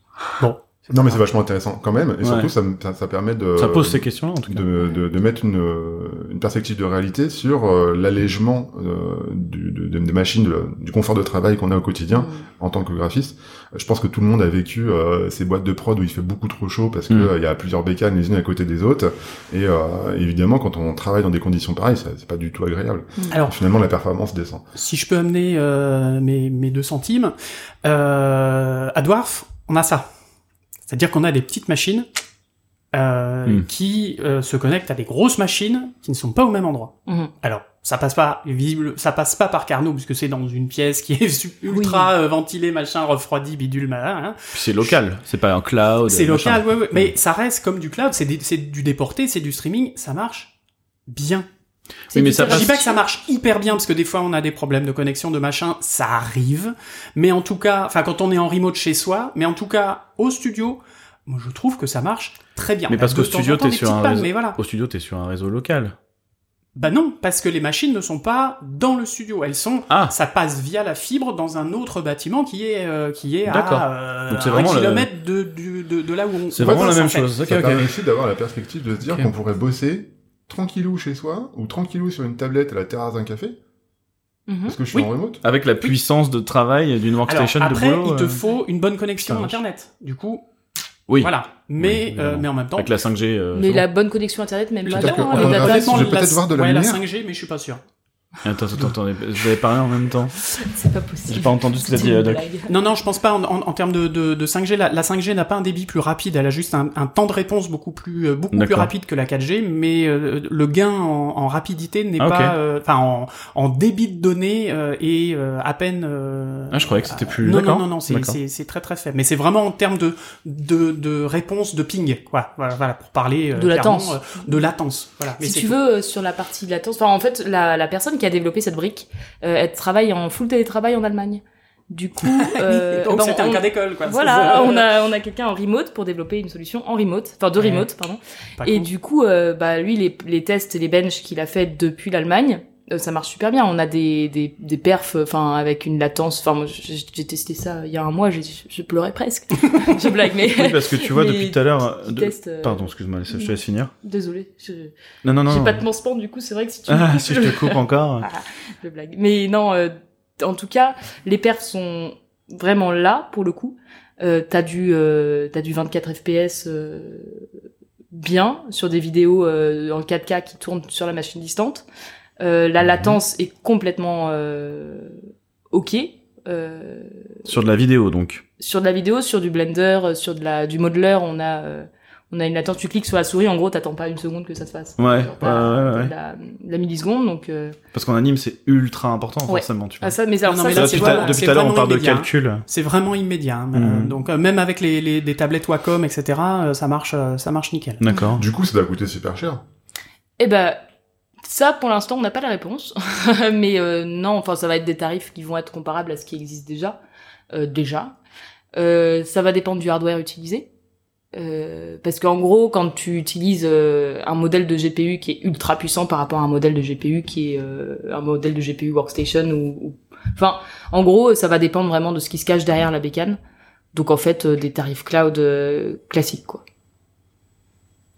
Speaker 3: Non, mais
Speaker 4: Ah.
Speaker 3: c'est vachement intéressant quand même, et
Speaker 2: Ouais.
Speaker 3: surtout, ça, me- ça, ça permet de...
Speaker 2: Ça pose ces questions-là, en tout cas.
Speaker 3: de, de, de mettre une, euh, une perspective de réalité sur euh, l'allègement euh, du- de- de- des machines, de- du confort de travail qu'on a au quotidien
Speaker 4: Mm.
Speaker 3: en tant que graphiste. Je pense que tout le monde a vécu euh, ces boîtes de prod où il fait beaucoup trop chaud parce que
Speaker 2: Mm.
Speaker 3: euh, il y a plusieurs bécanes les unes à côté des autres. Et euh, évidemment, quand on travaille dans des conditions pareilles, ça- c'est pas du tout agréable.
Speaker 1: Alors,
Speaker 3: Finalement, la performance descend.
Speaker 1: si je peux amener euh, mes, mes deux centimes, euh, à Dwarf, on a ça. C'est-à-dire qu'on a des petites machines euh,
Speaker 2: Hmm.
Speaker 1: qui euh, se connectent à des grosses machines qui ne sont pas au même endroit.
Speaker 4: Mhm.
Speaker 1: Alors, ça passe pas visible, ça passe pas par Carnot puisque c'est dans une pièce qui est [LAUGHS] su-
Speaker 4: Oui.
Speaker 1: ultra euh, ventilée, machin, refroidi, bidule, malin. hein.
Speaker 2: Puis c'est local, c'est pas un cloud.
Speaker 1: C'est
Speaker 2: Oh, machin. Hmm.
Speaker 1: local, ouais, ouais. Mais ça reste comme du cloud, c'est des- c'est du déporté, c'est du streaming, ça marche bien.
Speaker 4: C'est
Speaker 2: mais
Speaker 4: tout
Speaker 2: ça
Speaker 4: à
Speaker 1: Je
Speaker 4: fait-
Speaker 1: dis pas que ça marche hyper bien parce que des fois on a des problèmes de connexion, de machin, ça arrive. Mais en tout cas, enfin quand on est en remote chez soi, mais en tout cas au studio, moi je trouve que ça marche très bien.
Speaker 2: Mais
Speaker 1: On a
Speaker 2: parce
Speaker 1: de
Speaker 2: qu'au
Speaker 1: temps
Speaker 2: studio,
Speaker 1: en temps
Speaker 2: t'es
Speaker 1: des
Speaker 2: sur
Speaker 1: petites
Speaker 2: un
Speaker 1: pannes,
Speaker 2: réseau.
Speaker 1: Mais voilà.
Speaker 2: Au studio, t'es sur un réseau local.
Speaker 1: Bah non, parce que les machines ne sont pas dans le studio, elles sont.
Speaker 2: Ah,
Speaker 1: Ça passe via la fibre dans un autre bâtiment qui est euh, qui est
Speaker 2: D'accord.
Speaker 1: à euh,
Speaker 2: Donc c'est
Speaker 1: un
Speaker 2: vraiment le-
Speaker 1: kilomètre de, du- de de là où on.
Speaker 2: c'est
Speaker 1: on
Speaker 2: vraiment la
Speaker 1: bosse, en
Speaker 2: même
Speaker 1: fait.
Speaker 2: chose. Ok,
Speaker 3: ça permet
Speaker 2: ok.
Speaker 3: aussi d'avoir la perspective de se dire
Speaker 2: Ok.
Speaker 3: qu'on pourrait bosser tranquillou chez soi ou tranquillou sur une tablette à la terrasse d'un café
Speaker 4: Mhm.
Speaker 3: parce que Euh, je suis
Speaker 1: Oui.
Speaker 3: en remote.
Speaker 2: Avec la puissance de travail d'une
Speaker 1: Alors,
Speaker 2: workstation
Speaker 1: après,
Speaker 2: de boulot.
Speaker 1: il te
Speaker 2: euh,
Speaker 1: faut une bonne connexion
Speaker 2: ça marche.
Speaker 1: internet. Du coup,
Speaker 2: Oui.
Speaker 1: voilà. Mais
Speaker 2: Oui,
Speaker 1: euh,
Speaker 2: évidemment.
Speaker 1: mais en même temps,
Speaker 2: Avec la 5G. euh,
Speaker 4: Mais
Speaker 2: c'est
Speaker 4: la bonne connexion internet, même
Speaker 1: Tout
Speaker 4: pas.
Speaker 1: à fait.
Speaker 4: hein,
Speaker 1: On
Speaker 4: le
Speaker 1: a
Speaker 4: data
Speaker 3: vraiment
Speaker 4: plan,
Speaker 3: Je vais peut-être voir de la
Speaker 1: ouais,
Speaker 3: lumière.
Speaker 1: 5G, mais je suis pas sûr.
Speaker 2: bon. Attends, attends, attends. attendez, Vous avez parlé en même temps.
Speaker 4: C'est pas possible.
Speaker 2: J'ai pas entendu ce que t'as
Speaker 4: C'est
Speaker 2: dit,
Speaker 4: une
Speaker 2: euh, Doc.
Speaker 4: blague.
Speaker 1: Non, non, je pense pas en, en, en termes de, de, de 5G. La, la 5G n'a pas un débit plus rapide. Elle a juste un, un temps de réponse beaucoup plus euh, beaucoup plus
Speaker 2: D'accord.
Speaker 1: rapide que la 4G, mais euh, le gain en, en rapidité n'est
Speaker 2: Ah, ok.
Speaker 1: pas, euh, enfin, en, en débit de données euh, est euh, à peine. euh,
Speaker 2: Ah, je croyais que c'était plus.
Speaker 1: Non, non,
Speaker 2: D'accord.
Speaker 1: non, non, c'est-
Speaker 2: D'accord.
Speaker 1: c'est c'est très très faible. Mais c'est vraiment en termes de, de, de réponse, de ping, quoi. Voilà, voilà, pour parler. euh,
Speaker 4: De latence.
Speaker 1: clairement, euh, de latence, voilà. Mais
Speaker 4: si
Speaker 1: c'est
Speaker 4: tu
Speaker 1: tout.
Speaker 4: veux, euh, sur la partie de latence, enfin, en fait, la, la personne qui a développé cette brique, euh, elle travaille en full télétravail en Allemagne. Du
Speaker 1: [LAUGHS]
Speaker 4: coup, euh,
Speaker 1: Donc
Speaker 4: ben,
Speaker 1: c'était
Speaker 4: on-
Speaker 1: un cas d'école, quoi. [LAUGHS]
Speaker 4: Voilà, on a, on a quelqu'un en remote pour développer une solution en remote, enfin de
Speaker 1: Ouais.
Speaker 4: remote, pardon.
Speaker 1: Pas
Speaker 4: Et
Speaker 1: con.
Speaker 4: du coup, euh, bah, lui, les, les tests et les benches qu'il a fait depuis l'Allemagne, euh, ça marche super bien. On a des, des, des perfs, enfin, avec une latence. Enfin, moi, j'ai j'ai testé ça euh, il y a un mois, j'ai- je pleurais
Speaker 1: [LAUGHS]
Speaker 4: presque. je blague, mais.
Speaker 2: Oui, parce que tu vois,
Speaker 4: [LAUGHS] Mais
Speaker 2: depuis tout à l'heure. euh,
Speaker 4: Petit
Speaker 2: de-
Speaker 4: test, euh,
Speaker 2: Pardon, excuse-moi, laisse- je te laisse finir.
Speaker 4: Désolé, je-
Speaker 2: Non, non, non.
Speaker 4: j'ai
Speaker 2: non.
Speaker 4: pas de pansement, du coup, c'est vrai que si tu.
Speaker 2: Ah, si je
Speaker 4: [LAUGHS]
Speaker 2: te coupe encore.
Speaker 4: Je blague. Mais non, euh, en tout cas, les perfs sont vraiment là pour le coup. Euh, t'as du euh, t'as du 24 FPS euh, bien sur des vidéos euh, en 4K qui tournent sur la machine distante. Euh,
Speaker 2: Mhm.
Speaker 4: la latence est complètement euh, ok. Euh,
Speaker 2: Sur de la vidéo, donc.
Speaker 4: sur de la vidéo, sur du Blender, euh, sur de la du modeler, on a euh, on a une latence. Tu cliques sur la souris, en gros, t'attends pas une seconde que ça se fasse.
Speaker 2: Ouais,
Speaker 4: Genre, t'as-
Speaker 2: ouais, ouais, ouais.
Speaker 4: t'as de La, de la milliseconde, donc euh,
Speaker 2: Parce qu'en anime, c'est ultra important,
Speaker 4: Ouais.
Speaker 2: forcément. Tu vois.
Speaker 4: ah, ça, mais alors
Speaker 1: Non,
Speaker 4: ça,
Speaker 1: mais
Speaker 4: ça,
Speaker 1: là,
Speaker 4: c'est
Speaker 2: depuis tout
Speaker 1: voilà,
Speaker 2: à- depuis
Speaker 1: c'est
Speaker 2: tout à l'heure, on
Speaker 1: vraiment
Speaker 2: parle de
Speaker 1: immédiat.
Speaker 2: calcul.
Speaker 1: C'est vraiment immédiat. hein.
Speaker 2: Mhm.
Speaker 1: Euh, Donc euh, même avec les, les des tablettes Wacom, etc. euh, ça marche, euh, ça marche nickel.
Speaker 2: D'accord.
Speaker 3: Du coup, ça doit coûter super cher.
Speaker 4: Eh ben, ça, pour l'instant, on n'a pas la réponse. [LAUGHS] Mais euh, non, enfin, ça va être des tarifs qui vont être comparables à ce qui existe déjà. Euh, déjà. Euh, ça va dépendre du hardware utilisé. Euh, parce qu'en gros, quand tu utilises euh, un modèle de GPU qui est ultra puissant par rapport à un modèle de GPU qui est euh, un modèle de GPU workstation ou, ou- enfin, en gros, ça va dépendre vraiment de ce qui se cache derrière la bécane. Donc en fait, euh, des tarifs cloud euh, classiques quoi.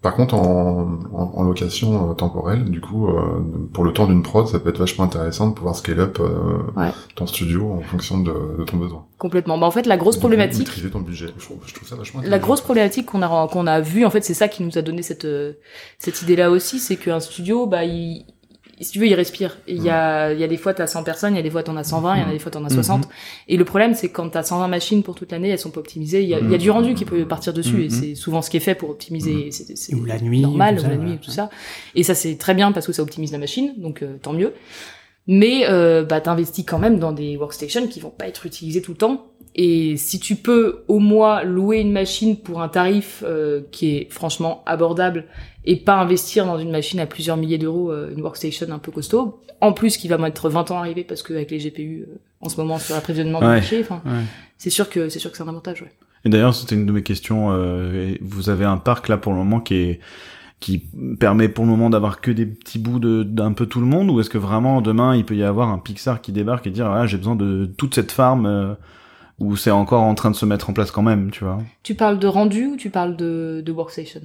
Speaker 3: Par contre, en, en, en location euh, temporelle, du coup, euh, pour le temps d'une prod, ça peut être vachement intéressant de pouvoir scale up euh,
Speaker 4: Ouais.
Speaker 3: ton studio en fonction de, de ton besoin.
Speaker 4: Complètement. Bah en fait, la grosse
Speaker 3: Et donc,
Speaker 4: problématique.
Speaker 3: Maîtriser ton budget. Je trouve, je trouve ça vachement
Speaker 4: La
Speaker 3: intéressant.
Speaker 4: grosse problématique qu'on a qu'on a vue en fait c'est ça qui nous a donné cette euh, cette idée là aussi c'est qu'un studio bah il si tu veux, il respire. Il y a, il y a des fois t'as 100 personnes, il y a des fois t'en as 120, il y en a des fois t'en as 60. Et le problème, c'est que quand t'as 120 machines pour toute l'année, elles sont pas optimisées. Il y a, il y a du rendu qui peut partir dessus, et
Speaker 2: Mhm.
Speaker 4: c'est souvent ce qui est fait pour optimiser. C'est, c'est
Speaker 1: Ou la nuit,
Speaker 4: normal,
Speaker 1: tout
Speaker 4: ou
Speaker 1: ça,
Speaker 4: la nuit,
Speaker 1: ouais.
Speaker 4: tout ça. Et ça c'est très bien parce que ça optimise la machine, donc euh, tant mieux. mais euh, bah, t'investis quand même dans des workstations qui vont pas être utilisées tout le temps. Et si tu peux au moins louer une machine pour un tarif euh, qui est franchement abordable et pas investir dans une machine à plusieurs milliers d'euros, euh, une workstation un peu costaud, en plus qui va mettre 20 ans à arriver parce qu'avec les GPU euh, en ce moment sur l'approvisionnement du
Speaker 2: Ouais.
Speaker 4: marché, enfin,
Speaker 2: Ouais.
Speaker 4: c'est sûr que c'est sûr que c'est un avantage. Ouais.
Speaker 2: Et d'ailleurs, c'était une de mes questions. euh, et vous avez un parc là pour le moment qui est qui permet pour le moment d'avoir que des petits bouts de d'un peu tout le monde ou est-ce que vraiment demain il peut y avoir un Pixar qui débarque et dire ah j'ai besoin de toute cette farm euh, ou c'est encore en train de se mettre en place quand même tu vois
Speaker 4: Tu parles de rendu ou tu parles de, de workstation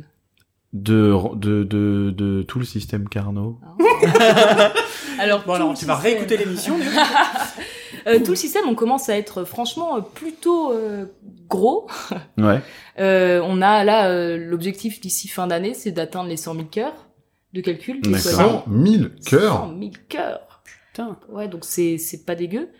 Speaker 2: de de de de tout le système Carnot
Speaker 4: Oh.
Speaker 1: [LAUGHS]
Speaker 4: Alors,
Speaker 1: Bon, alors, tu vas
Speaker 4: [LAUGHS]
Speaker 1: réécouter l'émission. du coup.
Speaker 4: Euh, tout le système, on commence à être euh, franchement euh, plutôt euh, gros.
Speaker 2: ouais
Speaker 4: Euh, on a là euh, l'objectif d'ici fin d'année, c'est d'atteindre les 100 000 cœurs de calcul. qui
Speaker 2: D'accord.
Speaker 4: soient-
Speaker 3: 100 000 cœurs
Speaker 4: 100 000 cœurs.
Speaker 1: Putain.
Speaker 4: Ouais, donc c'est c'est pas dégueu.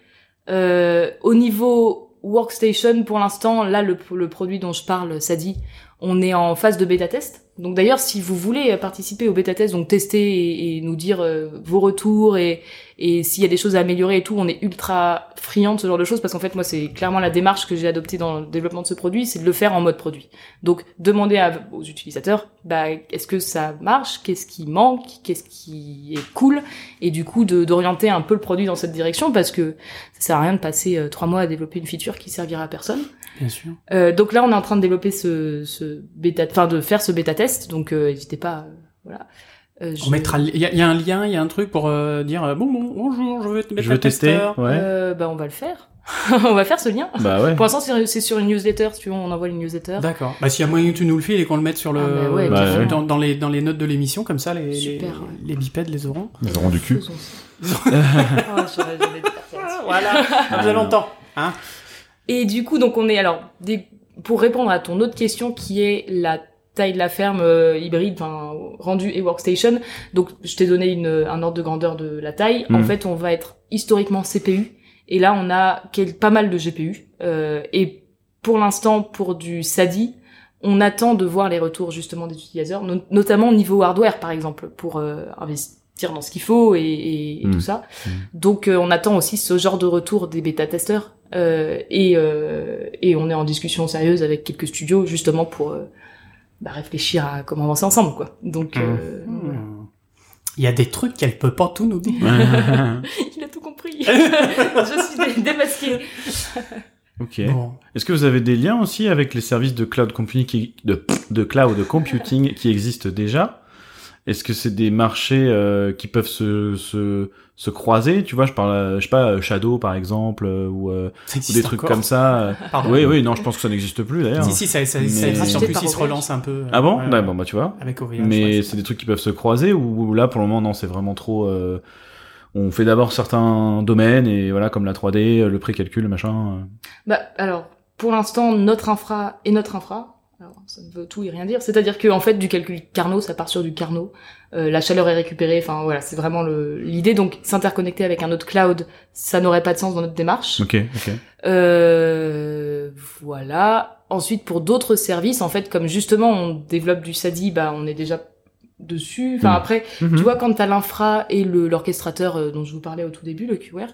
Speaker 4: Euh, au niveau workstation, pour l'instant, là le, le produit dont je parle, ça dit, on est en phase de bêta test. Donc d'ailleurs, si vous voulez participer au bêta test, donc tester et, et nous dire euh, vos retours et, et s'il y a des choses à améliorer et tout, on est ultra friand de ce genre de choses parce qu'en fait, moi, c'est clairement la démarche que j'ai adoptée dans le développement de ce produit, c'est de le faire en mode produit. Donc, demander à- aux utilisateurs, bah, est-ce que ça marche, qu'est-ce qui manque, qu'est-ce qui est cool, et du coup, de- d'orienter un peu le produit dans cette direction parce que ça sert à rien de passer euh, trois mois à développer une feature qui servira à personne.
Speaker 1: Bien sûr.
Speaker 4: Euh, donc là, on est en train de développer ce, ce bêta, enfin de faire ce bêta test. Donc euh, n'hésitez pas, euh, voilà. Euh,
Speaker 1: On
Speaker 4: je-
Speaker 1: mettra. Il y, a- y a un lien, il y a un truc pour euh, dire euh, bon, bon, bonjour, je veux te mettre
Speaker 2: je veux
Speaker 1: un
Speaker 2: tester
Speaker 1: testeur.
Speaker 2: ouais
Speaker 4: Euh, bah, on va le faire. [LAUGHS] on va faire ce lien.
Speaker 2: bah
Speaker 4: [LAUGHS]
Speaker 2: ouais
Speaker 4: Pour l'instant, c'est c'est sur une newsletter. Si tu veux, on envoie une newsletter.
Speaker 1: D'accord. Bah, s'il y a moyen que tu nous le files et qu'on le mette sur le,
Speaker 4: Ah, bah ouais,
Speaker 2: Bah, carrément. ouais.
Speaker 1: dans, dans les, dans les notes de l'émission, comme ça, les, les,
Speaker 4: Super, ouais.
Speaker 1: les bipèdes les auront.
Speaker 3: Ils auront du cul.
Speaker 4: Faisons ça. [LAUGHS] Ah, j'aurais- j'aurais dû faire ça.
Speaker 1: voilà,
Speaker 2: Ah,
Speaker 1: ça
Speaker 2: Euh,
Speaker 1: faisait longtemps.
Speaker 4: Et du coup, donc on est alors des- pour répondre à ton autre question qui est la taille de la ferme euh, hybride, enfin rendu et workstation. Donc je t'ai donné une, un ordre de grandeur de la taille. En
Speaker 2: Mhm.
Speaker 4: fait, on va être historiquement CPU et là on a quel- pas mal de GPU. Euh, et pour l'instant, pour du SADI, on attend de voir les retours justement des utilisateurs, no- notamment au niveau hardware par exemple, pour euh, investir dans ce qu'il faut et, et- et
Speaker 2: Mhm.
Speaker 4: tout ça.
Speaker 2: Mhm.
Speaker 4: Donc euh, on attend aussi ce genre de retour des bêta-testeurs euh, et, euh, et on est en discussion sérieuse avec quelques studios justement pour euh, bah, réfléchir à comment avancer ensemble quoi. Donc euh, voilà.
Speaker 1: Hmm. Il y a des trucs qu'elle peut pas tout nous dire.
Speaker 4: il a tout [LAUGHS] compris. Je suis dé- démasquée.
Speaker 2: [LAUGHS] ok
Speaker 1: Bon.
Speaker 2: Est-ce que vous avez des liens aussi avec les services de cloud computing qui, de, de cloud computing qui existent déjà Est-ce que c'est des marchés euh, qui peuvent se, se, se croiser Tu vois, je parle, euh, je sais pas, euh, Shadow par exemple, euh, ou, euh,
Speaker 1: Ça
Speaker 2: ou
Speaker 1: existe
Speaker 2: des trucs
Speaker 1: encore.
Speaker 2: comme
Speaker 1: [LAUGHS]
Speaker 2: ça. euh.
Speaker 1: Pardon.
Speaker 2: Oui, oui, non, je pense que ça n'existe plus d'ailleurs.
Speaker 1: Si, si, ça, ça, ça
Speaker 2: Mais-
Speaker 1: existe. En plus,
Speaker 4: Par
Speaker 1: ils se
Speaker 4: Orange.
Speaker 1: relancent un peu. euh,
Speaker 2: Ah bon
Speaker 1: ouais,
Speaker 2: Ouais, Bon, bah tu vois.
Speaker 1: Avec OVH.
Speaker 2: Mais
Speaker 1: ouais.
Speaker 2: c'est des trucs qui peuvent se croiser ou là pour le moment non c'est vraiment trop. euh, on fait d'abord certains domaines et voilà comme la 3D, euh, le pré-calcul, le machin. euh.
Speaker 4: Bah, alors, pour l'instant, notre infra et notre infra. Alors, ça ne veut tout et rien dire. C'est-à-dire que, en fait, du calcul Carnot, ça part sur du Carnot. Euh, la chaleur est récupérée. Enfin, voilà, c'est vraiment le- l'idée. Donc, s'interconnecter avec un autre cloud, ça n'aurait pas de sens dans notre démarche.
Speaker 2: euh. Ok, ok.
Speaker 4: Euh, voilà. Ensuite, pour d'autres services, en fait, comme justement, on développe du SADI, bah, on est déjà dessus. Enfin,
Speaker 2: Mhm.
Speaker 4: après,
Speaker 2: Mhm.
Speaker 4: tu vois, quand t'as l'infra et le l'orchestrateur euh, dont je vous parlais au tout début, le QR,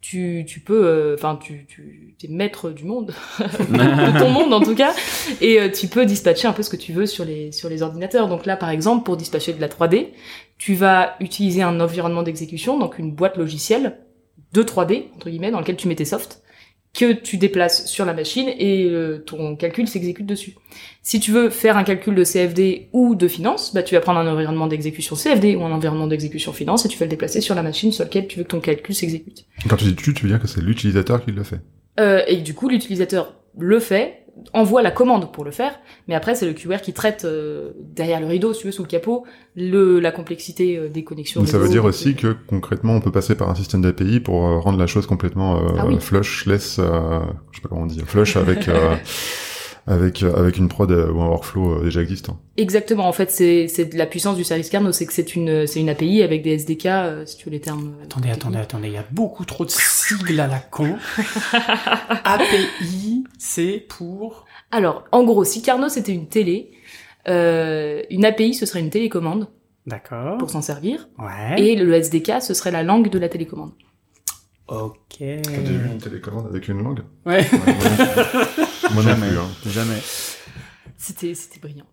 Speaker 4: tu, tu peux, euh, enfin, tu, tu es maître du monde, de ton monde en tout cas, et euh, tu peux dispatcher un peu ce que tu veux sur les sur les ordinateurs. Donc là, par exemple, pour dispatcher de la 3D, tu vas utiliser un environnement d'exécution, donc une boîte logicielle de 3D entre guillemets, dans lequel tu mets tes softs que tu déplaces sur la machine et euh, ton calcul s'exécute dessus. Si tu veux faire un calcul de CFD ou de finance, bah, tu vas prendre un environnement d'exécution CFD ou un environnement d'exécution finance et tu vas le déplacer sur la machine sur laquelle tu veux que ton calcul s'exécute.
Speaker 3: Quand tu dis tu, tu veux dire que c'est l'utilisateur qui le fait.
Speaker 4: Euh, et du coup, l'utilisateur le fait, envoie la commande pour le faire, mais après, c'est le QR qui traite euh, derrière le rideau, si tu veux, sous le capot, le, la complexité euh, des connexions.
Speaker 3: Donc ça veut
Speaker 4: réseau,
Speaker 3: dire
Speaker 4: des-
Speaker 3: aussi que concrètement, on peut passer par un système d'API pour euh, rendre la chose complètement euh,
Speaker 4: Ah oui.
Speaker 3: flushless, euh, je sais pas comment on dit, flush avec
Speaker 4: [LAUGHS]
Speaker 3: euh, avec euh, avec une prod euh, ou un workflow euh, déjà existant.
Speaker 4: Exactement, en fait, c'est c'est de la puissance du service Carnot, c'est que c'est une, c'est une API avec des SDK, euh, si tu veux les termes. euh,
Speaker 1: Attendez,
Speaker 4: techniques.
Speaker 1: attendez, attendez, il y a beaucoup trop de sigles à la
Speaker 4: [LAUGHS]
Speaker 1: con. API, c'est pour.
Speaker 4: Alors, en gros, si Carnot c'était une télé, euh, une API ce serait une télécommande
Speaker 1: D'accord.
Speaker 4: pour s'en servir.
Speaker 1: Ah Ouais.
Speaker 4: Et le SDK, ce serait la langue de la télécommande.
Speaker 1: Ok.
Speaker 3: T'as déjà vu une télécommande avec une langue
Speaker 1: Ouais.
Speaker 3: Ouais, Moi non plus. [LAUGHS] Moi non
Speaker 2: Jamais.
Speaker 3: plus, hein.
Speaker 2: Jamais.
Speaker 4: C'était, c'était brillant.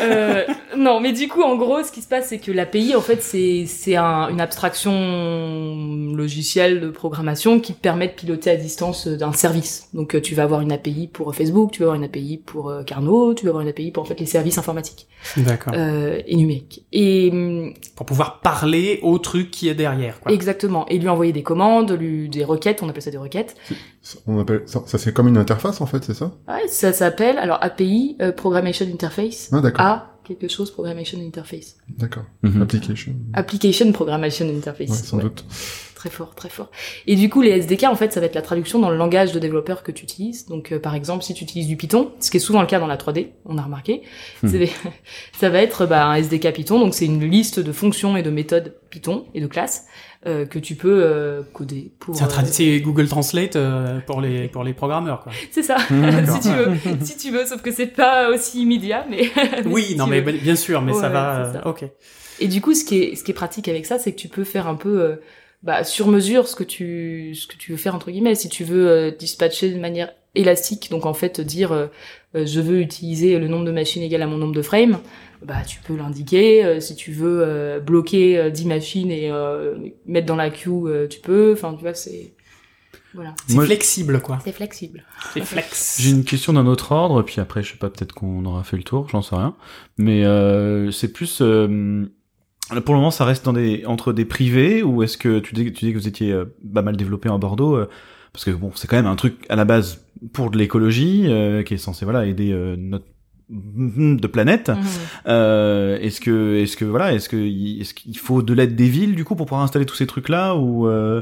Speaker 4: Euh, non, mais du coup, en gros, ce qui se passe, c'est que l'API, en fait, c'est, c'est un- une abstraction logicielle de programmation qui te permet de piloter à distance euh, d'un service. Donc, euh, tu vas avoir une API pour euh, Facebook, tu vas avoir une API pour euh, Carnot, tu vas avoir une API pour, en fait, les services informatiques
Speaker 1: D'accord.
Speaker 4: euh, et numériques. Et hum,
Speaker 1: Pour pouvoir parler au truc qui est derrière, quoi.
Speaker 4: exactement. Et lui envoyer des commandes, lui, des requêtes, on appelle ça des requêtes.
Speaker 3: Ça- On appelle ça, ça, c'est comme une interface en fait, c'est ça
Speaker 4: Ouais, ça s'appelle, alors, API, euh, Programmation Interface.
Speaker 3: Ah d'accord,
Speaker 4: A, quelque chose, Programmation Interface.
Speaker 3: d'accord.
Speaker 1: [LAUGHS]
Speaker 2: Mhm.
Speaker 3: Application.
Speaker 4: Application Programmation Interface.
Speaker 3: Ouais, sans
Speaker 4: ouais.
Speaker 3: doute.
Speaker 4: Très fort, très fort. Et du coup, les SDK, en fait, ça va être la traduction dans le langage de développeur que tu utilises. Donc, euh, par exemple, si tu utilises du Python, ce qui est souvent le cas dans la 3D, on a remarqué,
Speaker 2: Hmm.
Speaker 4: c'est- [LAUGHS] ça va être bah, un SDK Python. Donc, c'est une liste de fonctions et de méthodes Python et de classes euh, que tu peux euh, coder pour.
Speaker 1: C'est un
Speaker 4: euh,
Speaker 1: trad- c'est Google Translate euh, pour les pour les programmeurs, quoi.
Speaker 4: c'est ça, [LAUGHS]
Speaker 1: Ah,
Speaker 4: si tu veux, si tu veux. Sauf que c'est pas aussi immédiat, mais. [LAUGHS] mais
Speaker 1: Oui,
Speaker 4: si
Speaker 1: non
Speaker 4: tu
Speaker 1: mais
Speaker 4: veux.
Speaker 1: ben- bien sûr, mais ça
Speaker 4: Ouais,
Speaker 1: va.
Speaker 4: c'est ça.
Speaker 1: euh, Ok.
Speaker 4: Et du coup, ce qui est, ce qui est pratique avec ça, c'est que tu peux faire un peu euh, bah, sur mesure ce que tu ce que tu veux faire entre guillemets. Si tu veux euh, dispatcher de manière élastique, donc en fait dire euh, euh, je veux utiliser le nombre de machines égal à mon nombre de frames, bah tu peux l'indiquer. Euh, si tu veux euh, bloquer euh, 10 machines et euh, mettre dans la queue, euh, tu peux. Enfin, tu vois, c'est voilà,
Speaker 1: C'est
Speaker 2: Moi,
Speaker 1: flexible, quoi.
Speaker 4: c'est flexible. [LAUGHS]
Speaker 1: C'est flex.
Speaker 2: J'ai une question d'un autre ordre, puis après, je sais pas, peut-être qu'on aura fait le tour, j'en sais rien. Mais euh, c'est plus. euh, pour le moment, ça reste dans des, entre des privés, ou est-ce que tu dis, tu dis que vous étiez euh, pas mal développé en Bordeaux euh, Parce que bon, c'est quand même un truc à la base pour de l'écologie, euh, qui est censé voilà aider euh, notre de planète.
Speaker 4: Mmh.
Speaker 2: Euh, est-ce que est-ce que voilà est-ce que est-ce qu'il faut de l'aide des villes du coup pour pouvoir installer tous ces trucs là ou euh,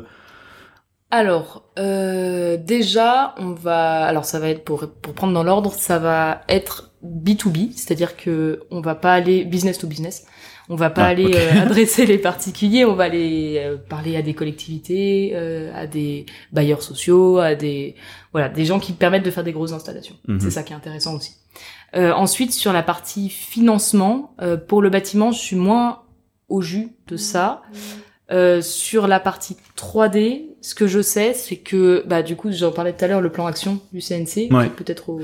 Speaker 4: Alors, euh, déjà, on va, alors ça va être pour pour prendre dans l'ordre, ça va être B2B, c'est-à-dire que on va pas aller business to business, on va
Speaker 2: Ah,
Speaker 4: pas aller
Speaker 2: ok. [LAUGHS]
Speaker 4: euh, adresser les particuliers, on va aller euh, parler à des collectivités, euh, à des bailleurs sociaux, à des voilà, des gens qui permettent de faire des grosses installations.
Speaker 2: Mhm.
Speaker 4: C'est ça qui est intéressant aussi. Euh, ensuite, sur la partie financement, euh, pour le bâtiment, je suis moins au jus de ça. Euh, sur la partie 3D, ce que je sais, c'est que, bah, du coup, j'en parlais tout à l'heure, le plan action du CNC, qui
Speaker 2: Ouais.
Speaker 4: est peut-être au,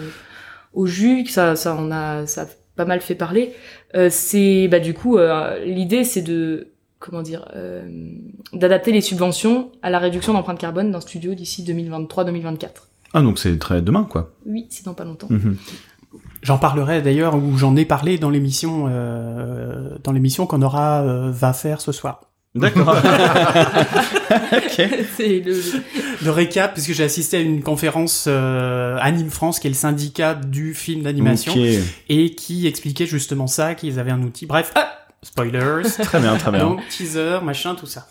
Speaker 4: au jus, que ça, ça, on a, ça a pas mal fait parler. Euh, c'est, bah, du coup, euh, l'idée, c'est de, comment dire, euh, d'adapter les subventions à la réduction d'empreinte carbone d'un studio d'ici 2023-2024.
Speaker 2: ah donc c'est très demain quoi
Speaker 4: Oui, c'est dans pas longtemps.
Speaker 2: Mhm.
Speaker 1: J'en parlerai d'ailleurs ou j'en ai parlé dans l'émission euh, dans l'émission qu'on aura euh, va faire ce soir.
Speaker 2: [LAUGHS] d'accord ok
Speaker 4: [LAUGHS] c'est le,
Speaker 1: Le récap parce que j'ai assisté à une conférence euh, Anime France qui est le syndicat du film d'animation
Speaker 2: Ok.
Speaker 1: et qui expliquait justement ça qu'ils avaient un outil. Bref, ah, spoilers.
Speaker 2: [LAUGHS] Très bien, très bien.
Speaker 1: Donc teaser, machin, tout ça.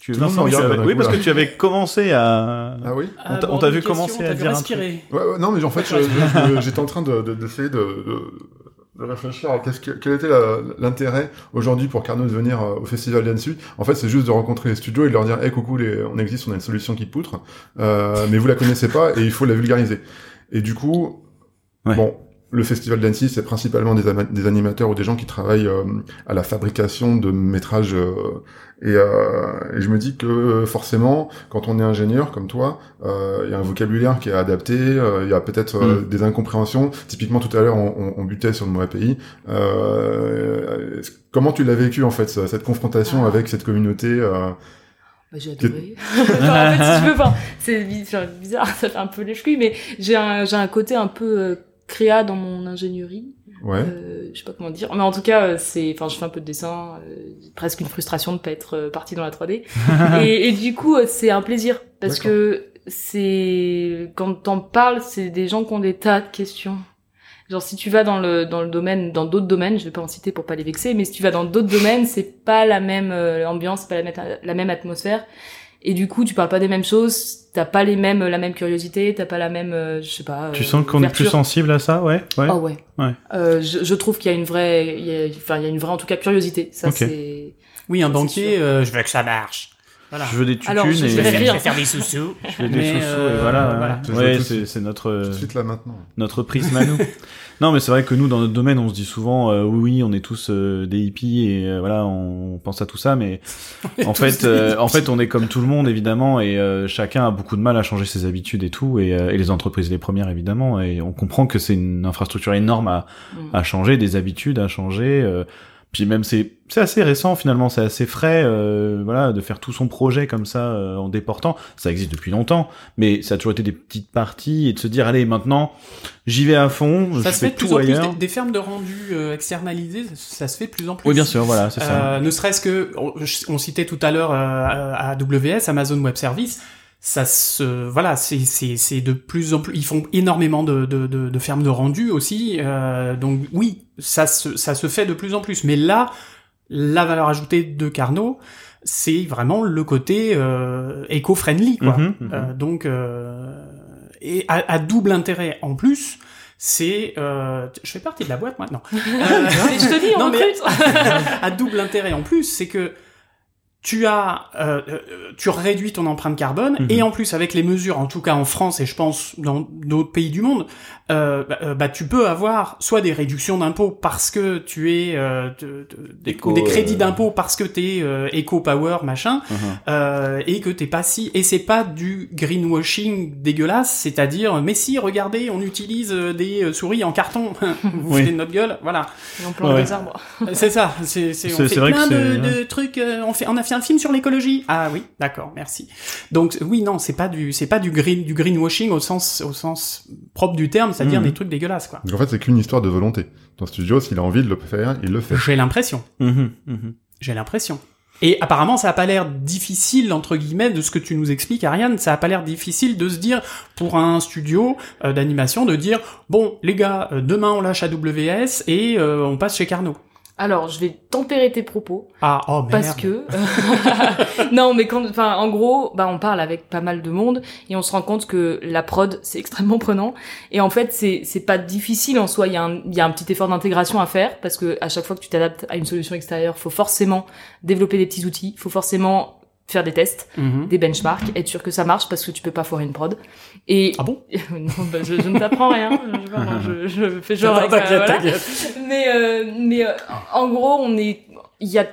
Speaker 2: tu
Speaker 3: Tout le monde
Speaker 2: Vincent,
Speaker 3: me regarde
Speaker 2: tu avais-
Speaker 3: d'un
Speaker 2: Oui,
Speaker 3: coup,
Speaker 2: parce que
Speaker 3: là.
Speaker 2: tu avais commencé à.
Speaker 3: Ah oui
Speaker 2: On t'a- on t'a vu commencer à dire un
Speaker 3: Ouais, ouais, non, mais en fait, je- je- j'étais en train de- de- d'essayer de, de- de réfléchir à qu'est-ce que, quel était la- l'intérêt aujourd'hui pour Carnot de venir euh, au Festival d'Annecy. En fait, c'est juste de rencontrer les studios et de leur dire hey, « coucou, les, on existe, on a une solution qui poutre, euh, mais vous la connaissez pas et il faut la vulgariser. » Et du coup,
Speaker 2: Ouais.
Speaker 3: bon, le Festival d'Annecy, c'est principalement des, ama- des animateurs ou des gens qui travaillent euh, à la fabrication de métrages. euh, et, euh, et je me dis que forcément, quand on est ingénieur comme toi, euh, Il y a un vocabulaire qui est adapté, euh, il y a peut-être euh, des incompréhensions. Typiquement, tout à l'heure, on, on- on butait sur le mot API. Euh, est-ce- comment tu l'as vécu, en fait, ça- cette confrontation
Speaker 4: Ah.
Speaker 3: avec cette communauté euh,
Speaker 4: Bah, j'ai adoré. Enfin, en fait, si tu veux, enfin, c'est bi- enfin, bizarre, [LAUGHS] ça fait un peu lèche mais j'ai un, j'ai un côté un peu euh, créa dans mon ingénierie.
Speaker 3: Ouais.
Speaker 4: Euh, je sais pas comment dire. Mais en tout cas, euh, c'est, enfin, je fais un peu de dessin, euh, presque une frustration de pas être euh, partie dans
Speaker 2: [LAUGHS]
Speaker 4: la 3D. et, et du coup, euh, c'est un plaisir parce
Speaker 3: D'accord.
Speaker 4: que c'est quand t'en parles, c'est des gens qui ont des tas de questions. Genre si tu vas dans le dans le domaine dans d'autres domaines, je vais pas en citer pour pas les vexer, mais si tu vas dans d'autres domaines, c'est pas la même euh, ambiance, c'est pas la même, la même atmosphère. Et du coup, tu parles pas des mêmes choses, t'as pas les mêmes la même curiosité, t'as pas la même euh, je sais pas.
Speaker 2: Tu
Speaker 4: euh,
Speaker 2: sens qu'on est plus
Speaker 4: ouverture.
Speaker 2: sensible à ça, ouais, ouais.
Speaker 4: Ah ouais.
Speaker 2: Ouais.
Speaker 4: Euh, je, je trouve qu'il y a une vraie, il y a- enfin il y a une vraie en tout cas curiosité. Ça
Speaker 2: Ok.
Speaker 4: c'est.
Speaker 1: Oui, un
Speaker 4: Ça, c'est
Speaker 1: banquier, euh, je veux que ça marche. Voilà.
Speaker 2: Je veux des tutunes
Speaker 4: Alors, je
Speaker 2: et
Speaker 4: vais rire.
Speaker 1: faire des sous-sous.
Speaker 2: je veux des
Speaker 1: Mais,
Speaker 2: chouchous
Speaker 1: euh,
Speaker 2: et voilà.
Speaker 1: voilà.
Speaker 3: C'est
Speaker 2: Ouais,
Speaker 3: tout de
Speaker 2: c'est
Speaker 3: suite.
Speaker 2: c'est notre
Speaker 3: Tout de suite là maintenant.
Speaker 2: notre prisme à nous. [LAUGHS] non, mais c'est vrai que nous, dans notre domaine, on se dit souvent, euh, oui, oui, on est tous euh, des hippies et euh, voilà, on pense à tout ça,
Speaker 4: [LAUGHS]
Speaker 2: mais en fait, euh, en fait, on est comme tout le monde évidemment et euh, chacun a beaucoup de mal à changer ses habitudes et tout, et, euh, et les entreprises les premières évidemment, et on comprend que c'est une infrastructure énorme à,
Speaker 4: Mm. [LAUGHS]
Speaker 2: à changer, des habitudes à changer. euh, puis même c'est c'est assez récent finalement, c'est assez frais, euh, voilà, de faire tout son projet comme ça euh, en déportant. Ça existe depuis longtemps, mais ça a toujours été des petites parties et de se dire allez maintenant j'y vais à fond,
Speaker 1: Ça
Speaker 2: je
Speaker 1: se fait
Speaker 2: fais
Speaker 1: de plus en
Speaker 2: tout
Speaker 1: plus.
Speaker 2: ailleurs.
Speaker 1: Des, des fermes de rendu euh, externalisées, ça, ça se fait de plus en plus.
Speaker 2: Oui bien sûr, voilà, c'est ça.
Speaker 1: Euh, ne serait-ce que, on, je- on citait tout à l'heure euh, AWS, Amazon Web Service, ça se, voilà, c'est c'est c'est de plus en plus, ils font énormément de de, de, de fermes de rendu aussi, euh, donc oui, ça se ça se fait de plus en plus. Mais là, la valeur ajoutée de Carnot, c'est vraiment le côté euh, éco-friendly, quoi.
Speaker 2: Mhm, mhm.
Speaker 1: Euh, donc euh, et à, à double intérêt en plus, c'est euh, je fais partie de la boîte
Speaker 4: [LAUGHS]
Speaker 1: maintenant. Euh,
Speaker 4: Mais je te dis, on
Speaker 1: non, mais- ah.
Speaker 4: recrute.
Speaker 1: [LAUGHS] à double intérêt en plus, c'est que tu as, euh, euh, tu réduis ton empreinte carbone
Speaker 2: Mhm.
Speaker 1: et en plus avec les mesures, en tout cas en France et je pense dans d'autres pays du monde, euh, bah, euh, bah, tu peux avoir soit des réductions d'impôts parce que tu es euh, te- te- des,
Speaker 2: Éco,
Speaker 1: des crédits
Speaker 2: euh,
Speaker 1: d'impôts parce que t'es euh, éco power machin
Speaker 2: Mhm.
Speaker 1: euh, et que t'es pas si et c'est pas du greenwashing dégueulasse, c'est-à-dire mais si regardez on utilise euh, des euh, souris en carton, [LAUGHS] vous
Speaker 2: Oui.
Speaker 1: foutez de notre gueule, voilà.
Speaker 4: Et [LAUGHS] on plante
Speaker 2: Ouais.
Speaker 4: des arbres.
Speaker 1: C'est ça, c'est c'est on
Speaker 2: C'est-
Speaker 1: fait
Speaker 2: c'est vrai
Speaker 1: plein
Speaker 2: que
Speaker 1: de,
Speaker 2: c'est-
Speaker 1: de trucs euh, on fait on a fait un film sur l'écologie. Ah oui, d'accord, merci. Donc oui non, c'est pas du c'est pas du green du greenwashing au sens au sens propre du terme, c'est-à-dire
Speaker 2: Mhm.
Speaker 1: des trucs dégueulasses quoi.
Speaker 3: Donc en fait, c'est qu'une histoire de volonté. Dans Studio, s'il a envie de le faire, il le fait.
Speaker 1: J'ai l'impression,
Speaker 2: Mhm,
Speaker 1: [LAUGHS]
Speaker 2: mhm.
Speaker 1: j'ai l'impression. Et apparemment, ça a pas l'air difficile entre guillemets de ce que tu nous expliques Ariane, ça a pas l'air difficile de se dire pour un studio euh, d'animation de dire bon les gars, euh, demain on lâche AWS et euh, on passe chez Carnot.
Speaker 4: Alors, je vais tempérer tes propos
Speaker 1: Ah oh merde.
Speaker 4: parce que [LAUGHS] non, mais quand, enfin, en gros, bah, on parle avec pas mal de monde et on se rend compte que la prod c'est extrêmement prenant et en fait c'est c'est pas difficile en soi. Il y a un il y a un petit effort d'intégration à faire parce que à chaque fois que tu t'adaptes à une solution extérieure, faut forcément développer des petits outils, faut forcément faire des tests,
Speaker 1: Mhm.
Speaker 4: des benchmarks, être sûr que ça marche parce que tu peux pas foirer une prod. Et
Speaker 1: Ah bon
Speaker 4: [LAUGHS] non, bah, je, je ne t'apprends rien. Je, vraiment, je, je fais genre. avec, euh,
Speaker 1: T'inquiète,
Speaker 4: voilà.
Speaker 1: t'inquiète.
Speaker 4: Mais, euh, mais euh, en gros, on est, il y a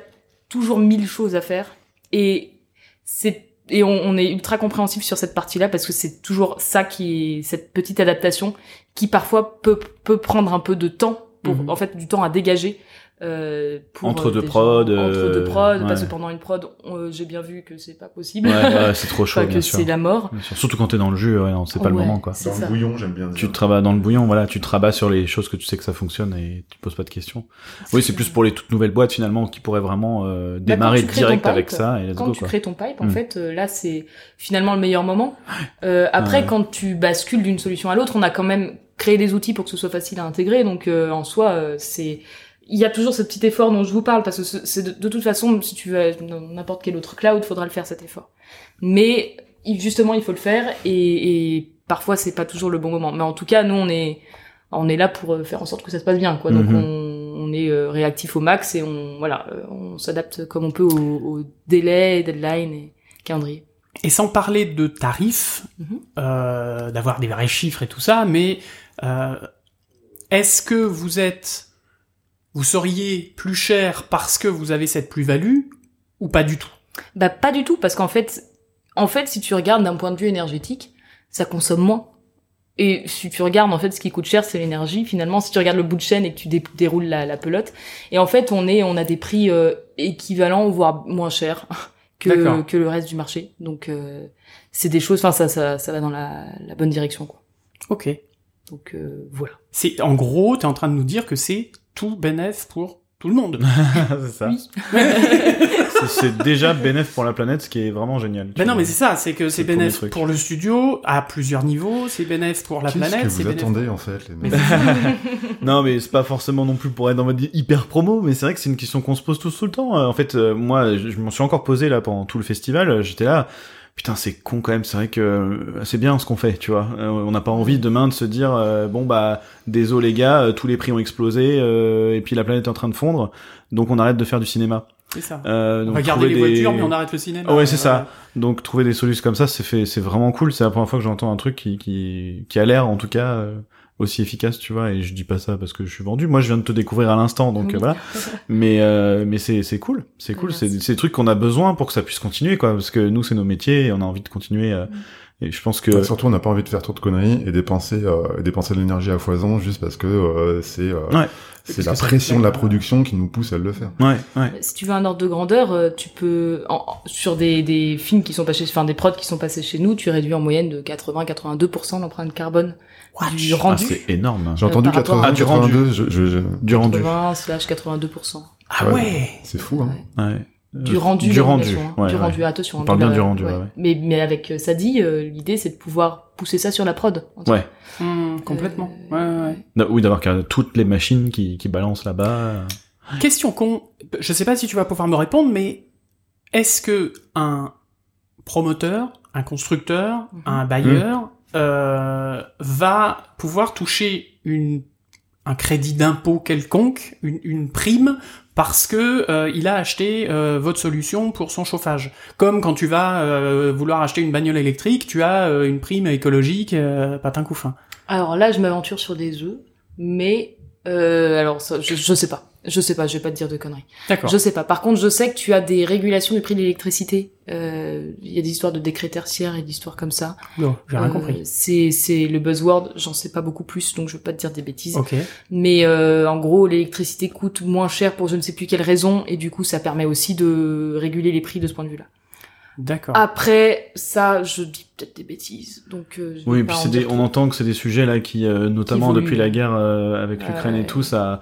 Speaker 4: toujours mille choses à faire et c'est et on, on est ultra compréhensif sur cette partie-là parce que c'est toujours ça qui est cette petite adaptation qui parfois peut peut prendre un peu de temps pour
Speaker 1: Mhm.
Speaker 4: en fait du temps à dégager. euh, pour
Speaker 2: Entre
Speaker 4: euh,
Speaker 2: deux
Speaker 4: des-
Speaker 2: prods,
Speaker 4: entre deux
Speaker 2: euh,
Speaker 4: prods, parce
Speaker 2: ouais.
Speaker 4: que pendant une prod, on- euh, j'ai bien vu que c'est pas possible,
Speaker 2: Ouais, ouais, c'est trop chaud,
Speaker 4: Enfin, que
Speaker 2: bien sûr.
Speaker 4: c'est la mort.
Speaker 2: Bien sûr. Surtout quand t'es dans le jus, ouais, non, c'est pas le
Speaker 4: Ouais,
Speaker 2: moment quoi.
Speaker 4: c'est
Speaker 3: Dans
Speaker 4: ça.
Speaker 3: le bouillon, j'aime bien dire.
Speaker 2: Tu te rabats dans le bouillon, voilà, tu te rabats sur les choses que tu sais que ça fonctionne et tu te poses pas de questions. Oui, c'est plus pour les toutes nouvelles boîtes finalement qui pourraient vraiment euh, démarrer
Speaker 4: Bah, tu crées ton
Speaker 2: direct
Speaker 4: pipe,
Speaker 2: avec ça et let's
Speaker 4: quand
Speaker 2: go
Speaker 4: tu
Speaker 2: quoi.
Speaker 4: crées ton pipe, en
Speaker 2: Mm.
Speaker 4: fait, euh, là, c'est finalement le meilleur moment. Euh, après,
Speaker 2: Ouais.
Speaker 4: quand tu bascules d'une solution à l'autre, on a quand même créé des outils pour que ce soit facile à intégrer. Donc, euh, en soi, euh, c'est il y a toujours ce petit effort dont je vous parle parce que ce- c'est de, de toute façon, si tu vas dans n'importe quel autre cloud, faudra le faire cet effort. Mais il- justement, il faut le faire et, et parfois, c'est pas toujours le bon moment. Mais en tout cas, nous, on est on est là pour euh, faire en sorte que ça se passe bien, quoi. Donc
Speaker 2: Mhm.
Speaker 4: on, on est euh, réactif au max et on voilà, euh, on s'adapte comme on peut au, au délai, deadline et calendrier.
Speaker 1: Et sans parler de tarifs,
Speaker 4: Mhm.
Speaker 1: euh, d'avoir des vrais chiffres et tout ça, mais euh, est-ce que vous êtes, vous seriez plus cher parce que vous avez cette plus-value ou pas du tout
Speaker 4: Bah pas du tout parce qu'en fait, en fait, si tu regardes d'un point de vue énergétique, ça consomme moins. Et si tu regardes en fait, ce qui coûte cher, c'est l'énergie. Finalement, si tu regardes le bout de chaîne et que tu dé- déroules la, la pelote, et en fait, on est, on a des prix euh, équivalents voire moins chers que
Speaker 1: D'accord.
Speaker 4: que le reste du marché. Donc euh, c'est des choses. Enfin, ça, ça, ça va dans la, la bonne direction, quoi.
Speaker 1: Ok.
Speaker 4: Donc euh, voilà.
Speaker 1: C'est en gros, t'es en train de nous dire que c'est tout bénéf pour tout le monde.
Speaker 2: [LAUGHS] c'est ça.
Speaker 4: Oui.
Speaker 2: C'est- c'est déjà bénéf pour la planète, ce qui est vraiment génial. tu
Speaker 1: Ben non,
Speaker 2: vois.
Speaker 1: mais c'est ça, c'est que
Speaker 2: C'est
Speaker 1: c'est
Speaker 2: le premier
Speaker 1: bénéf
Speaker 2: truc.
Speaker 1: pour le studio à plusieurs niveaux, c'est bénéf pour la
Speaker 3: Qu'est-ce
Speaker 1: planète,
Speaker 3: que
Speaker 1: c'est
Speaker 3: vous
Speaker 1: bénéf.
Speaker 3: attendez en fait, les
Speaker 1: Mais
Speaker 3: mecs
Speaker 2: Non, mais c'est pas forcément non plus pour être dans mode hyper promo, mais c'est vrai que c'est une question qu'on se pose tous tout le temps. Euh, En fait, euh, moi, je, je m'en suis encore posé là pendant tout le festival. Euh, J'étais là. Putain, c'est con quand même. C'est vrai que euh, c'est bien ce qu'on fait, tu vois. Euh, on n'a pas envie demain de se dire euh, bon bah désolé les gars, euh, tous les prix ont explosé euh, et puis la planète est en train de fondre, donc on arrête de faire du cinéma.
Speaker 1: C'est ça.
Speaker 2: Euh,
Speaker 1: On
Speaker 2: donc
Speaker 1: va garder les
Speaker 2: trouver des-
Speaker 1: voitures, mais on arrête le cinéma.
Speaker 2: Ouais, c'est
Speaker 1: Euh,
Speaker 2: ça. Donc trouver des solutions comme ça, c'est fait, c'est vraiment cool. C'est la première fois que j'entends un truc qui, qui, qui a l'air, en tout cas, euh, aussi efficace, tu vois. Et je dis pas ça parce que je suis vendu. Moi, je viens de te découvrir à l'instant, donc
Speaker 4: Oui.
Speaker 2: euh,
Speaker 4: [LAUGHS]
Speaker 2: voilà. Mais euh, mais c'est c'est cool, c'est cool. C'est
Speaker 4: Merci.
Speaker 2: c'est des trucs qu'on a besoin pour que ça puisse continuer, quoi. Parce que nous, c'est nos métiers et on a envie de continuer. euh,
Speaker 4: Mm.
Speaker 2: et je pense que
Speaker 3: [LAUGHS] Surtout, on n'a pas envie de faire trop de conneries et dépenser, euh, dépenser de l'énergie à foison juste parce que euh, c'est euh,
Speaker 2: Ouais.
Speaker 3: c'est
Speaker 2: Parce
Speaker 3: la
Speaker 2: que ça-
Speaker 3: pression de la production qui nous pousse à le faire.
Speaker 2: ouais ouais.
Speaker 4: Si tu veux un ordre de grandeur, euh, tu peux en- en- sur des, des films qui sont passés, enfin des prods qui sont passés chez nous, tu réduis en moyenne de 80-82% l'empreinte carbone du
Speaker 2: Ah,
Speaker 4: rendu.
Speaker 2: c'est énorme.
Speaker 3: J'ai
Speaker 4: Euh,
Speaker 3: entendu
Speaker 4: par rapport
Speaker 3: 80,
Speaker 4: à-
Speaker 2: Ah, du rendu.
Speaker 3: 82, je, je- je-
Speaker 2: Du rendu.
Speaker 4: 80 slash 82%.
Speaker 1: Ah ouais.
Speaker 3: c'est fou. Hein.
Speaker 2: Ouais.
Speaker 4: Du
Speaker 2: Euh,
Speaker 4: rendu.
Speaker 2: Du rendu.
Speaker 4: l'animation, hein.
Speaker 2: Ouais,
Speaker 4: du
Speaker 2: ouais.
Speaker 4: rendu. Attention.
Speaker 2: On
Speaker 4: hein,
Speaker 2: parle
Speaker 4: donc,
Speaker 2: bien du
Speaker 4: euh,
Speaker 2: rendu, ouais, ouais.
Speaker 4: Mais, mais avec euh, Sadi, euh, l'idée c'est de pouvoir pousser ça sur la prod. en tout
Speaker 2: Ouais.
Speaker 4: cas.
Speaker 1: Hum, complètement. Ouais,
Speaker 4: Euh,
Speaker 1: ouais, ouais.
Speaker 2: Non, Oui, d'avoir carrément toutes les machines qui qui balancent là-bas.
Speaker 1: Question con, je sais pas si tu vas pouvoir me répondre, mais est-ce que un promoteur, un constructeur,
Speaker 4: Mhm.
Speaker 1: un bailleur euh, va pouvoir toucher une, un crédit d'impôt quelconque, une, une prime parce que euh, il a acheté euh, votre solution pour son chauffage. Comme quand tu vas euh, vouloir acheter une bagnole électrique, tu as euh, une prime écologique, euh, patin coup fin.
Speaker 4: Alors là, je m'aventure sur des œufs, mais euh, alors ça, je, je sais pas. Je sais pas. Je vais pas te dire de conneries.
Speaker 1: D'accord.
Speaker 4: Je sais pas. Par contre, je sais que tu as des régulations du prix de l'électricité. Euh, Il y a des histoires de décrets tertiaires et d'histoires comme ça.
Speaker 1: Non, J'ai rien
Speaker 4: Euh,
Speaker 1: compris.
Speaker 4: C'est c'est le buzzword. J'en sais pas beaucoup plus, donc je veux pas te dire des bêtises.
Speaker 1: Ok.
Speaker 4: Mais euh, en gros, l'électricité coûte moins cher pour je ne sais plus quelle raison, et du coup, ça permet aussi de réguler les prix de ce point de vue-là.
Speaker 1: D'accord.
Speaker 4: Ah. Après, ça, je dis peut-être des bêtises. Donc euh, je
Speaker 2: Oui,
Speaker 4: vais
Speaker 2: et puis
Speaker 4: pas en
Speaker 2: c'est des,
Speaker 4: dire
Speaker 2: on
Speaker 4: trop.
Speaker 2: entend que c'est des sujets là qui, euh, notamment
Speaker 4: évoluent.
Speaker 2: depuis la guerre euh, avec
Speaker 4: Ouais,
Speaker 2: l'Ukraine et
Speaker 4: ouais.
Speaker 2: tout, ça,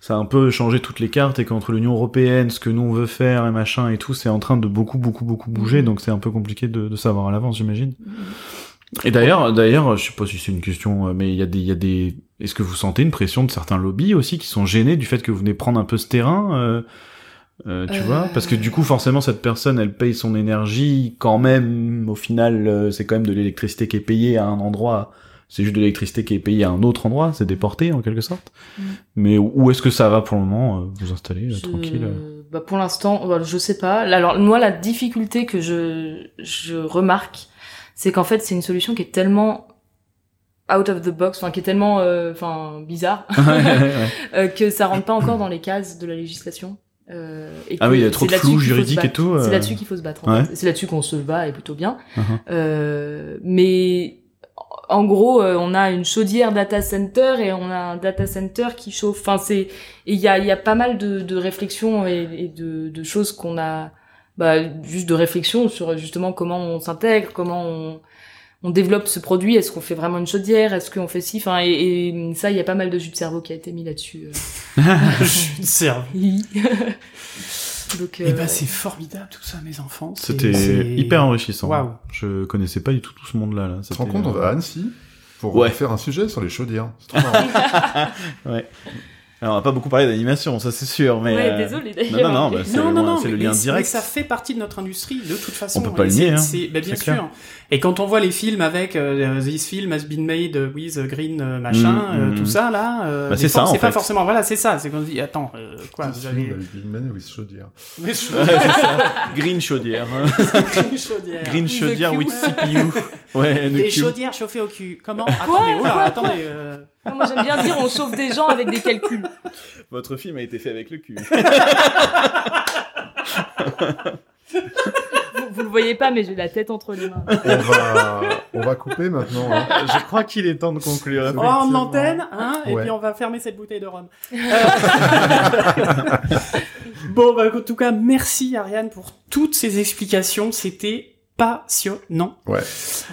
Speaker 2: ça a un peu changé toutes les cartes et qu'entre l'Union européenne, ce que nous on veut faire et machin et tout, c'est en train de beaucoup beaucoup beaucoup bouger,
Speaker 4: Mhm.
Speaker 2: donc c'est un peu compliqué de, de savoir à l'avance, j'imagine.
Speaker 4: Mhm.
Speaker 2: Et d'ailleurs, d'ailleurs, je sais pas si c'est une question, euh, mais il y a des, il y a des, est-ce que vous sentez une pression de certains lobbies aussi qui sont gênés du fait que vous venez prendre un peu ce terrain? euh, euh, tu
Speaker 4: Euh.
Speaker 2: vois, parce que du coup forcément cette personne, elle paye son énergie quand même. Au final, euh, c'est quand même de l'électricité qui est payée à un endroit. C'est juste de l'électricité qui est payée à un autre endroit. C'est déporté en quelque sorte.
Speaker 4: Mm.
Speaker 2: Mais où où est-ce que ça va pour le moment euh, Vous installez euh,
Speaker 4: Je-
Speaker 2: tranquille.
Speaker 4: [LAUGHS]
Speaker 2: euh.
Speaker 4: Bah pour l'instant, bah, je sais pas. Alors moi, la difficulté que je je remarque, c'est qu'en fait, c'est une solution qui est tellement out of the box, enfin qui est tellement euh, enfin bizarre
Speaker 2: Ouais, ouais, ouais.
Speaker 4: euh, que ça rentre pas encore dans les cases de la législation. euh, et
Speaker 2: Ah
Speaker 4: que
Speaker 2: oui, il y a trop
Speaker 4: c'est
Speaker 2: de
Speaker 4: là-dessus
Speaker 2: flou
Speaker 4: qu'il faut se
Speaker 2: juridique et
Speaker 4: battre.
Speaker 2: tout. euh.
Speaker 4: C'est là-dessus qu'il faut se battre. en
Speaker 2: Ouais.
Speaker 4: fait. C'est là-dessus qu'on se bat et plutôt bien.
Speaker 2: Uh-huh.
Speaker 4: Euh, mais en gros, euh, on a une chaudière data center et on a un data center qui chauffe. Enfin, c'est et il y a, il y a pas mal de, de réflexions et, et de, de choses qu'on a, bah, juste de réflexions sur justement comment on s'intègre, comment on, on développe ce produit. Est-ce qu'on fait vraiment une chaudière Est-ce qu'on fait ci Enfin, et, et ça, il y a pas mal de jus de cerveau qui a été mis là-dessus.
Speaker 1: [LAUGHS] Je suis servi.
Speaker 4: euh. [LAUGHS] Donc, euh,
Speaker 1: Eh ben, c'est formidable tout ça, mes enfants. C'est-
Speaker 2: C'était
Speaker 1: c'est-
Speaker 2: hyper enrichissant.
Speaker 1: Waouh.
Speaker 2: Je connaissais pas du tout tout ce monde-là. Là.
Speaker 3: Tu te
Speaker 2: C'était- euh,
Speaker 3: rends compte, on va à Annecy pour
Speaker 2: Ouais.
Speaker 3: faire un sujet sur les chaudières. C'est trop marrant.
Speaker 2: Alors, on va pas beaucoup parler d'animation, ça c'est sûr. Mais
Speaker 4: ouais,
Speaker 2: euh,
Speaker 4: désolé
Speaker 2: non,
Speaker 4: d'ailleurs.
Speaker 2: non, non,
Speaker 4: [LAUGHS]
Speaker 2: bah, c'est
Speaker 1: Non, non,
Speaker 2: loin,
Speaker 1: non,
Speaker 2: c'est le
Speaker 1: mais-
Speaker 2: lien
Speaker 1: mais c'est-
Speaker 2: direct.
Speaker 1: mais ça fait partie de notre industrie, de toute façon.
Speaker 2: On peut pas
Speaker 1: Et
Speaker 2: le
Speaker 1: c'est-
Speaker 2: nier, hein.
Speaker 1: c'est- bah, bien
Speaker 2: C'est
Speaker 1: sûr.
Speaker 2: clair.
Speaker 1: Et quand on voit les films avec euh, This film has been made uh, with green euh, machin,
Speaker 2: Mm,
Speaker 1: euh,
Speaker 2: mm,
Speaker 1: tout
Speaker 2: mm.
Speaker 1: ça là, euh,
Speaker 2: Bah,
Speaker 1: des
Speaker 2: c'est ça,
Speaker 1: fois,
Speaker 2: en
Speaker 1: C'est pas
Speaker 2: fait.
Speaker 1: forcément. Voilà, c'est ça. C'est qu'on se dit attends, euh, quoi, vous [LAUGHS] avez.
Speaker 3: Man with chaudière.
Speaker 1: Mais je-
Speaker 2: Green chaudière. hein.
Speaker 1: [LAUGHS] une chaudière.
Speaker 2: [LAUGHS] Green
Speaker 4: With a
Speaker 2: chaudière
Speaker 4: Q.
Speaker 2: with CPU. [LAUGHS] Ouais,
Speaker 1: Des
Speaker 2: NQ.
Speaker 1: chaudières chauffées au cul. Comment Attendez, oh là, attendez. euh,
Speaker 4: Non, Moi, j'aime bien dire on chauffe des gens avec des calculs.
Speaker 2: Votre film a été fait avec le cul.
Speaker 4: Vous, vous le voyez pas, mais j'ai la tête entre
Speaker 1: [LAUGHS]
Speaker 4: les mains.
Speaker 3: On va, on va couper maintenant. hein.
Speaker 2: [LAUGHS] Je crois qu'il est temps de conclure.
Speaker 1: On va Oh, en
Speaker 3: Effectivement.
Speaker 1: antenne, hein, et
Speaker 3: Ouais.
Speaker 1: puis on va fermer cette bouteille de rhum. Euh, [LAUGHS] bon, bah, en tout cas, merci Ariane pour toutes ces explications. C'était passionnant.
Speaker 4: Bah,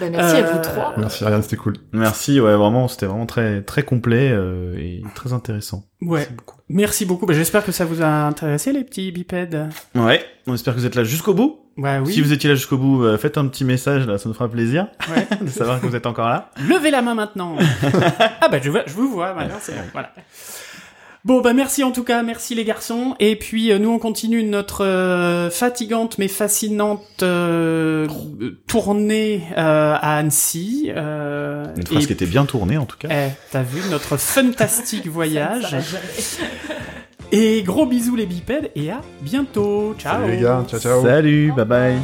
Speaker 4: merci à
Speaker 1: Euh,
Speaker 4: vous trois.
Speaker 3: Merci Ariane, c'était cool.
Speaker 2: Merci, ouais, vraiment, c'était vraiment très, très complet euh, et très intéressant.
Speaker 1: Ouais,
Speaker 2: Merci beaucoup.
Speaker 1: merci beaucoup. Bah, J'espère que ça vous a intéressé, les petits bipèdes.
Speaker 2: Ouais, on espère que vous êtes là jusqu'au bout.
Speaker 1: Ouais, oui.
Speaker 2: Si vous étiez là jusqu'au bout, euh, faites un petit message, là, ça nous fera plaisir
Speaker 1: Ouais.
Speaker 2: [LAUGHS] de savoir que vous êtes encore là.
Speaker 1: Levez la main maintenant. ah bah je, vois- je vous vois, maintenant, c'est bon, voilà. Bon bah merci en tout cas, merci les garçons. Et puis euh, nous on continue notre euh, fatigante mais fascinante euh, euh, tournée euh, à Annecy. euh,
Speaker 2: Une phrase
Speaker 1: et-
Speaker 2: qui était bien tournée, en tout cas.
Speaker 1: Eh, t'as vu notre fantastique voyage.
Speaker 5: Et gros bisous les bipèdes et à bientôt. Ciao.
Speaker 1: Salut les gars, Eh. ciao ciao.
Speaker 2: Salut, bye bye.